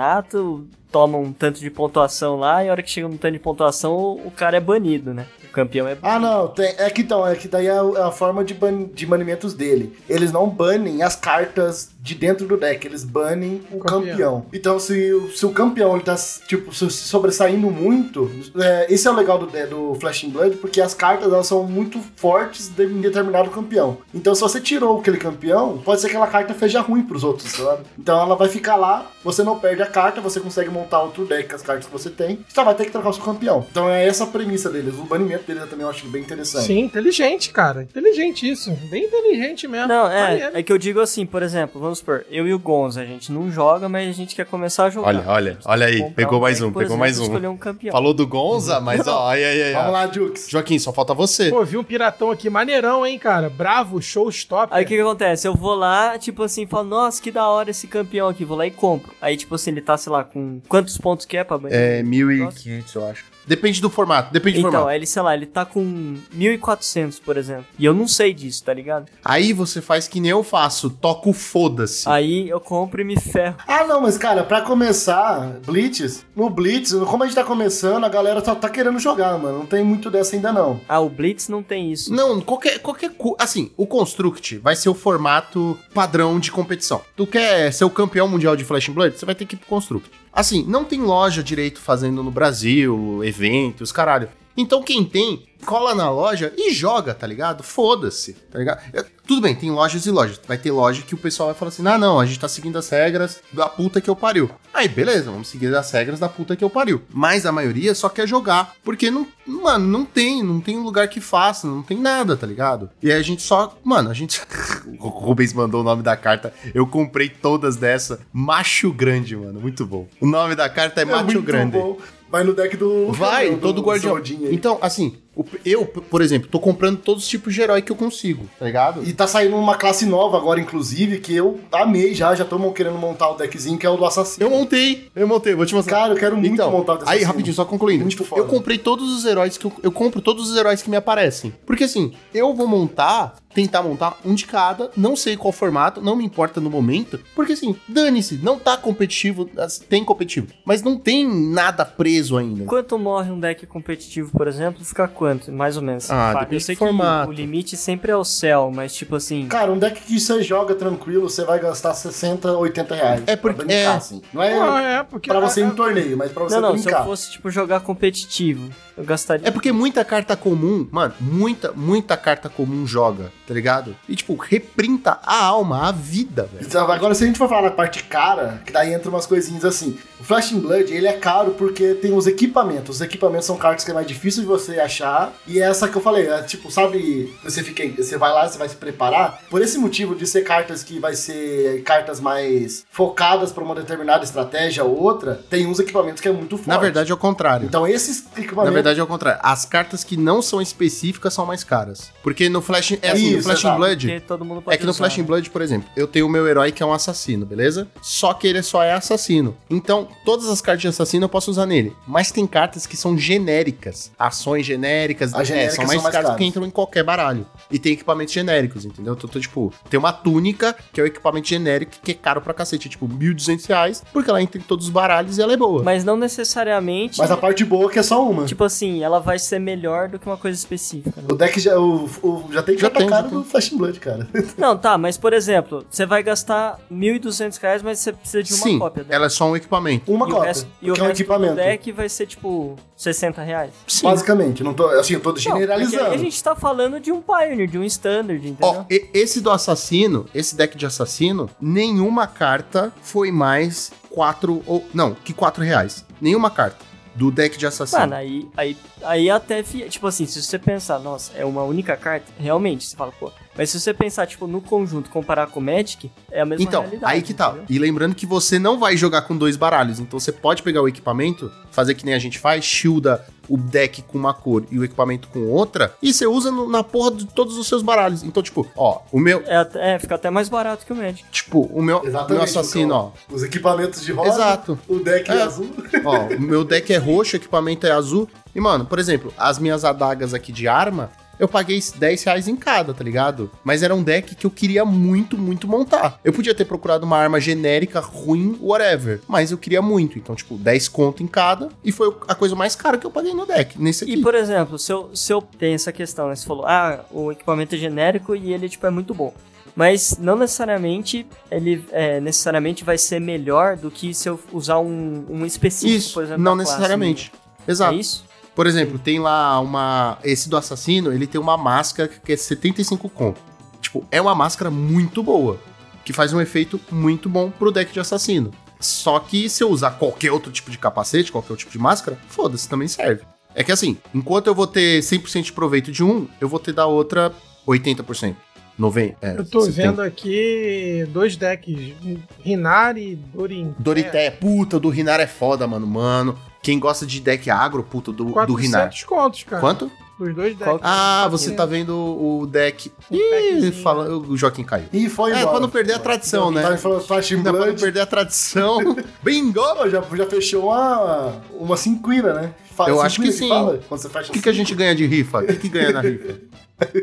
Speaker 3: campeonato, toma um tanto de pontuação lá, e a hora que chega no tanto de pontuação, o, o cara é banido, né? O campeão é banido.
Speaker 4: Ah, não, tem- é que então, é que daí é a, a forma de, ban, de banimentos dele. Eles não banem as cartas de dentro do deck, eles banem o
Speaker 2: Campeão.
Speaker 4: campeão. Então, se, o- se o campeão ele tá, tipo, se sobressaindo muito, é, esse é o legal do, é, do Flashing Blood, porque as cartas elas são muito fortes de, em determinado campeão. Então, se você tirou aquele campeão, pode ser que aquela carta seja ruim pros outros, sabe? Então, ela vai ficar lá, você não perde a carta, você consegue montar outro deck com as cartas que você tem, você só vai ter que trocar o seu campeão. Então, é essa a premissa deles. O banimento deles eu também eu acho bem interessante.
Speaker 2: Sim, inteligente, cara. Inteligente isso. Bem inteligente mesmo.
Speaker 3: Não, é,
Speaker 2: Ah, Maneiro.
Speaker 3: é que eu digo assim, por exemplo, vamos supor, eu e o Gonzo, a gente não joga, mas a gente quer começar a jogar.
Speaker 1: Olha, olha, olha aí.
Speaker 3: Comprar
Speaker 1: Pegou mais
Speaker 3: deck,
Speaker 1: um,
Speaker 3: por
Speaker 1: pegou
Speaker 3: exemplo,
Speaker 1: mais um.
Speaker 3: Escolher um campeão.
Speaker 1: Falou do Gonza, mas ó, ai, ai, ai,
Speaker 4: Vamos
Speaker 1: ai.
Speaker 4: lá, Jukes.
Speaker 1: Joaquim, só falta você.
Speaker 2: Pô, vi um piratão aqui maneirão, hein, cara. Bravo, showstop.
Speaker 3: Aí o que, que acontece? Eu vou lá, tipo assim, falo, nossa, que da hora esse campeão aqui, vou lá e compro. Aí, tipo assim, ele tá, sei lá, com quantos pontos que é pra banir?
Speaker 1: É 1.500, eu acho. Depende do formato, depende do
Speaker 3: Então,
Speaker 1: formato.
Speaker 3: aí ele, sei lá, ele tá com 1400, por exemplo. E eu não sei disso, tá ligado?
Speaker 1: Aí você faz que nem eu faço, toco foda-se.
Speaker 3: Aí eu compro e me ferro.
Speaker 4: Ah, não, mas cara, pra começar, Blitz, no Blitz, como a gente tá começando, a galera só tá querendo jogar, mano. Não tem muito dessa ainda, não.
Speaker 3: Ah, o Blitz não tem isso.
Speaker 1: Não, qualquer, qualquer. cu- Assim, o Construct vai ser o formato padrão de competição. Tu quer ser o campeão mundial de Flash and Blood? Você vai ter que ir pro Construct. Assim, não tem loja direito fazendo no Brasil, eventos, caralho. Então quem tem, cola na loja e joga, tá ligado? Foda-se, tá ligado? É, Tudo bem, tem lojas e lojas. Vai ter loja que o pessoal vai falar assim: ah, não, a gente tá seguindo as regras da puta que eu pariu. Aí, beleza, vamos seguir as regras da puta que eu pariu. Mas a maioria só quer jogar. Porque não, mano, não tem, não tem lugar que faça, não tem nada, tá ligado? E aí a gente só. Mano, a gente. o Rubens mandou o nome da carta. Eu comprei todas dessa. Macho Grande, mano. Muito bom. O nome da carta é, Macho
Speaker 4: muito
Speaker 1: Grande.
Speaker 4: bom. Vai no deck do.
Speaker 1: Vai,
Speaker 4: do-
Speaker 1: todo
Speaker 4: do
Speaker 1: guardião.
Speaker 4: Soldinho aí.
Speaker 1: Então, assim, O- Eu, p- por exemplo, tô comprando todos os tipos de herói que eu consigo, tá ligado?
Speaker 4: E tá saindo uma classe nova agora, inclusive, que eu amei já, já tô mon- querendo montar o deckzinho, que é o do assassino.
Speaker 1: Eu montei, eu montei, vou te mostrar.
Speaker 4: Cara, eu quero muito
Speaker 1: então,
Speaker 4: montar o do
Speaker 1: aí
Speaker 4: assassino.
Speaker 1: rapidinho, só concluindo.
Speaker 4: Muito
Speaker 1: tipo,
Speaker 4: foda.
Speaker 1: eu comprei todos os heróis que eu, eu compro todos os heróis que me aparecem. Porque assim, eu vou montar, tentar montar um de cada, não sei qual formato, não me importa no momento, porque assim, dane-se, não tá competitivo, as- tem competitivo, mas não tem nada preso ainda.
Speaker 3: Quanto morre um deck competitivo, por exemplo, fica quanto? Mais ou menos.
Speaker 1: Ah,
Speaker 3: Fábio,
Speaker 1: depende
Speaker 3: eu sei
Speaker 1: do formato.
Speaker 3: que o limite sempre é o céu, mas tipo assim.
Speaker 4: Cara, um deck que você joga tranquilo, você vai gastar 60, 80 reais.
Speaker 1: É porque-
Speaker 4: Pra brincar,
Speaker 1: é.
Speaker 4: assim. Não é
Speaker 2: Ah, é, porque.
Speaker 4: pra você ir
Speaker 2: é,
Speaker 4: no torneio, mas pra você
Speaker 3: Não, não, se eu
Speaker 4: brincar.
Speaker 3: fosse, tipo, jogar competitivo, eu gastaria.
Speaker 1: É porque muita carta comum, mano, muita, muita carta comum joga, tá ligado? E tipo, reprinta a alma, a vida, velho.
Speaker 4: Então, Agora, se a gente for falar na parte cara, que daí entra umas coisinhas assim. O Flash in Blood, ele é caro porque tem os equipamentos. Os equipamentos são cartas que é mais difícil de você achar. E é essa que eu falei, é tipo, sabe, você fica, você vai lá, você vai se preparar. Por esse motivo de ser cartas que vai ser cartas mais focadas pra uma determinada estratégia ou outra, tem uns equipamentos que é muito forte.
Speaker 1: Na verdade é o contrário.
Speaker 4: Então, esses
Speaker 1: Na
Speaker 4: equipamentos...
Speaker 1: verdade é o contrário. As cartas que não são específicas são mais caras. Porque no Flash, é assim, no
Speaker 4: Isso,
Speaker 1: Flash
Speaker 4: exato.
Speaker 1: Blood,
Speaker 3: Porque todo mundo pode
Speaker 1: É que no
Speaker 3: usar,
Speaker 1: Flash and
Speaker 3: né?
Speaker 1: Blood, por exemplo, eu tenho o meu herói que é um assassino, beleza? Só que ele só é assassino. Então, todas as cartas de assassino eu posso usar nele. Mas tem cartas que são genéricas. Ações genéricas,
Speaker 4: As
Speaker 1: é,
Speaker 4: genéricas
Speaker 1: são mais
Speaker 4: são mais
Speaker 1: cartas
Speaker 4: caras.
Speaker 1: que entram em qualquer baralho. E tem equipamentos genéricos, entendeu? Então, tô, tipo, tem uma túnica, que é o equipamento genérico, que é caro pra cacete, é tipo 1.200 reais, porque ela entra em todos os baralhos e ela é boa.
Speaker 3: Mas não necessariamente.
Speaker 4: Mas a parte boa é que é só uma.
Speaker 3: Tipo assim, ela vai ser melhor do que uma coisa específica. né?
Speaker 4: O deck já, o, o- já tem
Speaker 1: Já
Speaker 4: carta
Speaker 1: tem, já
Speaker 4: cara
Speaker 1: tem.
Speaker 4: do Flash in Blood, cara.
Speaker 3: Não, tá, mas por exemplo, você vai gastar 1.200 reais, mas você precisa de uma
Speaker 1: Sim,
Speaker 3: cópia né? dela.
Speaker 1: ela é só um equipamento.
Speaker 4: Uma
Speaker 3: e o
Speaker 4: cópia,
Speaker 3: resto, e o
Speaker 4: que é um
Speaker 3: resto do
Speaker 4: equipamento.
Speaker 3: deck vai ser tipo 60 reais.
Speaker 1: Sim.
Speaker 4: Basicamente, não tô, assim, eu tô
Speaker 3: Não, porque
Speaker 4: generalizando.
Speaker 3: aí a gente tá falando de um Pioneer, de um Standard, entendeu?
Speaker 1: Ó, e- esse do assassino, esse deck de assassino, nenhuma carta foi mais 4 ou. Não, que 4 reais. Nenhuma carta do deck de assassino.
Speaker 3: Mano, é aí, aí, aí até, fi- tipo assim, se você pensar, nossa, é uma única carta, realmente, você fala, pô. Mas se você pensar, tipo, no conjunto, comparar com o Magic, é a mesma
Speaker 1: então,
Speaker 3: realidade.
Speaker 1: aí que tá.
Speaker 3: entendeu?
Speaker 1: E lembrando que você não vai jogar com dois baralhos. Então você pode pegar o equipamento, fazer que nem a gente faz, shielda o deck com uma cor e o equipamento com outra, e você usa no- na porra de todos os seus baralhos. Então, tipo, ó, o meu.
Speaker 3: É, até- é, fica até mais barato que o Magic.
Speaker 1: Tipo, o meu, o
Speaker 4: Exatamente,
Speaker 1: meu assassino, ó.
Speaker 4: Os equipamentos de rosa,
Speaker 1: Exato.
Speaker 4: o deck
Speaker 1: É.
Speaker 4: azul.
Speaker 1: Ó, o meu deck é roxo, o equipamento é azul. E, mano, por exemplo, as minhas adagas aqui de arma, eu paguei 10 reais em cada, tá ligado? Mas era um deck que eu queria muito, muito montar. Eu podia ter procurado uma arma genérica, ruim, whatever. Mas eu queria muito. Então, tipo, 10 conto em cada. E foi a coisa mais cara que eu paguei no deck, nesse aqui.
Speaker 3: E, por exemplo, se eu, se eu tenho essa questão, né? Você falou, ah, o equipamento é genérico e ele, tipo, é muito bom. Mas não necessariamente ele é, necessariamente vai ser melhor do que se eu usar um, um específico,
Speaker 1: Isso,
Speaker 3: por exemplo.
Speaker 1: não
Speaker 3: da classe,
Speaker 1: necessariamente.
Speaker 3: né?
Speaker 1: Exato.
Speaker 3: É isso?
Speaker 1: Por exemplo, tem lá uma. Esse do assassino, ele tem uma máscara que é 75 conto. Tipo, é uma máscara muito boa. Que faz um efeito muito bom pro deck de assassino. Só que se eu usar qualquer outro tipo de capacete, qualquer outro tipo de máscara, foda-se, também serve. É que assim, enquanto eu vou ter 100% de proveito de um, eu vou ter da outra 80%. 90%. É,
Speaker 2: Eu tô
Speaker 1: 70%.
Speaker 2: vendo aqui dois decks, Rinari e Dorin.
Speaker 1: Dorité, é puta, o do Rinar é foda, mano. Mano, quem gosta de deck agro, puta, do, do Rinar.
Speaker 2: contos, cara.
Speaker 1: Quanto?
Speaker 2: Dos dois decks.
Speaker 3: Qual-
Speaker 1: Ah, você tá vendo o deck. Ih,
Speaker 2: packzinho.
Speaker 1: fala, o Joaquim caiu.
Speaker 4: E foi
Speaker 1: É,
Speaker 4: embora.
Speaker 1: pra não perder a tradição, né?
Speaker 4: Tá me falando Flash in
Speaker 1: Ainda pra não
Speaker 4: Blood.
Speaker 1: perder a tradição. Bingo!
Speaker 4: Pô, já, já fechou uma, uma cinquina, né? Fala-
Speaker 1: Eu acho que sim.
Speaker 4: Fala, quando você fecha
Speaker 1: O que, que a gente ganha de rifa? O que, que ganha na rifa?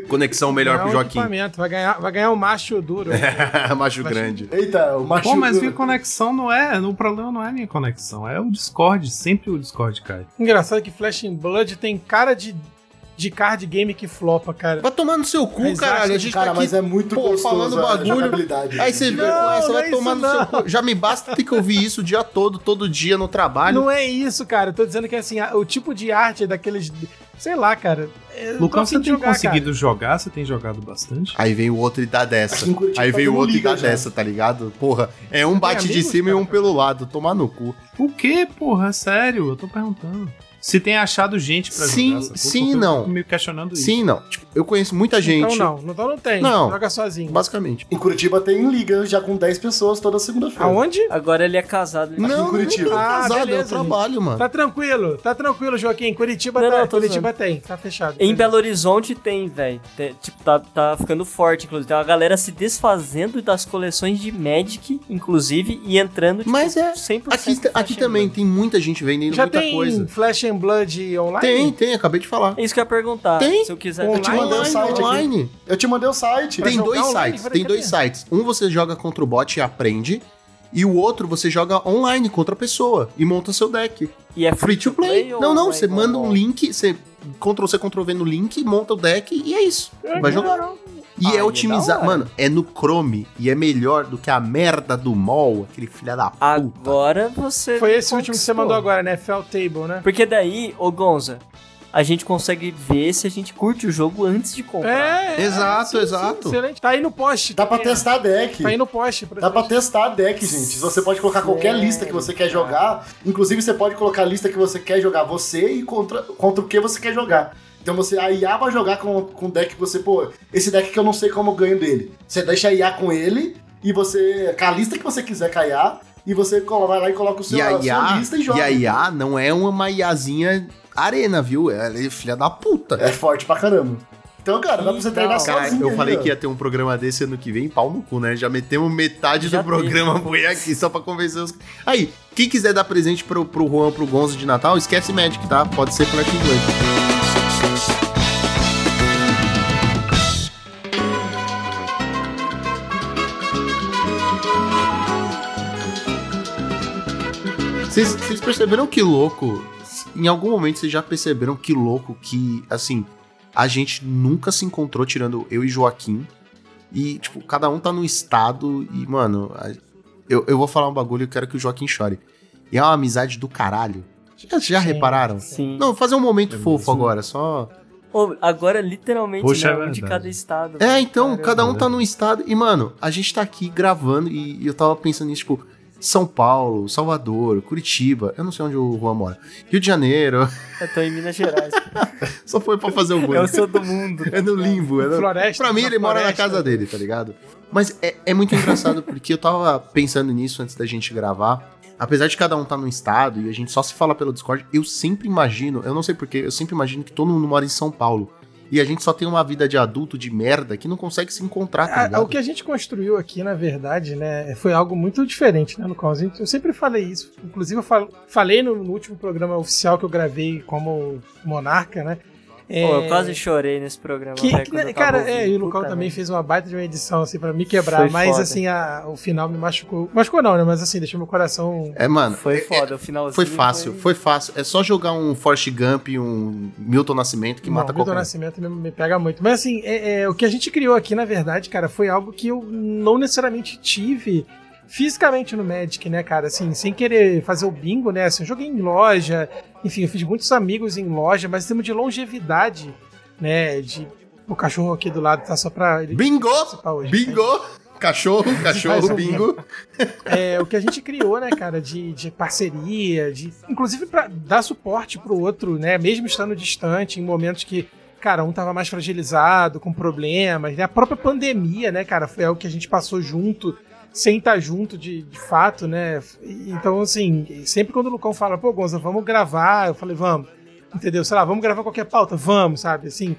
Speaker 1: Conexão melhor
Speaker 2: Ganhar
Speaker 1: pro
Speaker 2: um
Speaker 1: Joaquim.
Speaker 2: equipamento, Vai ganhar, vai ganhar um macho duro.
Speaker 1: Macho grande.
Speaker 4: Eita, o macho...
Speaker 5: Pô, mas minha conexão não é. O problema não é a minha conexão, é o Discord. Sempre o Discord cai.
Speaker 2: Engraçado que Flash in Blood tem cara de, de card game que flopa, cara.
Speaker 1: Vai tomar no seu cu,
Speaker 2: Mas
Speaker 1: caralho.
Speaker 2: acho
Speaker 1: A gente
Speaker 4: Cara,
Speaker 1: tá aqui.
Speaker 4: mas é muito
Speaker 1: pô,
Speaker 4: gostoso
Speaker 1: falando bagulho.
Speaker 4: a jogabilidade.
Speaker 1: Aí você vê, ah, você
Speaker 2: não
Speaker 1: vai
Speaker 2: é
Speaker 1: tomar
Speaker 2: isso,
Speaker 1: no seu
Speaker 2: não.
Speaker 1: cu. Já me basta ter que ouvir isso o dia todo, todo dia no trabalho.
Speaker 2: Não é isso, cara. Eu tô dizendo que assim, a- o tipo de arte é daqueles. Sei lá, cara. É, Eu tô
Speaker 5: Lucão,
Speaker 2: afim
Speaker 5: você
Speaker 2: de
Speaker 5: tem
Speaker 2: jogar,
Speaker 5: conseguido jogar? Você tem jogado bastante?
Speaker 1: Aí vem o outro e dá dessa.
Speaker 4: Aqui em Curitiba
Speaker 1: Aí
Speaker 4: tá
Speaker 1: vem o
Speaker 4: dando
Speaker 1: outro e
Speaker 4: liga
Speaker 1: dá
Speaker 4: já.
Speaker 1: dessa, tá ligado? Porra, é um bate de
Speaker 2: amigos,
Speaker 1: cima e um
Speaker 2: cara?
Speaker 1: pelo lado. Tomar no cu.
Speaker 5: O quê, porra? Sério, eu tô perguntando. Se tem achado gente pra
Speaker 1: Sim,
Speaker 5: jogar, sacou?
Speaker 1: sim,
Speaker 5: Porque eu
Speaker 1: não.
Speaker 5: fico Me questionando isso.
Speaker 1: Sim, não. Tipo, eu conheço muita gente.
Speaker 2: Então não, então não tem.
Speaker 1: Não.
Speaker 2: Joga sozinho.
Speaker 1: Basicamente.
Speaker 4: Em Curitiba tem liga já com 10 pessoas toda segunda-feira.
Speaker 2: Aonde?
Speaker 3: Agora ele é casado. Ele...
Speaker 1: não,
Speaker 4: Curitiba.
Speaker 1: Eu não tô
Speaker 2: Ah,
Speaker 1: casado,
Speaker 2: beleza,
Speaker 1: eu trabalho, mano.
Speaker 2: Tá tranquilo, tá tranquilo, Joaquim. Curitiba
Speaker 3: Não,
Speaker 2: tá,
Speaker 3: não, tô
Speaker 2: Curitiba tem, tá fechado.
Speaker 3: Em Belo Horizonte tem, velho. Tem- Tipo, tá, tá ficando forte, inclusive. Tem uma galera se desfazendo das coleções de Magic, inclusive, e entrando, tipo,
Speaker 1: Mas é,
Speaker 3: 100%
Speaker 1: Aqui,
Speaker 3: tá
Speaker 1: aqui
Speaker 3: chegando.
Speaker 1: também tem muita gente vendendo
Speaker 2: Já
Speaker 1: muita
Speaker 2: tem
Speaker 1: coisa.
Speaker 2: Flash and Blood online?
Speaker 1: Tem, tem, acabei de falar.
Speaker 3: É isso que eu ia perguntar.
Speaker 1: Tem?
Speaker 3: Se eu quiser...
Speaker 4: Eu te mandei o
Speaker 1: Online,
Speaker 4: site aqui.
Speaker 1: online.
Speaker 4: Eu te mandei o site.
Speaker 2: Pra
Speaker 1: Tem
Speaker 2: jogar
Speaker 1: dois
Speaker 2: online,
Speaker 1: sites,
Speaker 2: peraí,
Speaker 1: tem
Speaker 2: cadê?
Speaker 1: dois sites. Um você joga contra o bot e aprende, e o outro você joga online contra a pessoa e monta seu deck.
Speaker 3: E é
Speaker 1: Free to play.
Speaker 3: ou
Speaker 1: Não, não,
Speaker 3: é
Speaker 1: você
Speaker 3: igual
Speaker 1: manda
Speaker 3: ao-
Speaker 1: um link, você Ctrl C, Ctrl V no link, monta o deck e é isso. Vai jogar. E
Speaker 3: Ah, e é
Speaker 1: é
Speaker 3: da
Speaker 1: otimizado.
Speaker 3: hora.
Speaker 1: Mano, é no Chrome e é melhor do que a merda do mall, aquele filha da
Speaker 2: Ah,
Speaker 1: puta.
Speaker 3: Agora você...
Speaker 2: Foi esse último que você
Speaker 3: conquistou.
Speaker 2: mandou agora, né? Fell Table, né?
Speaker 3: Porque daí, ô Gonza, a gente consegue ver se a gente curte o jogo antes de comprar.
Speaker 2: É,
Speaker 1: Exato,
Speaker 2: sim, sim,
Speaker 1: exato.
Speaker 2: excelente. Tá aí no post.
Speaker 4: Dá pra
Speaker 2: também, né?
Speaker 4: testar deck.
Speaker 2: Tá aí no post. por
Speaker 4: Dá pra
Speaker 2: exemplo.
Speaker 4: testar deck, gente. Você pode colocar qualquer lista que você quer jogar. Inclusive, você pode colocar a lista que você quer jogar você e contra, contra o que você quer jogar. Então você, a IA vai jogar com com o deck que você, pô, esse deck que eu não sei como eu ganho dele. Você deixa a IA com ele e você. Com a lista que você quiser com a IA, e você colo- vai lá e coloca o seu,
Speaker 1: E a,
Speaker 4: a sua
Speaker 1: IA,
Speaker 4: lista e joga.
Speaker 1: e a IA não é uma IAzinha arena, viu? Ela é filha da puta.
Speaker 4: É forte pra caramba. Então, cara, dá pra você
Speaker 3: Então,
Speaker 4: treinar
Speaker 1: Cara,
Speaker 4: sozinho. né?
Speaker 1: eu
Speaker 4: ainda.
Speaker 1: falei que ia ter um programa desse ano que vem, pau no cu, né? Já metemos metade
Speaker 3: Já
Speaker 1: do programa foi aqui, só pra convencer os. Aí, quem quiser dar presente pro, pro Juan, pro Gonzo de Natal, esquece Magic, tá? Pode ser Flash and Blood. Vocês vocês perceberam que louco? Em algum momento vocês já perceberam que louco que, assim, a gente nunca se encontrou, tirando eu e Joaquim. E, tipo, cada um tá num estado. E, mano, a- eu, eu vou falar um bagulho e eu quero que o Joaquim chore. E é uma amizade do caralho. Já, já
Speaker 2: Sim.
Speaker 1: repararam?
Speaker 3: Sim.
Speaker 1: Não, fazer um momento
Speaker 5: É
Speaker 1: fofo
Speaker 5: mesmo.
Speaker 1: agora, só.
Speaker 3: Ô, agora, literalmente,
Speaker 5: Poxa,
Speaker 3: né,
Speaker 5: é
Speaker 3: um de
Speaker 5: verdade.
Speaker 3: cada estado.
Speaker 1: É, então, cada um
Speaker 5: né?
Speaker 1: tá num estado. E, mano, a gente tá aqui gravando e, e eu tava pensando nisso, tipo, São Paulo, Salvador, Curitiba. Eu não sei onde o Juan mora. Rio de Janeiro.
Speaker 3: Eu tô em Minas Gerais.
Speaker 1: Só foi pra fazer o
Speaker 3: é o
Speaker 1: banho.
Speaker 3: seu do mundo.
Speaker 1: É no limbo, é no
Speaker 2: Floresta.
Speaker 1: Pra mim, ele mora na
Speaker 2: floresta. né?
Speaker 1: casa dele, tá ligado? Mas é, é muito engraçado porque eu tava pensando nisso antes da gente gravar. Apesar de cada um estar num estado e a gente só se fala pelo Discord, eu sempre imagino, eu não sei porquê, eu sempre imagino que todo mundo mora em São Paulo. E a gente só tem uma vida de adulto de merda que não consegue se encontrar, tá
Speaker 2: Ah,
Speaker 1: ligado?
Speaker 2: o que a gente construiu aqui, na verdade, né, foi algo muito diferente, né, no qual a gente- eu sempre falei isso. Inclusive, eu fal- falei no, no último programa oficial que eu gravei como monarca, né? É,
Speaker 3: Pô, eu quase chorei nesse programa.
Speaker 2: que,
Speaker 3: velho,
Speaker 2: que-
Speaker 3: quando eu tava
Speaker 2: cara,
Speaker 3: ouvindo.
Speaker 2: é, e o Lucão
Speaker 3: Puta
Speaker 2: também
Speaker 3: merda.
Speaker 2: fez uma baita de uma edição, assim, pra me quebrar,
Speaker 3: Foi
Speaker 2: mas,
Speaker 3: foda.
Speaker 2: assim, a- o final me machucou. Machucou não, né, mas, assim, deixou meu coração...
Speaker 1: É, mano,
Speaker 3: Foi foda, o finalzinho.
Speaker 1: foi fácil, foi
Speaker 3: foi-
Speaker 1: fácil. É só jogar um Forrest Gump e um Milton Nascimento que
Speaker 2: Não,
Speaker 1: mata
Speaker 2: o Milton
Speaker 1: qualquer um.
Speaker 2: Nascimento me, me pega muito. Mas assim, é- é, o que a gente criou aqui, na verdade, cara, foi algo que eu não necessariamente tive fisicamente no Magic, né, cara? Assim, sem querer fazer o bingo, né? Assim, eu joguei em loja, enfim, eu fiz muitos amigos em loja, mas em termos de longevidade, né? De, o cachorro aqui do lado tá só pra ele
Speaker 1: Bingo!
Speaker 2: participar hoje.
Speaker 1: Bingo! Cachorro,
Speaker 2: Faz um
Speaker 1: cachorro, bingo.
Speaker 2: É, o que a gente criou, né, cara, de, de parceria, de inclusive pra dar suporte pro outro, né, mesmo estando distante, em momentos que, cara, um tava mais fragilizado, com problemas, né, a própria pandemia, né, cara, foi algo que a gente passou junto, sem estar junto de, de fato, né, E- então, assim, sempre quando o Lucão fala, pô, Gonza, vamos gravar, eu falei, vamos, entendeu, sei lá, vamos gravar qualquer pauta, vamos, sabe, assim...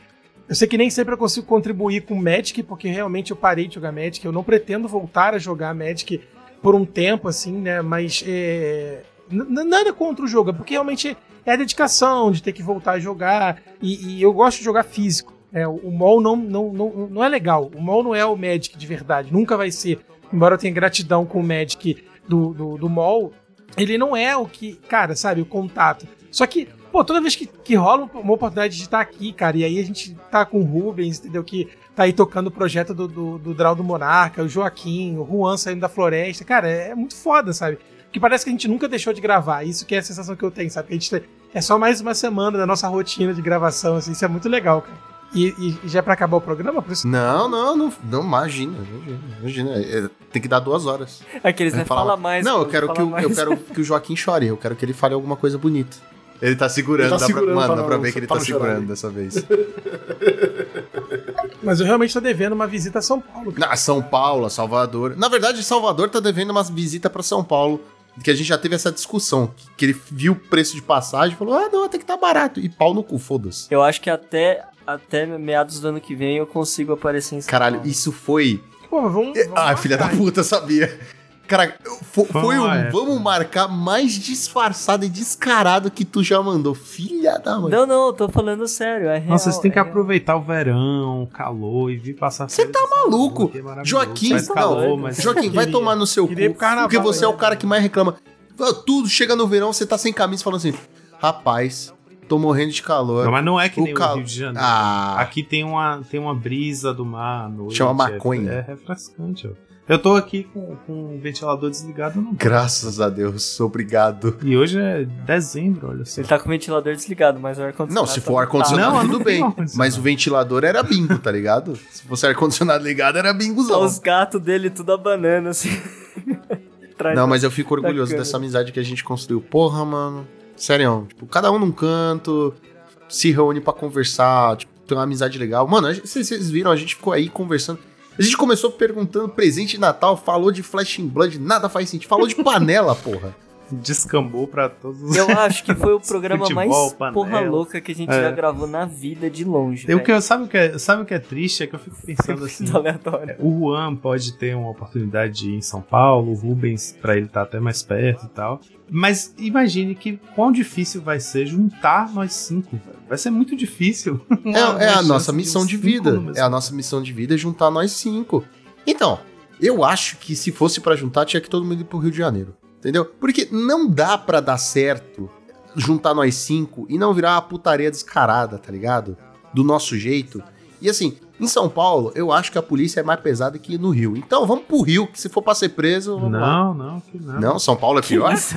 Speaker 2: Eu sei que nem sempre eu consigo contribuir com Magic, porque realmente eu parei de jogar Magic, eu não pretendo voltar a jogar Magic por um tempo, assim, né? Mas é, n- n- nada contra o jogo, é porque realmente é a dedicação de ter que voltar a jogar. E, e eu gosto de jogar físico. né? o, o MOL não, não, não, não é legal. O MOL não é o Magic de verdade, nunca vai ser. Embora eu tenha gratidão com o Magic do, do, do MOL, ele não é o que, cara, sabe, o contato. Só que, pô, toda vez que, que rola uma oportunidade de estar aqui, cara, e aí a gente tá com o Rubens, entendeu? Que tá aí tocando o projeto do, do, do Draw do Monarca, o Joaquim, o Juan saindo da floresta, cara, é muito foda, sabe? Porque parece que a gente nunca deixou de gravar, isso que é a sensação que eu tenho, sabe? Que a gente tá- é só mais uma semana da nossa rotina de gravação, assim, isso é muito legal, cara. E, e- e já é pra acabar o programa, por isso?
Speaker 1: Não, não, não, não imagina, imagina, imagina. É, Tem que dar duas horas.
Speaker 3: Aqueles, né?
Speaker 1: Fala-
Speaker 3: Fala mais.
Speaker 1: não, eu
Speaker 3: pô,
Speaker 1: quero,
Speaker 3: fala
Speaker 1: que o,
Speaker 3: mais.
Speaker 1: eu quero que o Joaquim chore, eu quero que ele fale alguma coisa bonita. Ele tá segurando,
Speaker 4: Ele tá
Speaker 1: dá pra-
Speaker 4: segurando
Speaker 1: mano,
Speaker 4: pra
Speaker 1: dá pra
Speaker 4: não-
Speaker 1: ver que ele
Speaker 4: pra
Speaker 1: tá
Speaker 4: não chorar,
Speaker 1: segurando
Speaker 4: né?
Speaker 1: dessa vez.
Speaker 2: Mas eu realmente tô devendo uma visita a São Paulo. cara.
Speaker 1: Na é São Paulo, Salvador. Na verdade, Salvador tá devendo umas visitas pra São Paulo. Que a gente já teve essa discussão. Que, que ele viu o preço de passagem e falou: ah, não, até que tá barato. E pau no cu, foda-se.
Speaker 3: Eu acho que até, até meados do ano que vem eu consigo aparecer em São
Speaker 1: Caralho,
Speaker 3: Paulo.
Speaker 1: isso foi.
Speaker 2: Pô, mas vamos. vamos
Speaker 1: Ah,
Speaker 2: marcar,
Speaker 1: filha da puta, sabia. Cara, eu- fo-
Speaker 5: Foi
Speaker 1: foi um.
Speaker 5: uma época.
Speaker 1: Vamos marcar mais disfarçado e descarado que tu já mandou. Filha da mãe.
Speaker 3: Não, não, eu tô falando sério. É real,
Speaker 5: Nossa, vocês têm
Speaker 3: é
Speaker 5: que
Speaker 3: real.
Speaker 5: aproveitar o verão, o calor e vir passar.
Speaker 1: Você
Speaker 5: férias
Speaker 1: tá
Speaker 5: em Salvador,
Speaker 1: maluco?
Speaker 5: que é maravilhoso.
Speaker 1: Joaquim,
Speaker 5: Faz
Speaker 1: não.
Speaker 5: calor, mas
Speaker 1: Joaquim, vai
Speaker 2: Queria.
Speaker 1: tomar no seu cu.
Speaker 2: Queria ir pro carnaval né?
Speaker 1: Porque você é o
Speaker 2: ainda.
Speaker 1: cara que mais reclama. Ah, Tudo chega no verão, você tá sem camisa falando assim: rapaz, tô morrendo de calor.
Speaker 5: Não, mas não é que
Speaker 1: O
Speaker 5: nem o
Speaker 1: cal-
Speaker 5: Rio de Janeiro.
Speaker 1: Ah,
Speaker 5: Aqui tem uma, tem uma brisa do mar à noite.
Speaker 1: Chama
Speaker 5: é-
Speaker 1: maconha.
Speaker 5: É, refrescante, ó. Eu tô aqui com, com o ventilador desligado não.
Speaker 1: graças a Deus, obrigado.
Speaker 5: E hoje é dezembro, olha só.
Speaker 3: Ele tá com o ventilador desligado, mas o ar-condicionado.
Speaker 1: Não, se
Speaker 3: tá
Speaker 1: for
Speaker 3: tá-
Speaker 1: ar-condicionado,
Speaker 5: Não,
Speaker 1: tudo
Speaker 5: não tem
Speaker 1: bem.
Speaker 5: ar-condicionado.
Speaker 1: Mas o ventilador era bingo, tá ligado? Se fosse ar-condicionado ligado, era
Speaker 3: tá
Speaker 1: bingozão.
Speaker 3: os gatos dele tudo a banana, assim. Traz
Speaker 1: Não, mas eu fico orgulhoso
Speaker 3: Bacana.
Speaker 1: dessa amizade que a gente construiu. Porra, mano. Sério, tipo, cada um num canto, se reúne pra conversar, tipo, tem uma amizade legal. Mano, a gente- vocês vocês viram, a gente ficou aí conversando. A gente começou perguntando presente de Natal, falou de Flash in Blood, nada faz sentido. Falou de panela, porra.
Speaker 5: Descambou pra todos os.
Speaker 3: Eu acho que foi o programa
Speaker 5: Futebol,
Speaker 3: mais
Speaker 5: panela.
Speaker 3: porra louca que a gente
Speaker 5: É.
Speaker 3: já gravou na vida de longe.
Speaker 5: Eu,
Speaker 3: velho.
Speaker 5: que, eu- sabe, o que é, sabe o que é triste? É que eu fico pensando assim.
Speaker 3: Muito aleatório.
Speaker 5: O Juan pode ter uma oportunidade de ir em São Paulo, o Rubens, pra ele tá até mais perto e tal. Mas imagine que quão difícil vai ser juntar nós cinco. velho. Vai ser muito difícil.
Speaker 1: É,
Speaker 5: Uma-
Speaker 1: é
Speaker 5: uma
Speaker 1: a nossa
Speaker 5: chance de
Speaker 1: missão
Speaker 5: uns
Speaker 1: de
Speaker 5: cinco
Speaker 1: vida.
Speaker 5: no mesmo
Speaker 1: É a nossa missão de vida é juntar nós cinco. Então, eu acho que se fosse pra juntar, tinha que todo mundo ir pro Rio de Janeiro. Entendeu? Porque não dá pra dar certo juntar nós cinco e não virar uma putaria descarada, tá ligado? Do nosso jeito. E assim, em São Paulo, eu acho que a polícia é mais pesada que no Rio. Então vamos pro Rio, que se for pra ser preso, vamos lá.
Speaker 5: Não, não, que não.
Speaker 1: Não, São Paulo é pior?
Speaker 3: Isso.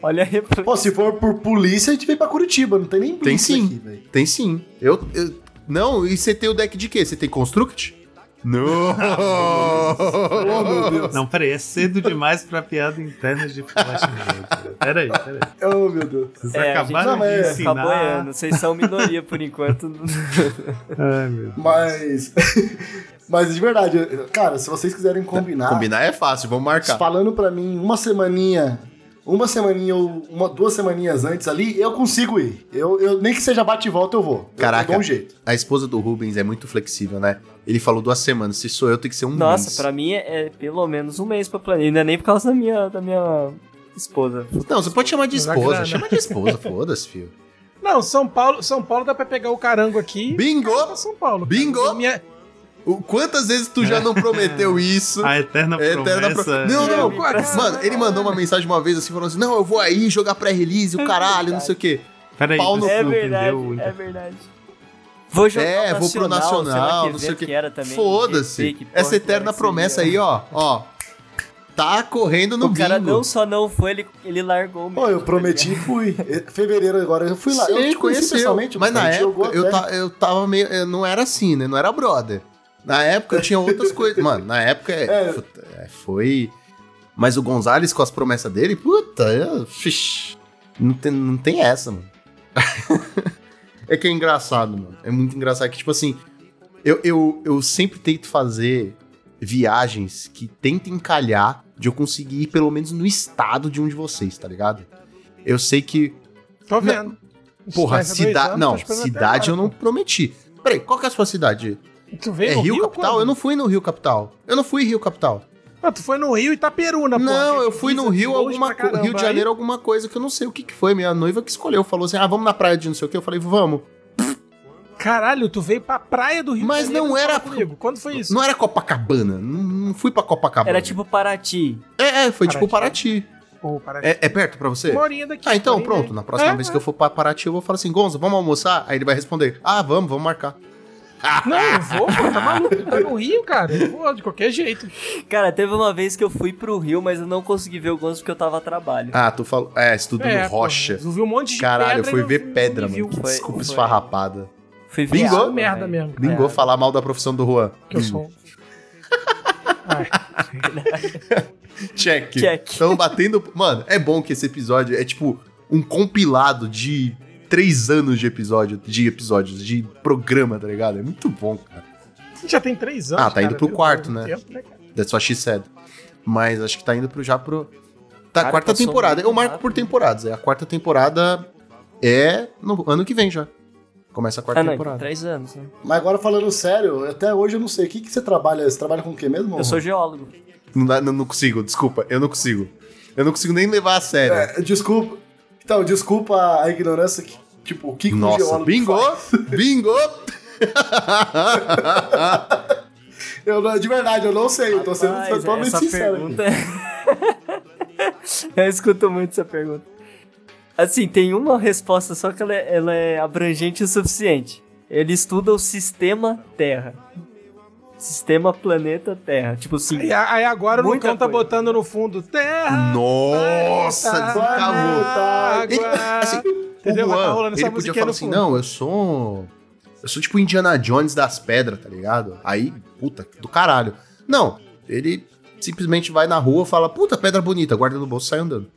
Speaker 3: Olha a repre-
Speaker 4: Pô, se for por polícia, a gente vem pra Curitiba, não tem nem polícia
Speaker 1: sim.
Speaker 4: aqui, velho.
Speaker 1: Tem sim. Eu, eu- Não, e você tem o deck de quê? Você tem Construct? Não!
Speaker 4: Oh, meu Deus.
Speaker 5: Não, peraí, é cedo demais pra piada interna de Flash Gordon. Peraí, peraí.
Speaker 4: Oh, meu Deus.
Speaker 5: Vocês
Speaker 3: É, a gente
Speaker 5: acabaram
Speaker 4: não,
Speaker 5: de
Speaker 4: mas
Speaker 5: ensinar.
Speaker 3: Acabou errando. Vocês são minoria por enquanto.
Speaker 5: Ai, meu Deus.
Speaker 4: Mas. Mas de verdade, eu- cara, se vocês quiserem combinar.
Speaker 1: Combinar é fácil, vamos marcar.
Speaker 4: Falando pra mim uma semaninha. Uma semaninha ou uma, duas semaninhas antes ali, eu consigo ir. Eu, eu- nem que seja bate e volta, eu vou. Eu-
Speaker 1: Caraca.
Speaker 4: Eu dou um jeito.
Speaker 1: A esposa do Rubens é muito flexível, né? Ele falou duas semanas, se sou eu, tem que ser um mês.
Speaker 3: Nossa, pra mim é, é pelo menos um mês pra planejar. Ainda nem por causa da minha, da minha esposa.
Speaker 1: Não, você pode chamar de
Speaker 2: Mas a
Speaker 1: esposa.
Speaker 2: grana.
Speaker 1: Chama de esposa, foda-se, filho.
Speaker 2: Não, São Paulo, São Paulo dá pra pegar o carango aqui.
Speaker 1: Bingo!
Speaker 2: Pra São Paulo. cara.
Speaker 1: Bingo!
Speaker 2: Minha-
Speaker 1: O- Quantas vezes tu já não prometeu isso?
Speaker 5: A eterna
Speaker 1: É
Speaker 5: promessa.
Speaker 1: eterna pro- Não, não.
Speaker 2: Minha pressão.
Speaker 1: Mano, ele mandou uma mensagem uma vez assim, falando assim: Não, eu vou aí jogar pré-release, o caralho, não sei o quê.
Speaker 5: Peraí,
Speaker 1: Pau no
Speaker 5: você
Speaker 3: É
Speaker 5: não
Speaker 3: verdade,
Speaker 5: entendeu o
Speaker 3: é verdade. Vou jogar
Speaker 1: É,
Speaker 3: o
Speaker 1: vou pro Nacional,
Speaker 3: lá
Speaker 1: não sei o
Speaker 3: evento
Speaker 1: que.
Speaker 3: era também.
Speaker 1: Foda-se.
Speaker 3: GP, que porra
Speaker 1: Essa
Speaker 3: que era
Speaker 1: eterna
Speaker 3: que
Speaker 1: promessa
Speaker 3: seria.
Speaker 1: aí, ó, ó. Tá correndo no
Speaker 3: O cara
Speaker 1: bingo.
Speaker 3: não só não foi, ele, ele largou mesmo. tá
Speaker 4: Pô, eu prometi e fui. Eh, Fevereiro agora, eu fui lá. eu
Speaker 1: Sim,
Speaker 4: te conheci
Speaker 1: conheceu.
Speaker 4: pessoalmente.
Speaker 1: Mas
Speaker 4: a
Speaker 1: na
Speaker 4: gente jogou
Speaker 1: época, eu,
Speaker 4: até.
Speaker 1: ta- eu tava meio. Eu não era assim, né? Não era brother. Na época eu tinha outras coisas. Mano, na época é,
Speaker 4: É.
Speaker 1: puta, é, foi. Mas o Gonzalez com as promessas dele, puta, eu, fish, não, tem, não tem essa, mano. é que é engraçado, mano. É muito engraçado que, tipo assim, eu, eu, eu sempre tento fazer viagens que tentem calhar de eu conseguir ir pelo menos no estado de um de vocês, tá ligado? Eu sei que
Speaker 2: Tô vendo.
Speaker 1: Porra,
Speaker 2: Isso faz dois
Speaker 1: cidade.
Speaker 2: anos, tô
Speaker 1: Não,
Speaker 2: esperando até
Speaker 1: cidade eu
Speaker 2: agora,
Speaker 1: não prometi. Peraí, qual que é a sua cidade?
Speaker 2: pô. Tu
Speaker 1: É
Speaker 2: veio no
Speaker 1: Rio, Capital?
Speaker 2: quando?
Speaker 1: Eu não fui no Rio Capital. Eu não fui Rio Capital.
Speaker 2: Ah, tu foi no Rio Itaperuna, Tá, pô.
Speaker 1: não,
Speaker 2: que
Speaker 1: eu fui no
Speaker 2: pisa
Speaker 1: Rio
Speaker 2: longe
Speaker 1: alguma
Speaker 2: pra
Speaker 1: co- Rio
Speaker 2: caramba.
Speaker 1: de Janeiro alguma coisa que eu não sei o que, que foi. Minha noiva que escolheu. Falou assim: ah, vamos na praia de não sei o que. Eu falei, vamos.
Speaker 2: Aí, Caralho, tu veio pra praia do Rio
Speaker 1: Mas
Speaker 2: de Janeiro
Speaker 1: não
Speaker 2: e
Speaker 1: era-
Speaker 2: fala comigo. Quando foi isso?
Speaker 1: Não era Copacabana. Não, não fui pra Copacabana.
Speaker 3: Era tipo Paraty.
Speaker 1: É, é, foi tipo Paraty.
Speaker 2: Pô, Paraty. né?
Speaker 1: É, é perto pra você?
Speaker 2: Uma horinha daqui.
Speaker 1: Ah, então
Speaker 2: uma horinha.
Speaker 1: pronto. Na próxima
Speaker 2: É,
Speaker 1: vez
Speaker 2: é.
Speaker 1: que eu for pra Paraty, eu vou falar assim: Gonza, vamos almoçar? Aí ele vai responder: ah, vamos, vamos marcar.
Speaker 2: Não, eu vou, pô, tá maluco. Tá no Rio, cara. Eu vou de qualquer jeito.
Speaker 3: Cara, teve uma vez que eu fui pro Rio, mas eu não consegui ver o Gonzo porque eu tava a trabalho.
Speaker 1: Ah, tu falou. É, estudando
Speaker 2: É, pô,
Speaker 1: rocha.
Speaker 2: eu vi um monte de
Speaker 1: Caralho,
Speaker 2: pedra
Speaker 1: foi
Speaker 2: e
Speaker 1: ver
Speaker 2: não-
Speaker 1: pedra,
Speaker 2: não me
Speaker 1: mano. Que
Speaker 2: viu.
Speaker 3: Foi-
Speaker 1: desculpa
Speaker 3: foi. É.
Speaker 1: esfarrapada.
Speaker 3: Fui
Speaker 1: Bingo.
Speaker 3: viado,
Speaker 2: Merda
Speaker 3: velho.
Speaker 2: mesmo.
Speaker 1: Vingou falar mal da profissão do Juan.
Speaker 2: Que eu sou.
Speaker 1: Check.
Speaker 3: Check.
Speaker 1: Então, batendo. Mano, é bom que esse episódio é tipo um compilado de três anos de episódio, de episódios, de programa, tá ligado? É muito bom, cara.
Speaker 2: um- Já tem três anos.
Speaker 1: Ah, tá indo
Speaker 2: cara,
Speaker 1: pro
Speaker 2: viu?
Speaker 1: quarto,
Speaker 2: Muito
Speaker 1: né?
Speaker 2: tempo, cara?
Speaker 1: That's what she said. Mas acho que tá indo pro, já pro. Tá,
Speaker 3: Cara,
Speaker 1: quarta
Speaker 3: passou
Speaker 1: temporada.
Speaker 3: muito
Speaker 1: Eu marco
Speaker 3: rápido.
Speaker 1: por temporadas. é. A quarta temporada é no ano que vem já. Começa a quarta
Speaker 3: Ah, não,
Speaker 1: temporada.
Speaker 3: três anos, né?
Speaker 4: Mas agora falando sério, até hoje eu não sei. O que, que você trabalha? Você trabalha com o quê mesmo?
Speaker 3: Eu sou geólogo.
Speaker 1: Não, dá- não, não consigo, desculpa, eu não consigo. Eu não consigo nem levar a sério.
Speaker 4: É, desculpa. Então, desculpa a ignorância. Que, tipo, o que que um
Speaker 1: Nossa,
Speaker 4: geólogo
Speaker 1: bingo!
Speaker 4: faz?
Speaker 1: Bingo!
Speaker 4: Eu, não- de verdade, eu não sei. Eu tô sendo
Speaker 3: Rapaz,
Speaker 4: totalmente
Speaker 3: essa
Speaker 4: sincero. aqui.
Speaker 3: pergunta... é- eu escuto muito essa pergunta. Assim, tem uma resposta, só que ela é, ela é abrangente o suficiente. Ele estuda o sistema Terra. Sistema planeta Terra. Tipo assim,
Speaker 2: E a- aí agora o
Speaker 3: Muita
Speaker 2: Lucão tá
Speaker 3: coisa.
Speaker 2: botando no fundo terra.
Speaker 1: Nossa, desencavou.
Speaker 2: água.
Speaker 1: Ele, assim,
Speaker 2: Entendeu?
Speaker 1: o
Speaker 2: Vai tá
Speaker 1: Juan,
Speaker 2: rolando essa
Speaker 1: ele podia
Speaker 2: musiquinha
Speaker 1: falar
Speaker 2: no
Speaker 1: assim,
Speaker 2: fundo.
Speaker 1: não, eu sou... Eu sou tipo Indiana Jones das pedras, tá ligado? Aí, puta, do caralho. Não, ele simplesmente vai na rua, fala, puta, pedra bonita, guarda no bolso e sai andando.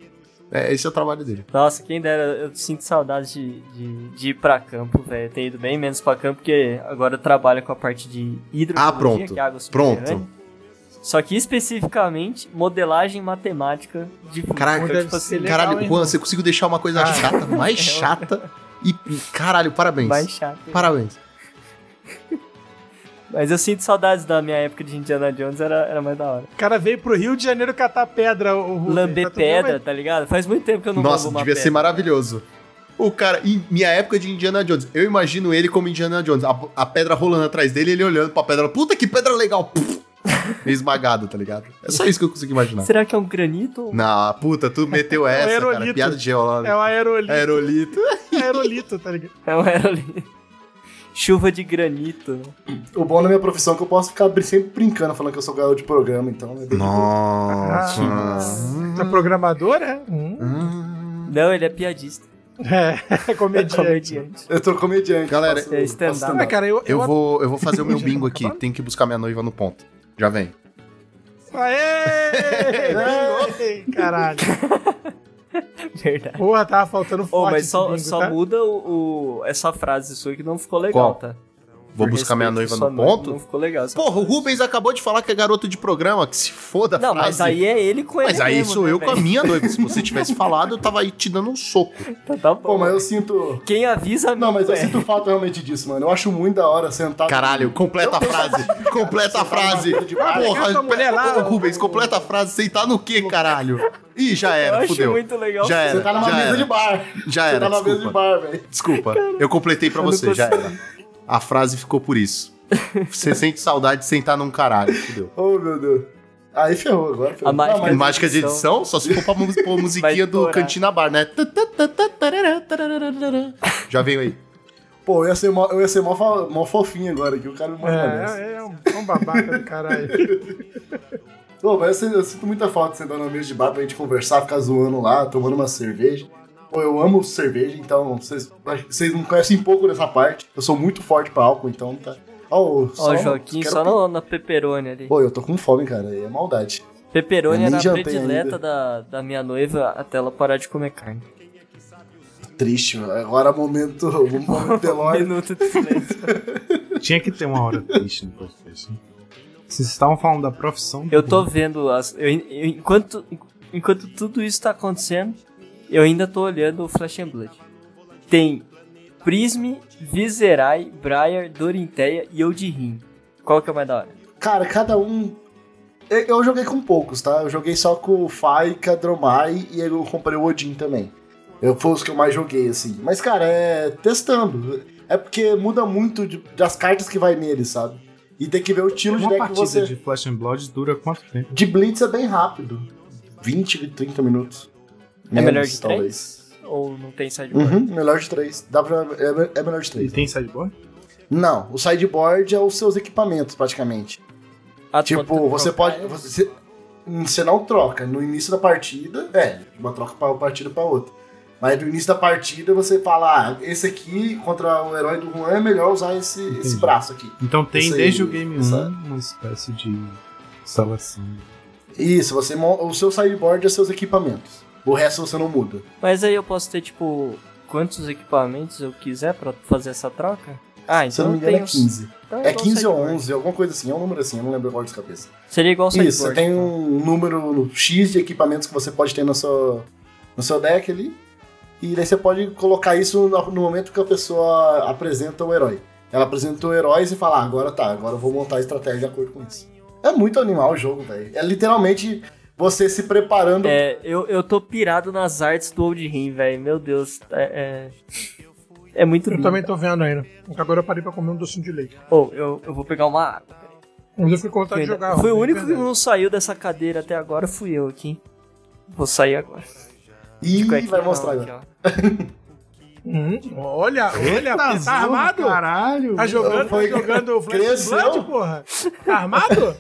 Speaker 1: É, esse é o trabalho dele.
Speaker 3: Nossa, quem dera, eu sinto saudade de, de, de ir pra campo, velho. Eu tenho ido bem menos pra campo, porque agora eu trabalho com a parte de hidrologia,
Speaker 1: Ah, pronto.
Speaker 3: que é água
Speaker 1: Pronto.
Speaker 3: subterrânea. Só que especificamente, modelagem matemática de fluxo.
Speaker 1: Caralho,
Speaker 3: Então,
Speaker 2: deve
Speaker 3: tipo assim,
Speaker 2: ser legal,
Speaker 1: Caralho,
Speaker 2: hein,
Speaker 1: Juan, você conseguiu deixar uma coisa
Speaker 2: Ah.
Speaker 1: chata, mais chata, e, e caralho, parabéns.
Speaker 3: mais chato.
Speaker 1: Parabéns.
Speaker 3: Mas eu sinto saudades da minha época de Indiana Jones, era, era mais da hora.
Speaker 2: O cara veio pro Rio de Janeiro catar pedra. É, um, O, o-
Speaker 3: Lamber
Speaker 2: pra tu ver, então mas-
Speaker 3: pedra, tá ligado? Faz muito tempo que eu não
Speaker 1: Nossa,
Speaker 3: lambo uma
Speaker 1: devia ser
Speaker 3: pedra.
Speaker 1: maravilhoso. O cara, em minha época de Indiana Jones, eu imagino ele como Indiana Jones. A, a pedra rolando atrás dele, ele olhando pra pedra. Puta que pedra legal! Puf! Meio esmagado, tá ligado? É só isso que eu consigo imaginar.
Speaker 3: Será que é um granito? ou-
Speaker 1: Na puta, tu meteu essa, cara.
Speaker 2: aerolito.
Speaker 1: Piada de geológico.
Speaker 2: É o aerolito.
Speaker 1: um Aerolito.
Speaker 2: Aerolito, tá ligado?
Speaker 3: É um aerolito. Chuva de granito.
Speaker 4: O bom da minha profissão é que eu posso ficar br- sempre brincando, falando que eu sou garoto de programa, então. É bem-
Speaker 1: Nossa.
Speaker 2: É programador, é? Hum.
Speaker 3: Não, ele é piadista.
Speaker 2: É,
Speaker 3: É
Speaker 2: comediante.
Speaker 3: comediante.
Speaker 4: Eu tô comediante.
Speaker 1: Galera,
Speaker 4: faço-
Speaker 3: é
Speaker 4: faço
Speaker 3: stand-up.
Speaker 2: Ah,
Speaker 4: stand-up.
Speaker 2: cara, eu,
Speaker 1: Eu vou, eu vou fazer o meu
Speaker 2: Já
Speaker 1: bingo
Speaker 2: tá
Speaker 1: aqui.
Speaker 2: acabando?
Speaker 1: Tenho que buscar minha noiva no ponto. Já vem.
Speaker 2: Aê! Bingo! Caralho.
Speaker 3: Verdade.
Speaker 2: Porra, tava faltando
Speaker 3: Ô,
Speaker 2: forte
Speaker 3: mas
Speaker 2: esse
Speaker 3: só,
Speaker 2: bingo,
Speaker 3: só
Speaker 2: tá?
Speaker 3: muda o, o- essa frase sua que não ficou
Speaker 1: Qual?
Speaker 3: legal, tá?
Speaker 1: Vou
Speaker 3: Por
Speaker 1: buscar minha
Speaker 3: respeito
Speaker 1: noiva
Speaker 3: à sua
Speaker 1: no
Speaker 3: noiva,
Speaker 1: ponto?
Speaker 3: Não ficou legal. essa
Speaker 1: Porra, o
Speaker 3: frase.
Speaker 1: Rubens acabou de falar que é garoto de programa, que se foda a
Speaker 3: Não, mas
Speaker 1: frase.
Speaker 3: aí é ele com ele
Speaker 1: Mas aí
Speaker 3: mesmo,
Speaker 1: sou
Speaker 3: né,
Speaker 1: eu com a
Speaker 3: velho?
Speaker 1: minha noiva. Se você tivesse falado, eu tava aí te dando um soco.
Speaker 3: Tá, tá bom.
Speaker 4: Pô, mas eu sinto.
Speaker 3: Quem avisa
Speaker 4: Não, mas eu
Speaker 3: é.
Speaker 4: sinto falta realmente disso, mano. Eu acho muito da hora sentar.
Speaker 1: Caralho, completa a frase. Completa a frase.
Speaker 4: Sentar numa mesa de bar.
Speaker 2: Cara,
Speaker 1: Porra,
Speaker 2: essa mulher lá,
Speaker 1: ô, Rubens, completa a frase. Sentar no quê, caralho? Ih, já
Speaker 3: Eu
Speaker 1: era,
Speaker 3: acho
Speaker 1: fudeu.
Speaker 3: muito legal.
Speaker 1: Já era,
Speaker 4: Sentar tá numa
Speaker 1: já
Speaker 4: mesa
Speaker 1: era.
Speaker 4: de bar.
Speaker 1: Já
Speaker 4: Sentar
Speaker 1: era,
Speaker 4: numa mesa de
Speaker 1: desculpa.
Speaker 4: bar, velho.
Speaker 1: Desculpa, eu completei pra
Speaker 3: Eu não
Speaker 1: você, já
Speaker 3: consigo.
Speaker 1: era. A frase ficou por isso. Você sente saudade de sentar num caralho, fudeu.
Speaker 4: Oh, meu Deus. Aí ferrou agora. Ferrou.
Speaker 3: A mágica-
Speaker 4: mas-
Speaker 1: Mágica de edição, só se for pra mus- pôr a musiquinha
Speaker 3: Vai
Speaker 1: do
Speaker 3: estourar.
Speaker 1: Cantina Bar, né? Já veio aí.
Speaker 4: Pô, eu ia ser mó, eu ia ser mó, fo- mó fofinho agora, que o cara me manda nessa.
Speaker 2: É, é um, é um babaca do caralho.
Speaker 4: Pô, mas eu, sinto- eu sinto muita falta de sentar na mesa de bar pra gente conversar, ficar zoando lá, tomando uma cerveja. Pô, eu amo cerveja, então vocês vocês não conhecem pouco dessa parte. Eu sou muito forte pra álcool, então tá. Ó, o
Speaker 3: Ó,
Speaker 4: só-
Speaker 1: um
Speaker 3: o Joaquim,
Speaker 4: quero
Speaker 3: só
Speaker 4: pe-
Speaker 3: na, na peperoni ali.
Speaker 4: Pô, eu tô com fome, cara, aí é maldade.
Speaker 3: Peperoni
Speaker 4: eu
Speaker 3: era
Speaker 4: nem
Speaker 3: a
Speaker 4: jantei
Speaker 3: predileta
Speaker 4: ainda.
Speaker 3: da, da minha noiva até ela parar de comer carne.
Speaker 4: Triste, mano. agora é o momento, o momento Delore.
Speaker 3: Minuto de silêncio.
Speaker 5: Tinha que ter uma hora triste no podcast. né? Vocês estavam falando da profissão.
Speaker 3: eu tô vendo as. eu- eu- enquanto, enquanto tudo isso tá acontecendo, eu ainda tô olhando o Flash and Blood. Tem Prisme, Viserai, Briar, Dorinteia e Odirin. Qual que é o mais da hora?
Speaker 4: Cara, cada um. Eu, eu joguei com poucos, tá? Eu joguei só com o Faika, Dromai e eu comprei o Odin também. Eu foi os que eu mais joguei, assim. Mas, cara, é testando. É porque muda muito de- das cartas que vai nele, sabe? E tem que ver o estilo de
Speaker 5: É
Speaker 3: é
Speaker 5: Uma
Speaker 4: deck que
Speaker 5: partida
Speaker 4: você.
Speaker 5: de Flash and Blood dura quanto tempo?
Speaker 4: De Blitz é bem rápido. 20, 30 minutos.
Speaker 3: É melhor de
Speaker 4: talvez.
Speaker 3: três? Ou não tem sideboard?
Speaker 4: Uhum, melhor de três. Dá pra, é, é melhor de
Speaker 5: E
Speaker 4: três.
Speaker 5: tem sideboard?
Speaker 4: Não, o sideboard é os seus equipamentos, praticamente.
Speaker 3: Ah, quanto
Speaker 4: Tipo,
Speaker 3: tempo
Speaker 4: você
Speaker 3: trocar?
Speaker 4: pode. Você, você não troca. No início da partida, é, uma troca pra uma partida pra outra. Mas no início da partida você fala, ah, esse aqui contra o herói do Juan é melhor usar esse, esse
Speaker 5: Entendi.
Speaker 4: braço aqui.
Speaker 5: Então tem
Speaker 4: Isso aí,
Speaker 5: desde o game 1
Speaker 4: essa-
Speaker 5: uma espécie de seleção.
Speaker 4: Isso, você mon- o seu sideboard é seus equipamentos. O resto você não muda.
Speaker 3: Mas aí eu posso ter, tipo, quantos equipamentos eu quiser pra fazer essa troca? Ah, então
Speaker 4: Se eu não me
Speaker 3: eu
Speaker 4: engano, é
Speaker 3: tenho...
Speaker 4: 15.
Speaker 3: então eu
Speaker 4: É
Speaker 3: dou um
Speaker 4: 15 ou
Speaker 3: sideboard.
Speaker 4: 11, alguma coisa assim. É um número assim, eu não lembro agora de cabeça.
Speaker 3: Seria igual o
Speaker 4: Isso, você
Speaker 3: sideboard,
Speaker 4: tem
Speaker 3: então.
Speaker 4: um número X de equipamentos que você pode ter no seu, no seu deck ali. E daí você pode colocar isso no, no momento que a pessoa apresenta o herói. Ela apresenta o herói e fala, ah, agora tá, agora eu vou montar a estratégia de acordo com isso. É muito animal o jogo, velho. É literalmente você se preparando.
Speaker 3: É, eu, eu tô pirado nas artes do Old Rim, velho. Meu Deus, é... É, é muito
Speaker 2: Eu
Speaker 3: lindo.
Speaker 2: também tô vendo ainda. Agora eu parei pra comer um docinho de leite.
Speaker 3: Oh, eu, eu vou pegar uma água.
Speaker 2: Mas eu fiquei com vontade de jogar.
Speaker 3: Foi o
Speaker 2: Robin,
Speaker 3: único que
Speaker 2: verdade.
Speaker 3: não saiu dessa cadeira até agora, fui eu aqui. hein? Vou sair agora.
Speaker 4: e
Speaker 3: Fico aqui,
Speaker 4: vai
Speaker 3: ó,
Speaker 4: mostrar
Speaker 3: aqui,
Speaker 4: agora.
Speaker 3: ó.
Speaker 2: Uhum. Olha, olha,
Speaker 5: Tá
Speaker 2: tá, armado?
Speaker 5: Caralho.
Speaker 2: Tá jogando,
Speaker 4: Foi-
Speaker 2: tá jogando o Flash
Speaker 4: Cresceu.
Speaker 2: Blood, porra? Tá armado?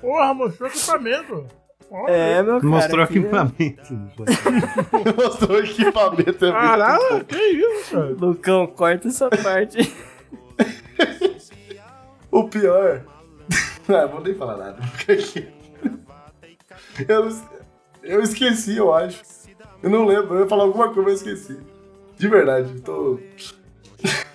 Speaker 2: porra, mostrou equipamento. Olha.
Speaker 3: É, meu cara.
Speaker 5: Mostrou
Speaker 3: aqui,
Speaker 5: equipamento.
Speaker 4: Mostrou o equipamento. é muito
Speaker 2: Caralho, que isso, cara?
Speaker 3: Lucão, corta essa parte.
Speaker 4: O pior. ah, vou nem falar nada. fica aqui. eu, eu esqueci, eu acho. Eu não lembro, eu ia falar alguma coisa, mas eu esqueci. De verdade, tô.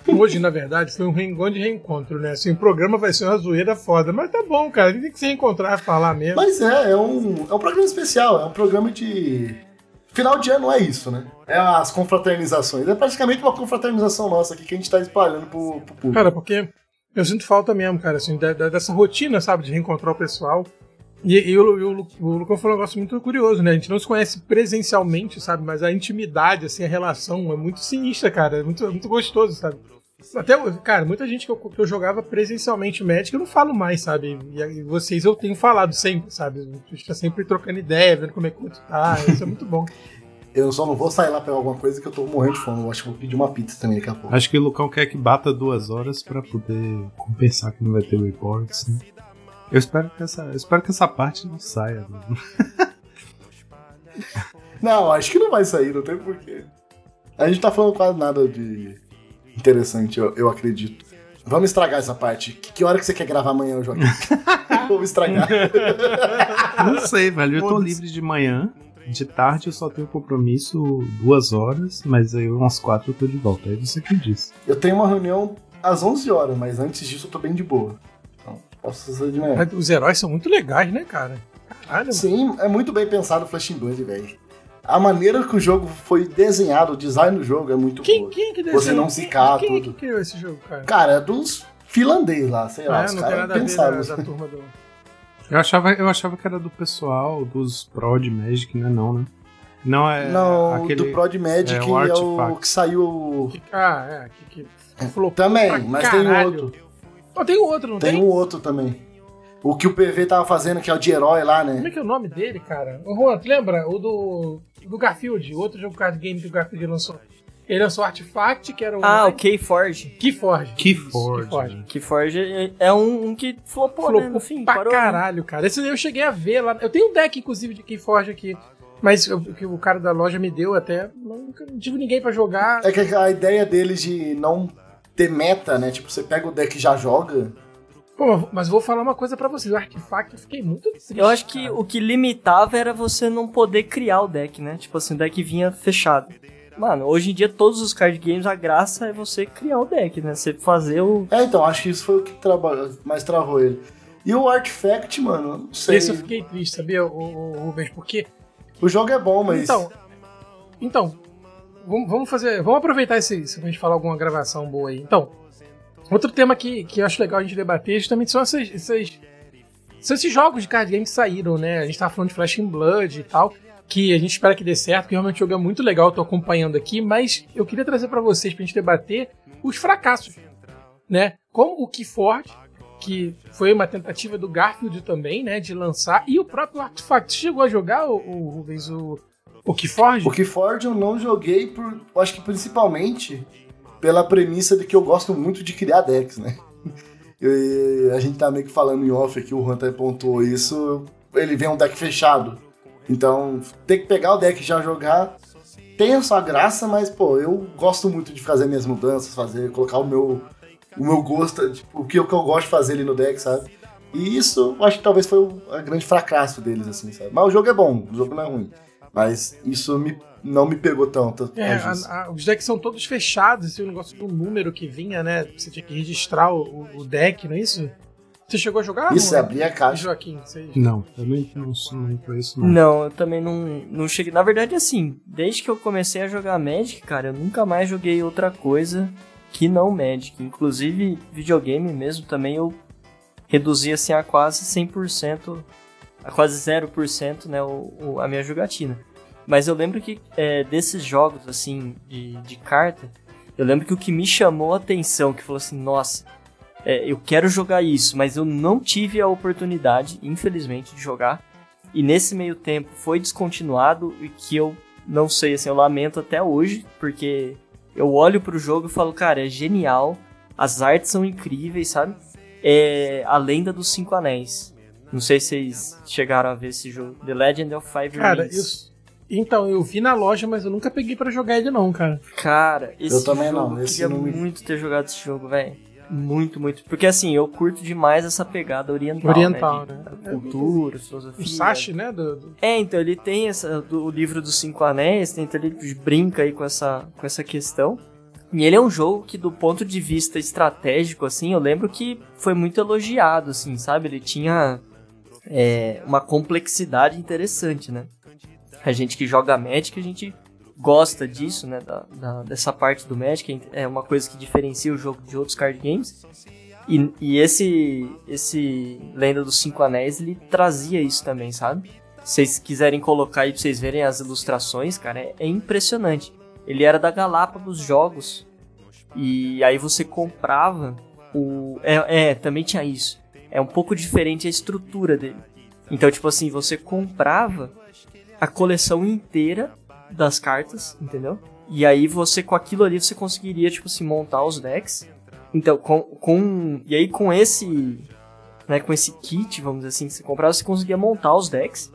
Speaker 2: Hoje, na verdade, foi um reencontro de reencontro, né? Assim, o programa vai ser uma zoeira foda. Mas tá bom, cara. A gente tem que se reencontrar, falar mesmo.
Speaker 4: Mas é, é um, é um programa especial, é um programa de. Final de ano é isso, né? É as confraternizações. É praticamente uma confraternização nossa aqui que a gente tá espalhando pro, pro público.
Speaker 2: Cara, porque eu sinto falta mesmo, cara, assim, da- da- dessa rotina, sabe, de reencontrar o pessoal. E, e o, Lu- e o Lu- o Lucão falou um negócio muito curioso, né? A gente não se conhece presencialmente, sabe? Mas a intimidade, assim, a relação é muito sinistra, cara. É muito, é muito gostoso, sabe? Até, eu- cara, muita gente que eu, que eu jogava presencialmente Magic, eu não falo mais, sabe? E, aí vocês eu tenho falado sempre, sabe? A gente tá sempre trocando ideia, vendo como é que o outro tá. Isso é muito bom.
Speaker 4: eu só não vou sair lá pegar alguma coisa que eu tô morrendo de fome. Eu acho que vou pedir uma pizza também daqui a pouco.
Speaker 5: Acho que o Lucão quer que bata duas horas pra poder compensar que não vai ter reports. Né? Eu espero que essa, eu espero que essa parte não saia. Né?
Speaker 4: Não, acho que não vai sair, não tem porquê. A gente tá falando quase nada de interessante, eu, eu acredito. Vamos estragar essa parte. Que, que hora que você quer gravar amanhã, Joaquim? Vamos estragar.
Speaker 5: Não sei, velho. Eu tô livre de manhã. De tarde eu só tenho compromisso duas horas, mas aí umas quatro eu tô de volta. Aí você que diz.
Speaker 4: Eu tenho uma reunião às 11 horas, mas antes disso eu tô bem de boa. Então, posso ser de manhã.
Speaker 2: Mas Os heróis são muito legais, né, cara? Caralho,
Speaker 4: Sim, é muito bem pensado o Flash Blade, velho. A maneira que o jogo foi desenhado, o design do jogo é muito
Speaker 2: Quem,
Speaker 4: boa.
Speaker 2: quem que
Speaker 4: Você não se né? cala,
Speaker 2: Quem, quem
Speaker 4: tudo.
Speaker 2: que criou esse jogo, cara?
Speaker 4: Cara, é dos finlandês lá, sei lá,
Speaker 2: Ah,
Speaker 4: os
Speaker 2: não tem
Speaker 4: caras
Speaker 2: nada a ver
Speaker 4: pensaram.
Speaker 2: da, da turma do.
Speaker 5: Eu achava, eu achava que era do pessoal, dos Pro de Magic, né? Não, né? Não, é
Speaker 4: Não, o
Speaker 5: aquele...
Speaker 4: do Prod Magic
Speaker 5: é,
Speaker 4: é
Speaker 5: o
Speaker 4: o
Speaker 5: Artifact.
Speaker 4: que saiu
Speaker 2: que- ah, é. Que, que flopou pra
Speaker 4: Também, mas tem um
Speaker 2: caralho.
Speaker 4: outro.
Speaker 2: Ó, tem outro, não tem?
Speaker 4: Tem um outro também. O que o PV tava fazendo, que é o de herói lá,
Speaker 2: Como é
Speaker 4: né?
Speaker 2: que é o nome dele, cara? Ô, Juan, tu lembra? O do, do Garfield, outro jogo card game que o Garfield lançou. Ele lançou Artifact, que era o.
Speaker 3: Ah, o Keyforge.
Speaker 2: Keyforge.
Speaker 5: Keyforge.
Speaker 2: Keyforge.
Speaker 3: Keyforge é- é um, um que flopou, né? No
Speaker 2: Flopou
Speaker 3: fim,
Speaker 2: pra
Speaker 3: parou. né?
Speaker 2: caralho, cara. Esse daí eu cheguei a ver lá. Eu tenho um deck, inclusive, de Keyforge aqui. Mas o que o cara da loja me deu até. Não, não tive ninguém pra jogar.
Speaker 4: É que a ideia deles de não ter meta, né? Tipo, você pega o deck e já joga.
Speaker 2: Pô, mas vou falar uma coisa pra vocês. O Artifact eu fiquei muito triste.
Speaker 3: Eu acho que
Speaker 2: cara.
Speaker 3: o que limitava era você não poder criar o deck, né? Tipo assim, o deck vinha fechado. Mano, hoje em dia todos os card games, a graça é você criar o deck, né? Você fazer o.
Speaker 4: É, então, acho que isso foi o que traba- mais travou ele. E o Artifact, mano, não sei.
Speaker 2: Esse eu fiquei triste, sabia, o, o- o Rubens? Porque.
Speaker 4: O jogo é bom, mas.
Speaker 2: Então. Então. Vamos vamos fazer. Vamos aproveitar esse, isso pra gente falar alguma gravação boa aí. Então. Outro tema que, que eu acho legal a gente debater é justamente são essas, essas- são esses jogos de card game que saíram, né? A gente tava falando de Flash in Blood e tal. Que a gente espera que dê certo, que realmente o jogo é muito legal, eu tô acompanhando aqui, mas eu queria trazer pra vocês, pra gente debater, os fracassos. Né? Como o Keyford, que foi uma tentativa do Garfield também, né, de lançar. E o próprio Artifact chegou a jogar o, o Rubens, o, o Keyforge?
Speaker 4: O que Ford eu não joguei por. eu Acho que principalmente pela premissa de que eu gosto muito de criar decks, né? Eu- e a gente tá meio que falando em off aqui, o Hunter apontou isso. Ele vem um deck fechado. Então, ter que pegar o deck e já jogar tem a sua graça, mas, pô, eu gosto muito de fazer minhas mudanças, fazer, colocar o meu. O meu gosto, tipo, o que eu, que eu gosto de fazer ali no deck, sabe? E isso, eu acho que talvez foi o a grande fracasso deles, assim, sabe? Mas o jogo é bom, o jogo não é ruim. Mas isso me, não me pegou tanto.
Speaker 2: É,
Speaker 4: às vezes.
Speaker 2: a- a- os decks são todos fechados, esse negócio do número que vinha, né? Você tinha que registrar o, o- o deck, não é isso? Você chegou a jogar?
Speaker 4: Isso, é
Speaker 2: não, né?
Speaker 4: abrir a caixa.
Speaker 2: Joaquim, você...
Speaker 5: Não, eu não entro não entro isso não.
Speaker 3: Não, eu também não, não cheguei. Na verdade, assim, desde que eu comecei a jogar Magic, cara, eu nunca mais joguei outra coisa que não Magic. Inclusive, videogame mesmo também eu reduzi assim a quase 100%, a quase 0%, né, o, o- a minha jogatina. Mas eu lembro que é, desses jogos, assim, de, de carta, eu lembro que o que me chamou a atenção, que falou assim, nossa, é, eu quero jogar isso, mas eu não tive a oportunidade, infelizmente, de jogar e nesse meio tempo foi descontinuado e que eu não sei, assim, eu lamento até hoje, porque eu olho pro jogo e falo, cara, é genial, as artes são incríveis, sabe? É a Lenda dos Cinco Anéis. Não sei se vocês chegaram a ver esse jogo, The Legend of Five
Speaker 2: Cara,
Speaker 3: Rings.
Speaker 2: isso... Então, eu vi na loja, mas eu nunca peguei pra jogar ele não, cara.
Speaker 3: Cara, esse
Speaker 4: também
Speaker 3: jogo,
Speaker 4: não,
Speaker 3: eu
Speaker 4: esse
Speaker 3: queria
Speaker 4: não me-
Speaker 3: muito ter jogado esse jogo, velho. Muito, muito. Porque assim, eu curto demais essa pegada oriental,
Speaker 2: Oriental,
Speaker 3: né?
Speaker 2: né?
Speaker 3: de- Cultura, filosofia.
Speaker 2: O Sashi, né? do- do-
Speaker 3: É, então ele tem essa, do, o livro dos Cinco Anéis, então ele brinca aí com essa, com essa questão. E ele é um jogo que, do ponto de vista estratégico, assim, eu lembro que foi muito elogiado, assim, sabe? Ele tinha é, uma complexidade interessante, né? A gente que joga Magic, a gente gosta disso, né? Da, da- dessa parte do Magic, é uma coisa que diferencia o jogo de outros card games. E, e esse, esse Lenda dos Cinco Anéis, ele trazia isso também, sabe? Se vocês quiserem colocar aí pra vocês verem as ilustrações, cara, é, é impressionante. Ele era da Galápagos Jogos. E aí você comprava o. É, é, também tinha isso. É um pouco diferente a estrutura dele. Então, tipo assim, você comprava a coleção inteira das cartas, entendeu? E aí você, com aquilo ali, você conseguiria, tipo assim, montar os decks. Então, com. com e aí com esse. Né, com esse kit, vamos dizer assim, que você comprava, você conseguia montar os decks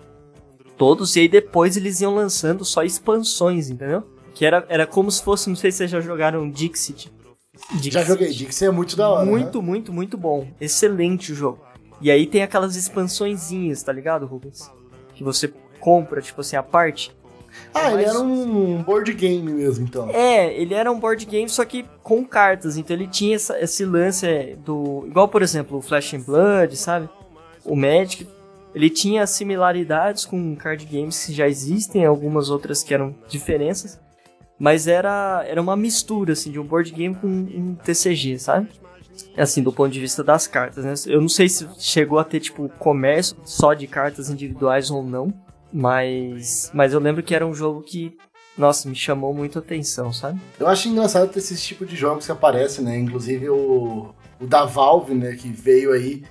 Speaker 3: todos, e aí depois eles iam lançando só expansões, entendeu? Que era, era como se fosse, não sei se vocês já jogaram Dixit.
Speaker 4: Já joguei, Dixie é muito da hora.
Speaker 3: Muito, muito, muito bom. Excelente o jogo. E aí tem aquelas expansõezinhas, tá ligado, Rubens? Que você compra, tipo assim, a parte. É
Speaker 4: né? Ah, ele
Speaker 3: Mas-
Speaker 4: era um board game mesmo, então.
Speaker 3: É, ele era um board game, só que com cartas. Então ele tinha essa- esse lance é, do. Igual, por exemplo, o Flash and Blood, sabe? O Magic. Ele tinha similaridades com card games que já existem, algumas outras que eram diferenças. Mas era, era uma mistura, assim, de um board game com um TCG, sabe? Assim, do ponto de vista das cartas, né? Eu não sei se chegou a ter, tipo, comércio só de cartas individuais ou não. Mas, mas eu lembro que era um jogo que nossa, me chamou muito a atenção, sabe?
Speaker 4: Eu acho engraçado ter esses tipos de jogos que aparecem, né? Inclusive o, o da Valve, né? Que veio aí,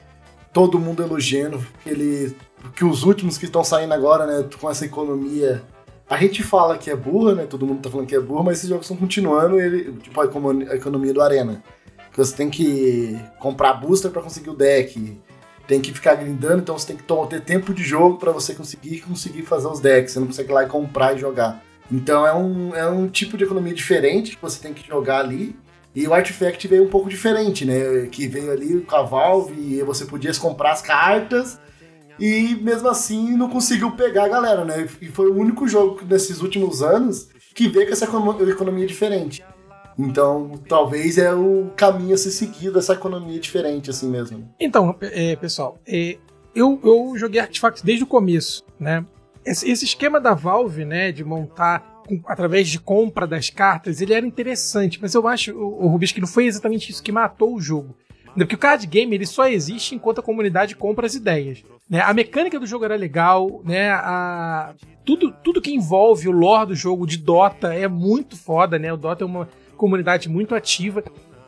Speaker 4: todo mundo elogiando ele, que os últimos que estão saindo agora, né? Com essa economia. A gente fala que é burra, né? Todo mundo tá falando que é burra, mas esses jogos estão continuando, ele, tipo a econo- a economia do Arena. Que você tem que comprar booster pra conseguir o deck, tem que ficar grindando, então você tem que to- ter tempo de jogo pra você conseguir conseguir fazer os decks. Você não consegue ir lá e comprar e jogar. Então é um, é um tipo de economia diferente que você tem que jogar ali. E o Artifact veio um pouco diferente, né? Que veio ali com a Valve e você podia comprar as cartas. E mesmo assim não conseguiu pegar a galera, né? E foi o único jogo que, nesses últimos anos que veio com essa econo- economia diferente. Então, talvez é o caminho a ser seguido dessa economia diferente, assim mesmo.
Speaker 2: Então, é, pessoal, é, eu, eu joguei Artifacts desde o começo, né? Esse, esse esquema da Valve, né, de montar com- através de compra das cartas, ele era interessante, mas eu acho, o, o Rubens, que não foi exatamente isso que matou o jogo. Né, Porque o card game ele só existe enquanto a comunidade compra as ideias. né? A mecânica do jogo era legal, né? A, tudo, tudo que envolve o lore do jogo de Dota é muito foda, né? O Dota é uma comunidade muito ativa.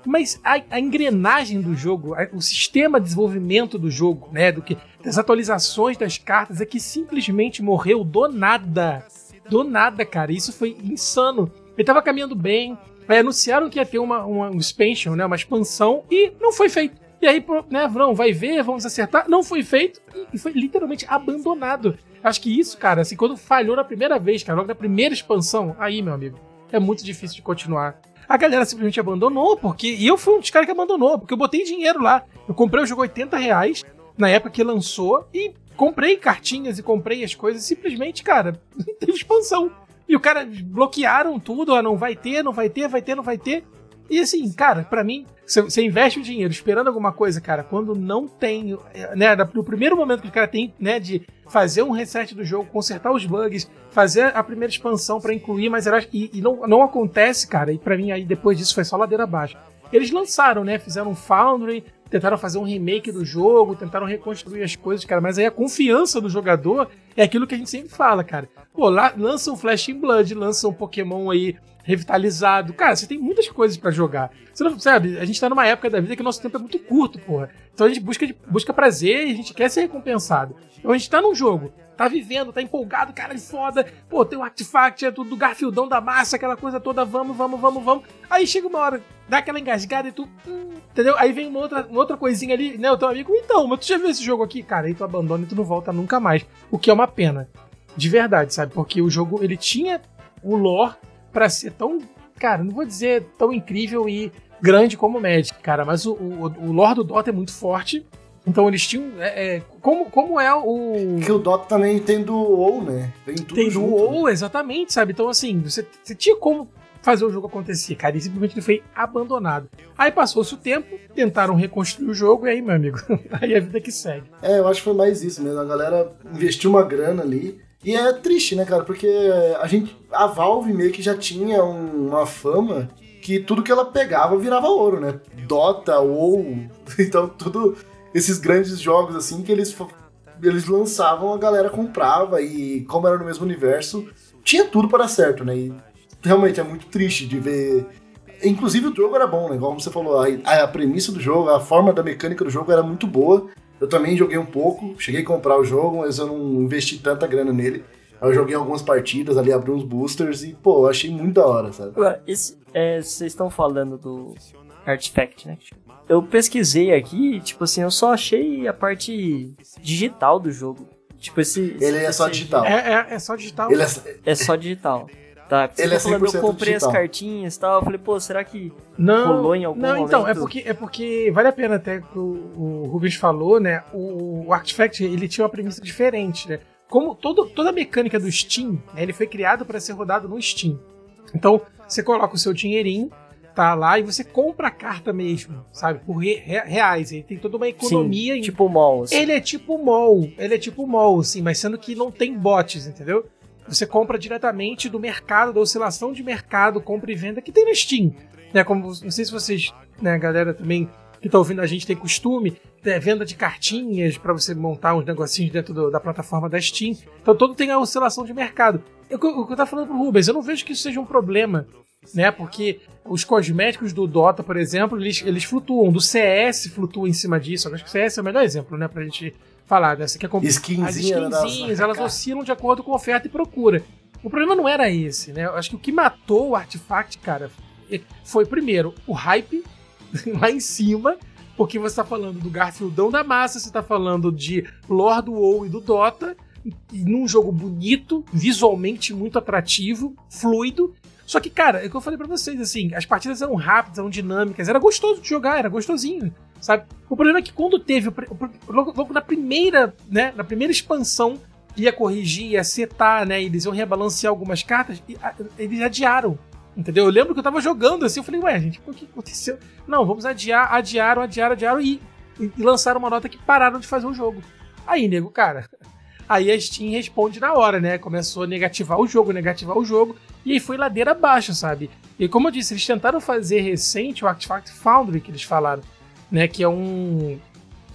Speaker 2: Mas a, a engrenagem do jogo, a- o sistema de desenvolvimento do jogo, né? Do que, das atualizações das cartas, é que simplesmente morreu do nada. Do nada, cara. Isso foi insano. Ele tava caminhando bem. Aí anunciaram que ia ter uma, uma um expansion, né? Uma expansão, e não foi feito. E aí, pô, né, não, vai ver, vamos acertar. Não foi feito e- e foi literalmente abandonado. Acho que isso, cara, assim, quando falhou na primeira vez, cara, logo na primeira expansão, aí, meu amigo, é muito difícil de continuar. A galera simplesmente abandonou, porque. E eu fui um dos caras que abandonou, porque eu botei dinheiro lá. Eu comprei o jogo 80 reais na época que lançou e comprei cartinhas e comprei as coisas, simplesmente, cara, não teve expansão. E o cara bloquearam tudo, ah, não vai ter, não vai ter, vai ter, não vai ter. E assim, cara, pra mim, você- você investe o dinheiro esperando alguma coisa, cara, quando não tem, eh, né, da- no primeiro momento que o cara tem, né, de fazer um reset do jogo, consertar os bugs, fazer a primeira expansão pra incluir mais heróis, e, e não, não acontece, cara, e pra mim aí depois disso foi só ladeira abaixo. Eles lançaram, né, fizeram um Foundry, tentaram fazer um remake do jogo, tentaram reconstruir as coisas, cara, mas aí a confiança do jogador é aquilo que a gente sempre fala, cara. Pô, lá, lança um Flash in Blood, lança um Pokémon aí revitalizado. Cara, você tem muitas coisas pra jogar. Você não sabe, a gente tá numa época da vida que o nosso tempo é muito curto, porra. Então a gente busca, busca prazer e a gente quer ser recompensado. Então a gente tá num jogo, tá vivendo, tá empolgado, cara, é foda. Pô, tem o Artifact, é tudo do Garfieldão da massa, aquela coisa toda, vamos, vamos, vamos, vamos. Aí chega uma hora, dá aquela engasgada e tu. hum, entendeu? Aí vem uma outra, uma outra coisinha ali, né? O teu amigo, então, mas tu já viu esse jogo aqui? Cara, aí tu abandona e tu não volta nunca mais. O que é uma pena. De verdade, sabe? Porque o jogo, ele tinha o lore pra ser tão, cara, não vou dizer tão incrível e grande como o Magic, cara, mas o, o, o lore do Dota é muito forte. Então eles tinham. é, é, como, como é o.
Speaker 4: Que o Dota também tem do WoW, né? Tem tudo
Speaker 2: Tem do
Speaker 4: junto, né?
Speaker 2: WoW, exatamente, sabe? Então, assim, você, você tinha como fazer o jogo acontecer, cara, e simplesmente ele foi abandonado. Aí passou-se o tempo, tentaram reconstruir o jogo, e aí, meu amigo, aí a vida que segue.
Speaker 4: É, eu acho que foi mais isso mesmo. A galera investiu uma grana ali. E é triste, né, cara? Porque a gente. A Valve meio que já tinha um- uma fama que tudo que ela pegava virava ouro, né? Dota, WoW. Então, tudo. Esses grandes jogos, assim, que eles, fa- eles lançavam, a galera comprava. E como era no mesmo universo, tinha tudo para dar certo, né? E realmente é muito triste de ver. Inclusive o jogo era bom, né? Igual você falou, a, a premissa do jogo, a forma da mecânica do jogo era muito boa. Eu também joguei um pouco, cheguei a comprar o jogo, mas eu não investi tanta grana nele. Eu joguei algumas partidas ali, abri uns boosters e, pô, eu achei muito da hora, sabe?
Speaker 3: Agora, esse- é, vocês estão falando do Artifact, né? Eu pesquisei aqui, tipo assim, eu só achei a parte digital do jogo. Tipo, esse.
Speaker 4: Ele é só
Speaker 3: esse-
Speaker 4: digital.
Speaker 2: É, é, é só digital.
Speaker 4: Ele é-
Speaker 3: É só digital. Tá, porque
Speaker 4: Ele
Speaker 3: você
Speaker 4: é
Speaker 3: tá falando,
Speaker 4: 100%
Speaker 3: eu comprei
Speaker 4: digital.
Speaker 3: as cartinhas e tal. Eu falei, pô, será que
Speaker 2: Não,
Speaker 3: rolou em algum
Speaker 2: não, então, é
Speaker 3: momento?
Speaker 2: porque, é porque vale a pena até que o, o Rubens falou, né? O, o Artifact, ele tinha uma premissa diferente, né? Como todo, toda a mecânica do Steam, né, ele foi criado para ser rodado no Steam. Então, você coloca o seu dinheirinho, tá lá, e você compra a carta mesmo, sabe? Por re- re- reais. Ele tem toda uma economia
Speaker 3: Sim,
Speaker 2: em
Speaker 3: tipo mall, assim.
Speaker 2: ele é tipo mol, ele é tipo mol, sim, mas sendo que não tem bots, entendeu? Você compra diretamente do mercado, da oscilação de mercado, compra e venda que tem na Steam. Né, como, não sei se vocês, né, a galera também que tá ouvindo a gente tem costume, né, venda de cartinhas para você montar uns negocinhos dentro do- da plataforma da Steam. Então todo tem a oscilação de mercado. Eu- O que eu tava falando pro Rubens, eu não vejo que isso seja um problema, né? Porque os cosméticos do Dota, por exemplo, eles, eles flutuam, do CS flutua em cima disso. Eu acho que o CS é o melhor exemplo, né? Pra gente falar, né? Você quer comprar as
Speaker 4: Skinzinha, né, da-
Speaker 2: skinzinhas, elas oscilam de acordo com oferta e procura. O problema não era esse, né? Eu acho que o que matou o Artifact, cara, foi primeiro o hype lá em cima, porque você tá falando do Garfieldão da massa, você tá falando de Lord WoW e do Dota, e num jogo bonito, visualmente muito atrativo, fluido. Só que, cara, é o que eu falei pra vocês, assim, as partidas eram rápidas, eram dinâmicas, era gostoso de jogar, era gostosinho, sabe? O problema é que quando teve, o pr- o pr- logo, logo na primeira, né, na primeira expansão, ia corrigir, ia setar, né, eles iam rebalancear algumas cartas, e a- eles adiaram, entendeu? Eu lembro que eu tava jogando assim, eu falei, ué, gente, o que aconteceu? Não, vamos adiar, adiaram, adiaram, adiaram, e, e e lançaram uma nota que pararam de fazer o jogo. Aí, nego, cara, Aí a Steam responde na hora, né? Começou a negativar o jogo, negativar o jogo, e aí foi ladeira abaixo, sabe? E como eu disse, eles tentaram fazer recente o Artifact Foundry, que eles falaram, né? Que é um.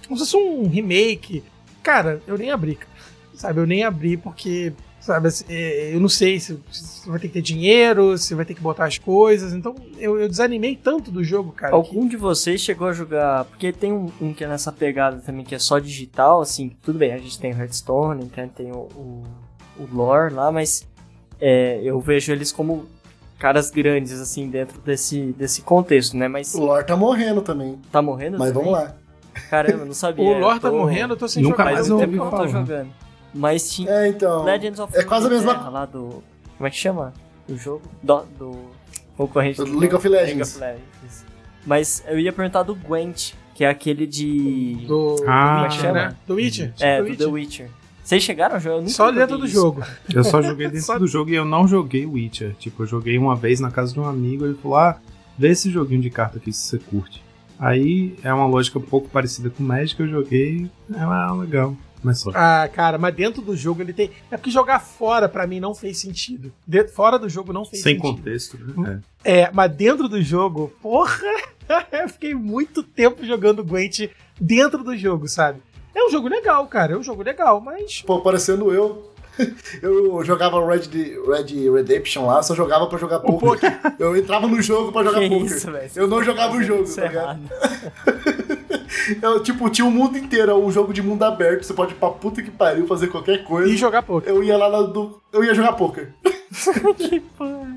Speaker 2: Como se fosse um remake. Cara, eu nem abri, cara. sabe? Eu nem abri porque, sabe? assim, é, Eu não sei se, se vai ter que ter dinheiro, se vai ter que botar as coisas. Então eu, eu desanimei tanto do jogo, cara. que-
Speaker 3: Algum de vocês chegou a jogar. Porque tem um, um que é nessa pegada também, que é só digital, assim, tudo bem, a gente tem o Hearthstone, então tem o, o, o lore lá, mas é, eu vejo eles como caras grandes, assim, dentro desse, desse contexto, né? Mas
Speaker 4: O Lore tá morrendo também.
Speaker 3: tá morrendo?
Speaker 4: Mas
Speaker 3: também?
Speaker 4: vamos lá.
Speaker 3: Caramba, não sabia.
Speaker 2: O lore
Speaker 3: eu
Speaker 2: tá
Speaker 3: É, tô-
Speaker 2: morrendo, eu tô sem
Speaker 5: Nunca
Speaker 2: jogar.
Speaker 5: mais
Speaker 3: Faz
Speaker 5: eu
Speaker 3: um
Speaker 5: ouvi
Speaker 3: tempo que eu não tô
Speaker 5: falar.
Speaker 3: jogando. Mas tinha
Speaker 4: É, então.
Speaker 3: Legends of
Speaker 4: É quase a mesma-
Speaker 3: Runeterra lá do. Como é que chama? Do jogo? Do. do concorrente
Speaker 4: Do League of Legends.
Speaker 3: League of Legends. Mas eu ia perguntar do Gwent, que é aquele de.
Speaker 2: um Do.
Speaker 5: Ah,
Speaker 2: do Witcher, né? Do Witcher?
Speaker 3: é,
Speaker 2: Do
Speaker 3: do
Speaker 2: Witcher.
Speaker 3: The Witcher. Vocês chegaram a jogar? Eu nunca
Speaker 2: Só
Speaker 3: joguei
Speaker 2: dentro do
Speaker 3: isso.
Speaker 2: jogo.
Speaker 5: Eu só joguei dentro do jogo e eu não joguei Witcher. Tipo, eu joguei uma vez na casa de um amigo e ele falou: ah, vê esse joguinho de carta aqui se você curte. Aí é uma lógica um pouco parecida com o Magic, eu joguei. É ah, legal. Mas só.
Speaker 2: Ah, cara, mas dentro do jogo ele tem. É porque jogar fora pra mim não fez sentido. De- Fora do jogo não fez
Speaker 5: Sem
Speaker 2: sentido.
Speaker 5: contexto, né? É.
Speaker 2: É, mas dentro do jogo, porra, eu fiquei muito tempo jogando Gwent dentro do jogo, sabe? É um jogo legal, cara, é um jogo legal, mas.
Speaker 4: Pô, parecendo eu. Eu jogava Red, De- Red Redemption lá, só jogava pra jogar poker. Eu entrava no jogo pra jogar
Speaker 3: Que
Speaker 4: poker.
Speaker 3: isso, velho.
Speaker 4: Eu não jogava o jogo,
Speaker 3: Isso
Speaker 4: tá
Speaker 3: é
Speaker 4: ligado?
Speaker 3: errado.
Speaker 4: Eu, tipo, tinha o mundo inteiro, é um jogo de mundo aberto. Você pode ir pra puta que pariu fazer qualquer coisa.
Speaker 2: E jogar pouco.
Speaker 4: Eu ia lá na do. Eu ia jogar poker.
Speaker 3: Que porra.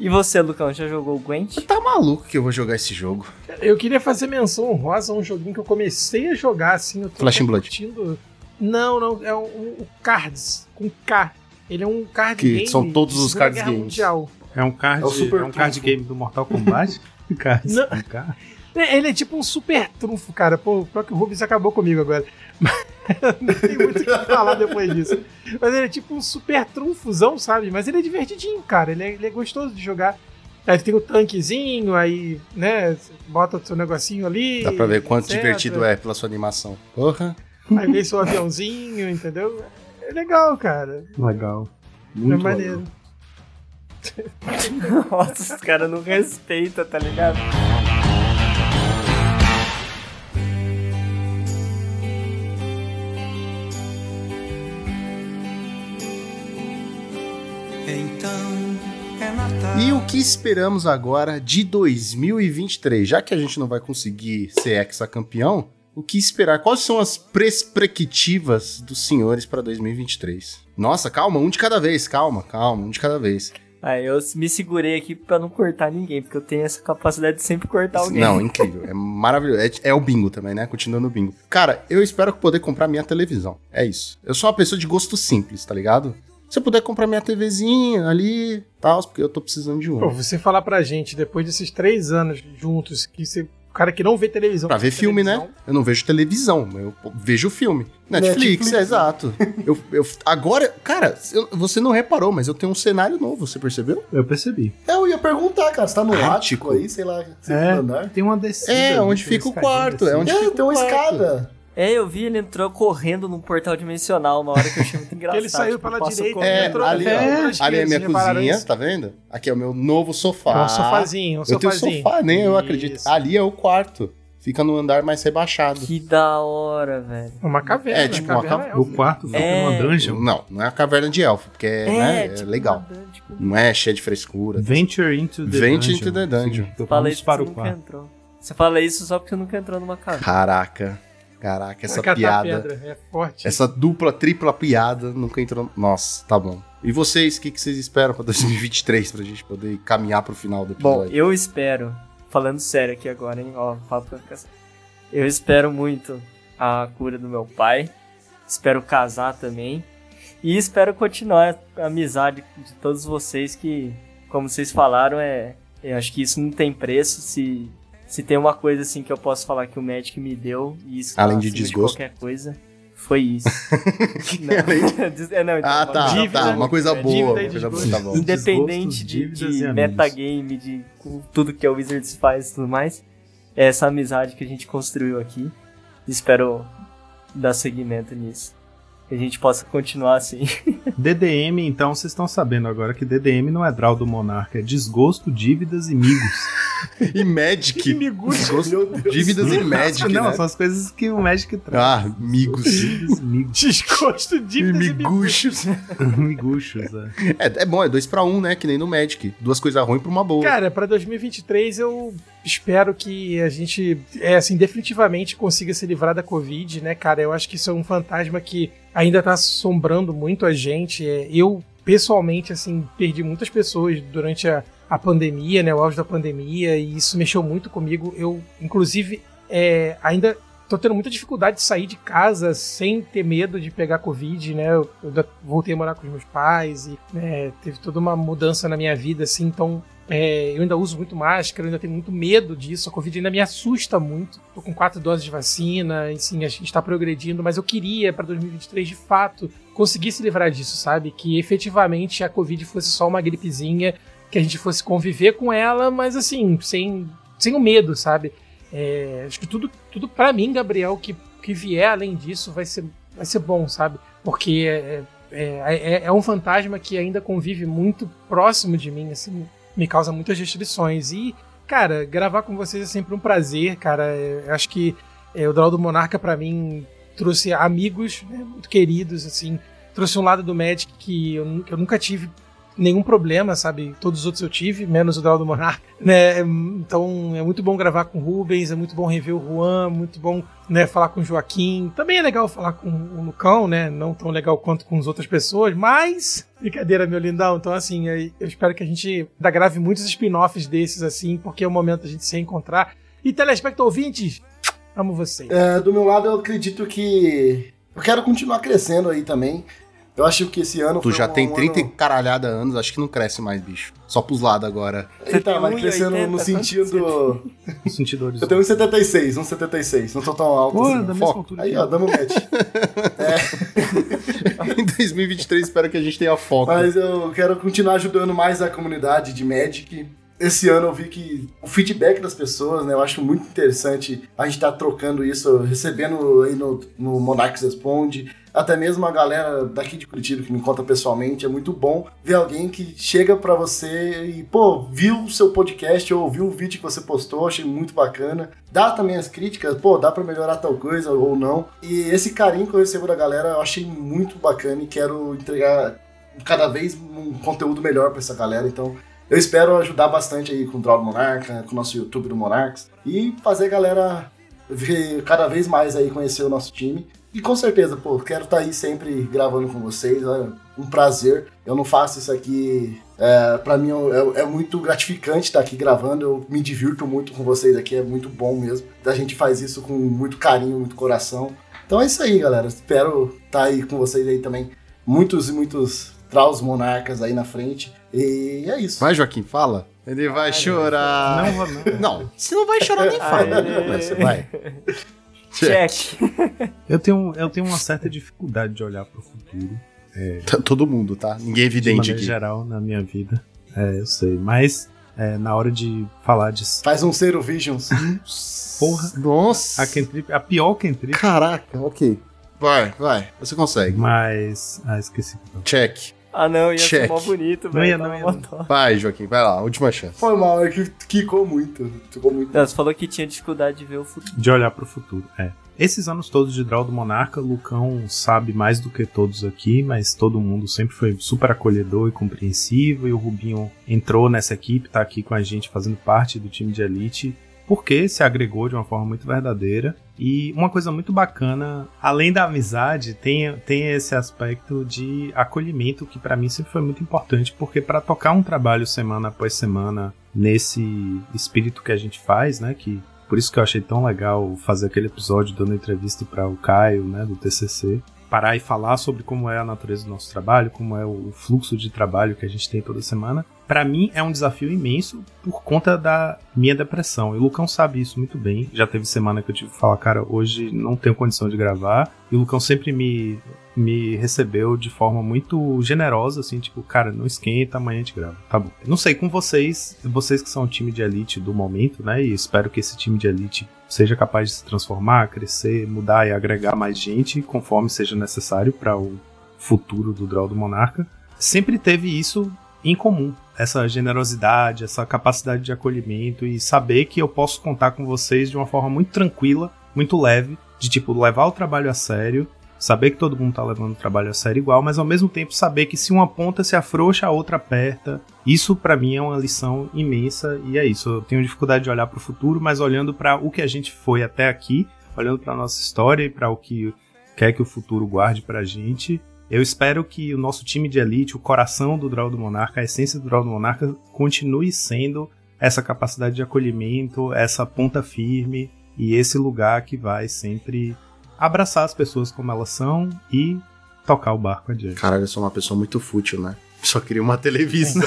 Speaker 3: E você, Lucão, já jogou o Gwent?
Speaker 1: Tá maluco que eu vou jogar esse jogo.
Speaker 2: Eu queria fazer menção honrosa a um joguinho que eu comecei a jogar assim. Eu tô
Speaker 1: Flash and Blood.
Speaker 2: curtindo. Não, não, é um, um- o Cards, com K. Ele é um card
Speaker 1: Que
Speaker 2: game.
Speaker 1: são todos
Speaker 2: de
Speaker 1: os
Speaker 2: Segunda
Speaker 1: cards
Speaker 2: Guerra
Speaker 1: games.
Speaker 2: Mundial.
Speaker 5: É um card,
Speaker 4: É o
Speaker 5: é,
Speaker 4: super
Speaker 5: um card
Speaker 4: trunfo.
Speaker 5: game do Mortal Kombat. Cards,
Speaker 2: Não.
Speaker 5: um card.
Speaker 2: É, Ele é tipo um super trunfo, cara. Pô, pior que o Rubens acabou comigo agora. Mas Não tem muito o que falar depois disso. Mas ele é tipo um super trunfozão, sabe? Mas ele é divertidinho, cara. Ele é, ele é gostoso de jogar. Aí tem o tanquezinho, aí, né? Bota o seu negocinho ali.
Speaker 1: Dá pra ver quanto
Speaker 2: etc.
Speaker 1: divertido é pela sua animação. Porra.
Speaker 2: Aí vem seu aviãozinho, entendeu? É legal, cara.
Speaker 5: Legal.
Speaker 2: é
Speaker 5: Muito
Speaker 2: maneiro.
Speaker 5: legal.
Speaker 3: Nossa, os caras não respeitam, tá ligado?
Speaker 1: E o que esperamos agora de 2023? Já que a gente não vai conseguir ser hexacampeão, o que esperar? Quais são as perspectivas dos senhores pra 2023? Nossa, calma, um de cada vez, calma, calma, um de cada vez.
Speaker 3: Aí eu me segurei aqui pra não cortar ninguém, porque eu tenho essa capacidade de sempre cortar Tá alguém.
Speaker 1: Não, incrível, é maravilhoso. É, é o bingo também, né? Continuando o bingo. Cara, eu espero poder comprar minha televisão. É isso. Eu sou uma pessoa de gosto simples, tá ligado? Se eu puder comprar minha TVzinha ali, tal, porque eu tô precisando de
Speaker 2: Pô,
Speaker 1: uma.
Speaker 2: você falar pra gente, depois desses três anos juntos, que você. O cara que não vê televisão.
Speaker 1: Pra ver
Speaker 2: vê
Speaker 1: filme,
Speaker 2: televisão,
Speaker 1: né? Eu não vejo televisão, eu vejo filme. Netflix,
Speaker 4: Netflix,
Speaker 1: é
Speaker 4: né?
Speaker 1: exato. Eu, eu- agora, cara, eu- você não reparou, mas eu tenho um cenário novo, você percebeu?
Speaker 5: Eu percebi.
Speaker 4: Eu ia perguntar, cara, você tá no
Speaker 1: Ah,
Speaker 4: ático
Speaker 1: Tico.
Speaker 4: aí, sei lá, sei
Speaker 5: É.
Speaker 4: lá, andar.
Speaker 5: Tem uma descida.
Speaker 1: É,
Speaker 5: ali,
Speaker 1: onde
Speaker 5: tem uma
Speaker 1: fica o
Speaker 5: escadinha
Speaker 1: quarto,
Speaker 5: descida.
Speaker 1: é onde-
Speaker 4: É, tem uma
Speaker 1: Quarto.
Speaker 4: escada.
Speaker 3: É, eu vi, ele entrou correndo num portal dimensional na hora que eu achei muito engraçado.
Speaker 2: Ele saiu
Speaker 3: tipo,
Speaker 2: pela
Speaker 3: posso
Speaker 2: direita,
Speaker 3: correr.
Speaker 1: É,
Speaker 2: entrou
Speaker 1: ali,
Speaker 2: entrou
Speaker 1: ó.
Speaker 2: pela
Speaker 1: Ali
Speaker 2: esquerda,
Speaker 1: é minha
Speaker 2: vocês repararam
Speaker 1: cozinha,
Speaker 2: isso?
Speaker 1: tá vendo? Aqui é o meu novo
Speaker 2: É
Speaker 1: sofá.
Speaker 2: um sofazinho, um
Speaker 1: eu tenho
Speaker 2: sofazinho.
Speaker 1: sofá, nem eu acredito.
Speaker 2: Isso.
Speaker 1: Ali é o quarto. Fica no andar mais rebaixado.
Speaker 3: Que da hora, velho.
Speaker 2: Uma caverna.
Speaker 1: É, tipo uma
Speaker 2: caverna
Speaker 5: O quarto fica
Speaker 3: É.
Speaker 5: numa dungeon.
Speaker 1: Não, não é a caverna de elfo, porque é, né, é
Speaker 3: tipo,
Speaker 1: legal.
Speaker 3: andando, tipo,
Speaker 1: Não é cheia de frescura.
Speaker 5: Venture into the
Speaker 1: Venture
Speaker 5: dungeon.
Speaker 1: into the dungeon.
Speaker 5: Significa
Speaker 3: Fala
Speaker 5: vamos
Speaker 3: isso para
Speaker 5: para
Speaker 3: você
Speaker 5: o
Speaker 3: nunca
Speaker 5: quarto.
Speaker 3: entrou. Você fala isso só porque você nunca entrou numa casa.
Speaker 1: Caraca. Caraca, essa
Speaker 2: catar
Speaker 1: piada.
Speaker 2: pedra, É forte.
Speaker 1: Essa dupla, tripla piada nunca entrou. Nossa, tá bom. E vocês, o que, que vocês esperam pra 2023 pra gente poder caminhar pro final do
Speaker 3: Bom,
Speaker 1: episódio?
Speaker 3: eu espero, falando sério aqui agora, hein? Ó, papo pra ficar sério. Eu espero muito a cura do meu pai. Espero casar também. E espero continuar a amizade de todos vocês que, como vocês falaram, é. Eu acho que isso não tem preço. Se, se tem uma coisa assim que eu posso falar que o médico me deu, e isso tá
Speaker 1: Além de
Speaker 3: acima
Speaker 1: desgosto.
Speaker 3: qualquer coisa, foi isso. não, é, não, então,
Speaker 1: ah,
Speaker 3: uma
Speaker 1: tá,
Speaker 3: dívida,
Speaker 1: tá. Uma coisa
Speaker 3: é
Speaker 1: boa.
Speaker 2: dívida e
Speaker 1: Uma coisa boa,
Speaker 2: desgosto.
Speaker 1: tá bom.
Speaker 3: Independente
Speaker 5: Desgostos,
Speaker 3: de,
Speaker 5: dívidas e
Speaker 3: de
Speaker 5: amigos.
Speaker 3: metagame, de com tudo que a Wizards faz e tudo mais, é essa amizade que a gente construiu aqui. Espero dar seguimento nisso. Que a gente possa continuar assim.
Speaker 5: DDM, então, vocês estão sabendo agora que DDM não é draw do monarca, é desgosto, dívidas e migos.
Speaker 1: E Magic. Desgosto,
Speaker 4: Meu Deus.
Speaker 1: dívidas e Magic,
Speaker 5: não,
Speaker 1: né?
Speaker 5: são as coisas que o Magic traz.
Speaker 1: Ah, amigos.
Speaker 5: Dívidas e migos.
Speaker 2: Desgosto
Speaker 1: E
Speaker 2: dívidas e bico.
Speaker 1: miguxos.
Speaker 5: Miguxos, é.
Speaker 1: É, é bom, é dois pra um, né? Que nem no Magic. Duas coisas ruins pra uma boa.
Speaker 2: Cara, pra 2023 eu espero que a gente, é, assim, definitivamente consiga se livrar da Covid, né, cara? Eu acho que isso é um fantasma que ainda tá assombrando muito a gente. É, eu, pessoalmente, assim, perdi muitas pessoas durante a, a pandemia, né, o auge da pandemia, e isso mexeu muito comigo. Eu, inclusive, é, ainda tô tendo muita dificuldade de sair de casa sem ter medo de pegar Covid, né? Eu, eu da- voltei a morar com os meus pais e né, teve toda uma mudança na minha vida, assim, então É, eu ainda uso muito máscara, eu ainda tenho muito medo disso. A Covid ainda me assusta muito. Tô com quatro doses de vacina, e sim, a gente tá progredindo, mas eu queria para 2023, de fato, conseguir se livrar disso, sabe? Que efetivamente a Covid fosse só uma gripezinha, que a gente fosse conviver com ela, mas assim, sem, sem o medo, sabe? É, acho que tudo, tudo para mim, Gabriel, que, que vier além disso vai ser, vai ser bom, sabe? Porque é, é, é, é um fantasma que ainda convive muito próximo de mim, assim, me causa muitas restrições. E, cara, gravar com vocês é sempre um prazer, cara. Eu acho que é, o Draw do Monarca, para mim, trouxe amigos né, muito queridos, assim. Trouxe um lado do Magic que eu, nu- que eu nunca tive nenhum problema, sabe? Todos os outros eu tive, menos o Draw do Monarca, né? Então é muito bom gravar com o Rubens, é muito bom rever o Juan, muito bom né, falar com o Joaquim. Também é legal falar com o Lucão, né? Não tão legal quanto com as outras pessoas, mas. Brincadeira, meu lindão. Então, assim, aí eu espero que a gente ainda grave muitos spin-offs desses, assim, porque é o momento da gente se encontrar. E telespecto ouvintes, amo vocês.
Speaker 4: É, do meu lado, eu acredito que. Eu quero continuar crescendo aí também. Eu acho que esse ano.
Speaker 1: Tu
Speaker 4: foi
Speaker 1: já
Speaker 4: um
Speaker 1: tem 30
Speaker 4: ano...
Speaker 1: e caralhada anos, acho que não cresce mais, bicho. Só pros lados agora.
Speaker 3: Você
Speaker 4: Tá,
Speaker 3: tem
Speaker 4: mas
Speaker 3: 1,80,
Speaker 4: crescendo no
Speaker 3: quanto
Speaker 4: sentido.
Speaker 5: No sentido
Speaker 4: Eu
Speaker 5: horizontal.
Speaker 4: tenho 1,76, 1,76. Não tô tão alto
Speaker 5: Pô,
Speaker 4: assim.
Speaker 5: da mesma
Speaker 1: foco.
Speaker 5: altura
Speaker 4: Aí,
Speaker 5: que
Speaker 4: ó,
Speaker 5: eu.
Speaker 4: damos match.
Speaker 1: em 2023, espero que a gente tenha foco.
Speaker 4: Mas eu quero continuar ajudando mais a comunidade de Magic. Esse ano eu vi que o feedback das pessoas, né? Eu acho muito interessante a gente estar trocando isso, recebendo aí no, no Monarchs Responde. Até mesmo a galera daqui de Curitiba que me encontra pessoalmente. É muito bom ver alguém que chega pra você e, pô, viu o seu podcast ou viu o vídeo que você postou, achei muito bacana. Dá também as críticas, pô, dá pra melhorar tal coisa ou não. E esse carinho que eu recebo da galera eu achei muito bacana e quero entregar cada vez um conteúdo melhor pra essa galera. Então, eu espero ajudar bastante aí com o Draw do Monarca, com o nosso YouTube do Monarcas e fazer a galera ver cada vez mais aí conhecer o nosso time. E com certeza, pô, quero estar aí sempre gravando com vocês. É um prazer. Eu não faço isso aqui. É, para mim é, é muito gratificante estar aqui gravando. Eu me divirto muito com vocês aqui. É muito bom mesmo. A gente faz isso com muito carinho, muito coração. Então é isso aí, galera. Espero estar aí com vocês aí também muitos e muitos traus monarcas aí na frente. E é isso.
Speaker 1: Vai, Joaquim, fala. Ele vai chorar.
Speaker 5: Não, não.
Speaker 1: Não, se não vai chorar, nem fala.
Speaker 3: Aê.
Speaker 1: Mas vai.
Speaker 3: Check.
Speaker 5: Eu tenho, eu tenho uma certa dificuldade de olhar pro futuro.
Speaker 1: Tá Todo mundo, tá? Ninguém é
Speaker 5: De
Speaker 1: evidente
Speaker 5: maneira
Speaker 1: aqui.
Speaker 5: geral, na minha vida. É, eu sei. Mas, é, na hora de falar de
Speaker 4: Faz um Zero Visions.
Speaker 5: porra,
Speaker 1: Nossa.
Speaker 5: a, Kentrip, a pior Kentrip.
Speaker 1: Caraca, ok. Vai, vai. Você consegue.
Speaker 5: Mas. Ah, esqueci.
Speaker 1: Check.
Speaker 3: Ah, não, ia ser
Speaker 1: Check.
Speaker 3: mó bonito,
Speaker 5: Não
Speaker 3: velho.
Speaker 5: ia,
Speaker 3: tava
Speaker 5: não ia,
Speaker 3: mó
Speaker 5: não.
Speaker 3: dó.
Speaker 1: Vai, Joaquim, vai lá. Última chance.
Speaker 4: Foi mal, é que quicou muito. Ficou muito.
Speaker 3: Não, você falou que tinha dificuldade de ver o futuro.
Speaker 5: De olhar pro futuro, é. Esses anos todos de Draw do Monarca, Lucão sabe mais do que todos aqui, mas todo mundo sempre foi super acolhedor e compreensivo, e o Rubinho entrou nessa equipe, tá aqui com a gente fazendo parte do time de elite, porque se agregou de uma forma muito verdadeira. E uma coisa muito bacana, além da amizade, tem, tem esse aspecto de acolhimento que pra mim sempre foi muito importante, porque pra tocar um trabalho semana após semana nesse espírito que a gente faz, né, que por isso que eu achei tão legal fazer aquele episódio dando entrevista para o Caio, né, do TCC. Parar e falar sobre como é a natureza do nosso trabalho, como é o fluxo de trabalho que a gente tem toda semana. Para mim é um desafio imenso por conta da minha depressão. E o Lucão sabe isso muito bem. Já teve semana que eu tive que falar, cara, hoje não tenho condição de gravar. E o Lucão sempre me, me recebeu de forma muito generosa, assim, tipo, cara, não esquenta, amanhã a gente grava. Tá bom. Não sei, com vocês, vocês que são o time de elite do momento, né? E espero que esse time de elite seja capaz de se transformar, crescer, mudar e agregar mais gente conforme seja necessário para o futuro do Draw do Monarca. Sempre teve isso em comum. Essa generosidade, essa capacidade de acolhimento e saber que eu posso contar com vocês de uma forma muito tranquila, muito leve, de tipo levar o trabalho a sério Saber que todo mundo tá levando o trabalho a sério igual, mas ao mesmo tempo saber que se uma ponta se afrouxa, a outra aperta. Isso pra mim é uma lição imensa e é isso. Eu tenho dificuldade de olhar pro futuro, mas olhando pra o que a gente foi até aqui, olhando pra nossa história e pra o que quer que o futuro guarde pra gente, eu espero que o nosso time de elite, o coração do Draw do Monarca, a essência do Draw do Monarca continue sendo essa capacidade de acolhimento, essa ponta firme e esse lugar que vai sempre abraçar as pessoas como elas são e tocar o barco adiante.
Speaker 1: Caralho, eu sou Então, uma pessoa muito fútil, né? Só queria uma televisão.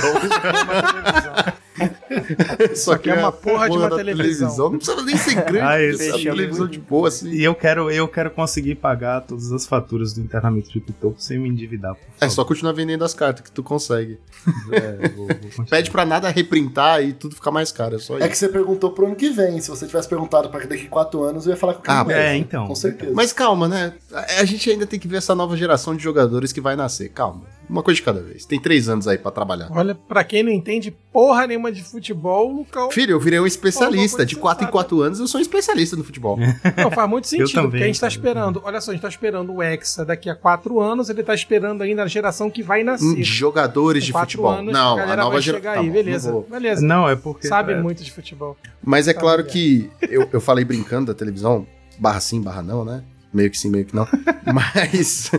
Speaker 1: Só que é uma porra de uma televisão. Não precisa nem ser grande.
Speaker 5: Ah,
Speaker 1: porque
Speaker 5: esse
Speaker 1: essa
Speaker 3: é muito-
Speaker 1: televisão de boa, assim.
Speaker 5: E eu quero, eu quero conseguir pagar todas as faturas do internamento de Pitoco sem me endividar. Por
Speaker 1: É
Speaker 5: favor.
Speaker 1: só continuar vendendo as cartas que tu consegue.
Speaker 5: É, vou- vou continuar.
Speaker 1: Pede pra nada reprintar e tudo ficar mais caro. É só
Speaker 4: É
Speaker 1: isso.
Speaker 4: que você perguntou pro ano que vem. Se você tivesse perguntado pra daqui quatro anos, eu ia falar com o
Speaker 1: Ah,
Speaker 4: Campbell,
Speaker 5: é,
Speaker 4: né?
Speaker 5: então.
Speaker 4: Com certeza.
Speaker 1: Mas calma, né? A a gente ainda tem que ver essa nova geração de jogadores que vai nascer. Calma. Uma coisa de cada vez. Tem três anos aí pra trabalhar.
Speaker 9: Olha, pra quem não entende porra nenhuma de futebol, o Lucão
Speaker 1: Filho, eu virei um especialista.
Speaker 9: coisa
Speaker 1: De 4 em
Speaker 9: sensata.
Speaker 1: 4 anos eu sou um especialista no futebol.
Speaker 9: Não, faz muito sentido,
Speaker 5: também,
Speaker 9: porque a gente tá
Speaker 5: cara.
Speaker 9: esperando. Olha só, a gente tá esperando o Hexa daqui a quatro anos, ele tá esperando ainda a geração que vai
Speaker 1: Hum,
Speaker 9: nascer.
Speaker 1: Jogadores
Speaker 9: Com
Speaker 1: de
Speaker 9: quatro
Speaker 1: futebol.
Speaker 9: anos,
Speaker 1: não, a,
Speaker 9: galera
Speaker 1: nova tá
Speaker 9: vai
Speaker 1: geração.
Speaker 9: chegar aí, beleza, beleza.
Speaker 5: Não, é porque.
Speaker 9: Sabe
Speaker 5: é,
Speaker 9: muito de futebol.
Speaker 1: Mas é claro
Speaker 9: Sabia.
Speaker 1: que eu, eu falei brincando da televisão, barra sim, barra não, né? Meio que sim, meio que não. Mas,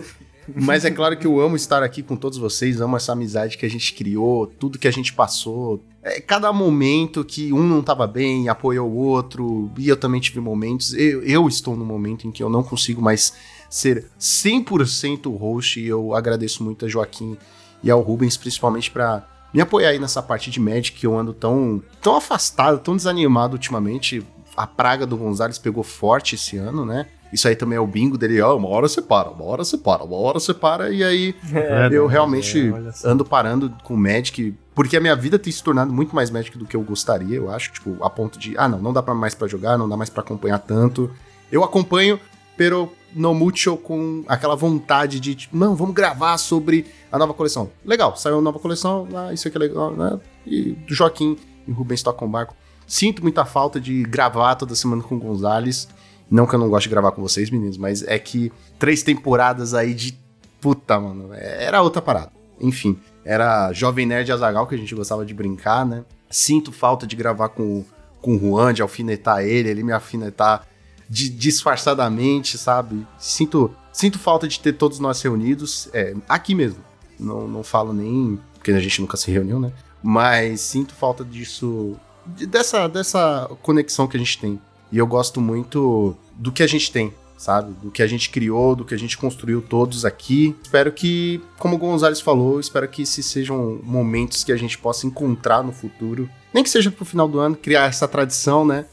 Speaker 1: mas é claro que eu amo estar aqui com todos vocês, amo essa amizade que a gente criou, tudo que a gente passou. É, cada momento que um não tava bem, apoiou o outro, e eu também tive momentos. Eu, eu estou num momento em que eu não consigo mais ser 100% o host, e eu agradeço muito a Joaquim e ao Rubens, principalmente pra me apoiar aí nessa parte de Magic que eu ando tão, tão afastado, tão desanimado ultimamente. A praga do Gonzalez pegou forte esse ano, né? Isso aí também é o bingo dele, ó, uma hora você para, uma hora você para, uma hora você para, e aí
Speaker 5: é,
Speaker 1: eu
Speaker 5: não,
Speaker 1: realmente
Speaker 5: é, olha só.
Speaker 1: ando parando com Magic, porque a minha vida tem se tornado muito mais Magic do que eu gostaria, eu acho, tipo, a ponto de, ah, não, não dá pra mais pra jogar, não dá mais pra acompanhar tanto. Eu acompanho, pero no mucho com aquela vontade de, tipo, não, vamos gravar sobre a nova coleção. Legal, saiu a nova coleção, ah, isso aqui é legal, né? E do Joaquim e Rubens tocam o barco. Sinto muita falta de gravar toda semana com o Gonzalez. Não que eu não goste de gravar com vocês, meninos, mas é que três temporadas aí de. Puta, mano, é- era outra parada. Enfim, era Jovem Nerd e Azagal que a gente gostava de brincar, né? Sinto falta de gravar com, o- com o Juan, de alfinetar ele, ele me alfinetar de- disfarçadamente, sabe? Sinto, sinto falta de ter todos nós reunidos, é, aqui mesmo. Não, não falo nem. Porque a gente nunca se reuniu, né? Mas sinto falta disso. de- dessa, dessa conexão que a gente tem. E eu gosto muito do que a gente tem, sabe? Do que a gente criou, do que a gente construiu todos aqui. Espero que, como o Gonzalez falou, espero que esses sejam momentos que a gente possa encontrar no futuro. Nem que seja pro final do ano, criar essa tradição, né?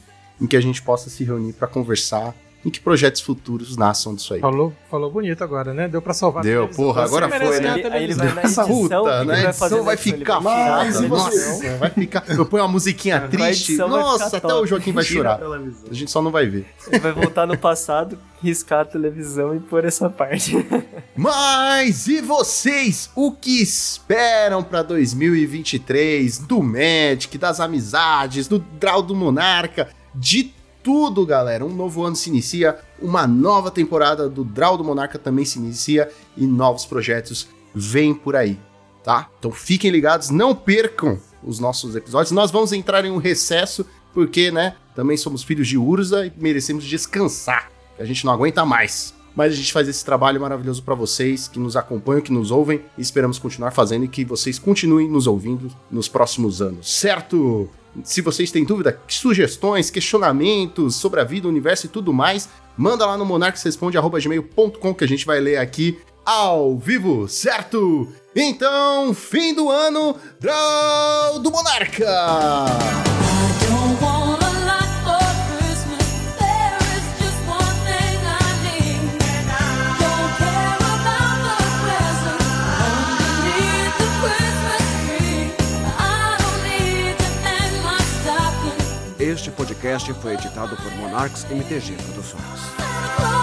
Speaker 1: Em que a gente possa se reunir pra conversar. E que projetos futuros nasçam disso aí.
Speaker 9: Falou, falou bonito agora, né? Deu pra salvar. a
Speaker 1: Deu,
Speaker 9: televisão. Então
Speaker 1: porra,
Speaker 9: Você
Speaker 1: agora
Speaker 9: merece
Speaker 1: foi, né?
Speaker 9: ganhar a
Speaker 3: Aí ele- aí ele
Speaker 9: televisão.
Speaker 3: vai na edição,
Speaker 1: Puta,
Speaker 3: ele
Speaker 1: né?
Speaker 3: vai
Speaker 1: A
Speaker 3: fazer
Speaker 1: edição vai
Speaker 3: isso, ele
Speaker 1: ficar
Speaker 3: vai tirar
Speaker 4: mais
Speaker 3: a
Speaker 4: e
Speaker 1: Nossa,
Speaker 4: você?
Speaker 3: televisão.
Speaker 1: vai ficar. Eu ponho uma musiquinha triste.
Speaker 3: edição vai
Speaker 1: Nossa,
Speaker 3: ficar
Speaker 1: até
Speaker 3: top.
Speaker 1: o Joaquim vai
Speaker 5: Tira a
Speaker 1: chorar.
Speaker 5: televisão.
Speaker 1: A gente só não vai ver.
Speaker 3: Ele vai voltar no passado, riscar a televisão e pôr essa parte.
Speaker 1: Mas e vocês, o que esperam pra 2023 do Magic, das amizades, do Draw do Monarca, de tudo, galera? Um novo ano se inicia, uma nova temporada do Draw do Monarca também se inicia e novos projetos vêm por aí, tá? Então fiquem ligados, não percam os nossos episódios. Nós vamos entrar em um recesso porque, né, também somos filhos de Urza e merecemos descansar. A gente não aguenta mais. Mas a gente faz esse trabalho maravilhoso pra vocês que nos acompanham, que nos ouvem e esperamos continuar fazendo e que vocês continuem nos ouvindo nos próximos anos, certo? Se vocês têm dúvida, sugestões, questionamentos sobre a vida, o universo e tudo mais, manda lá no monarquesresponde.gmail.com que a gente vai ler aqui ao vivo, certo? Então, fim do ano, Draw do Monarca!
Speaker 8: Christmas tree.
Speaker 6: Este podcast foi editado por Monarx MTG Produções.
Speaker 8: I don't need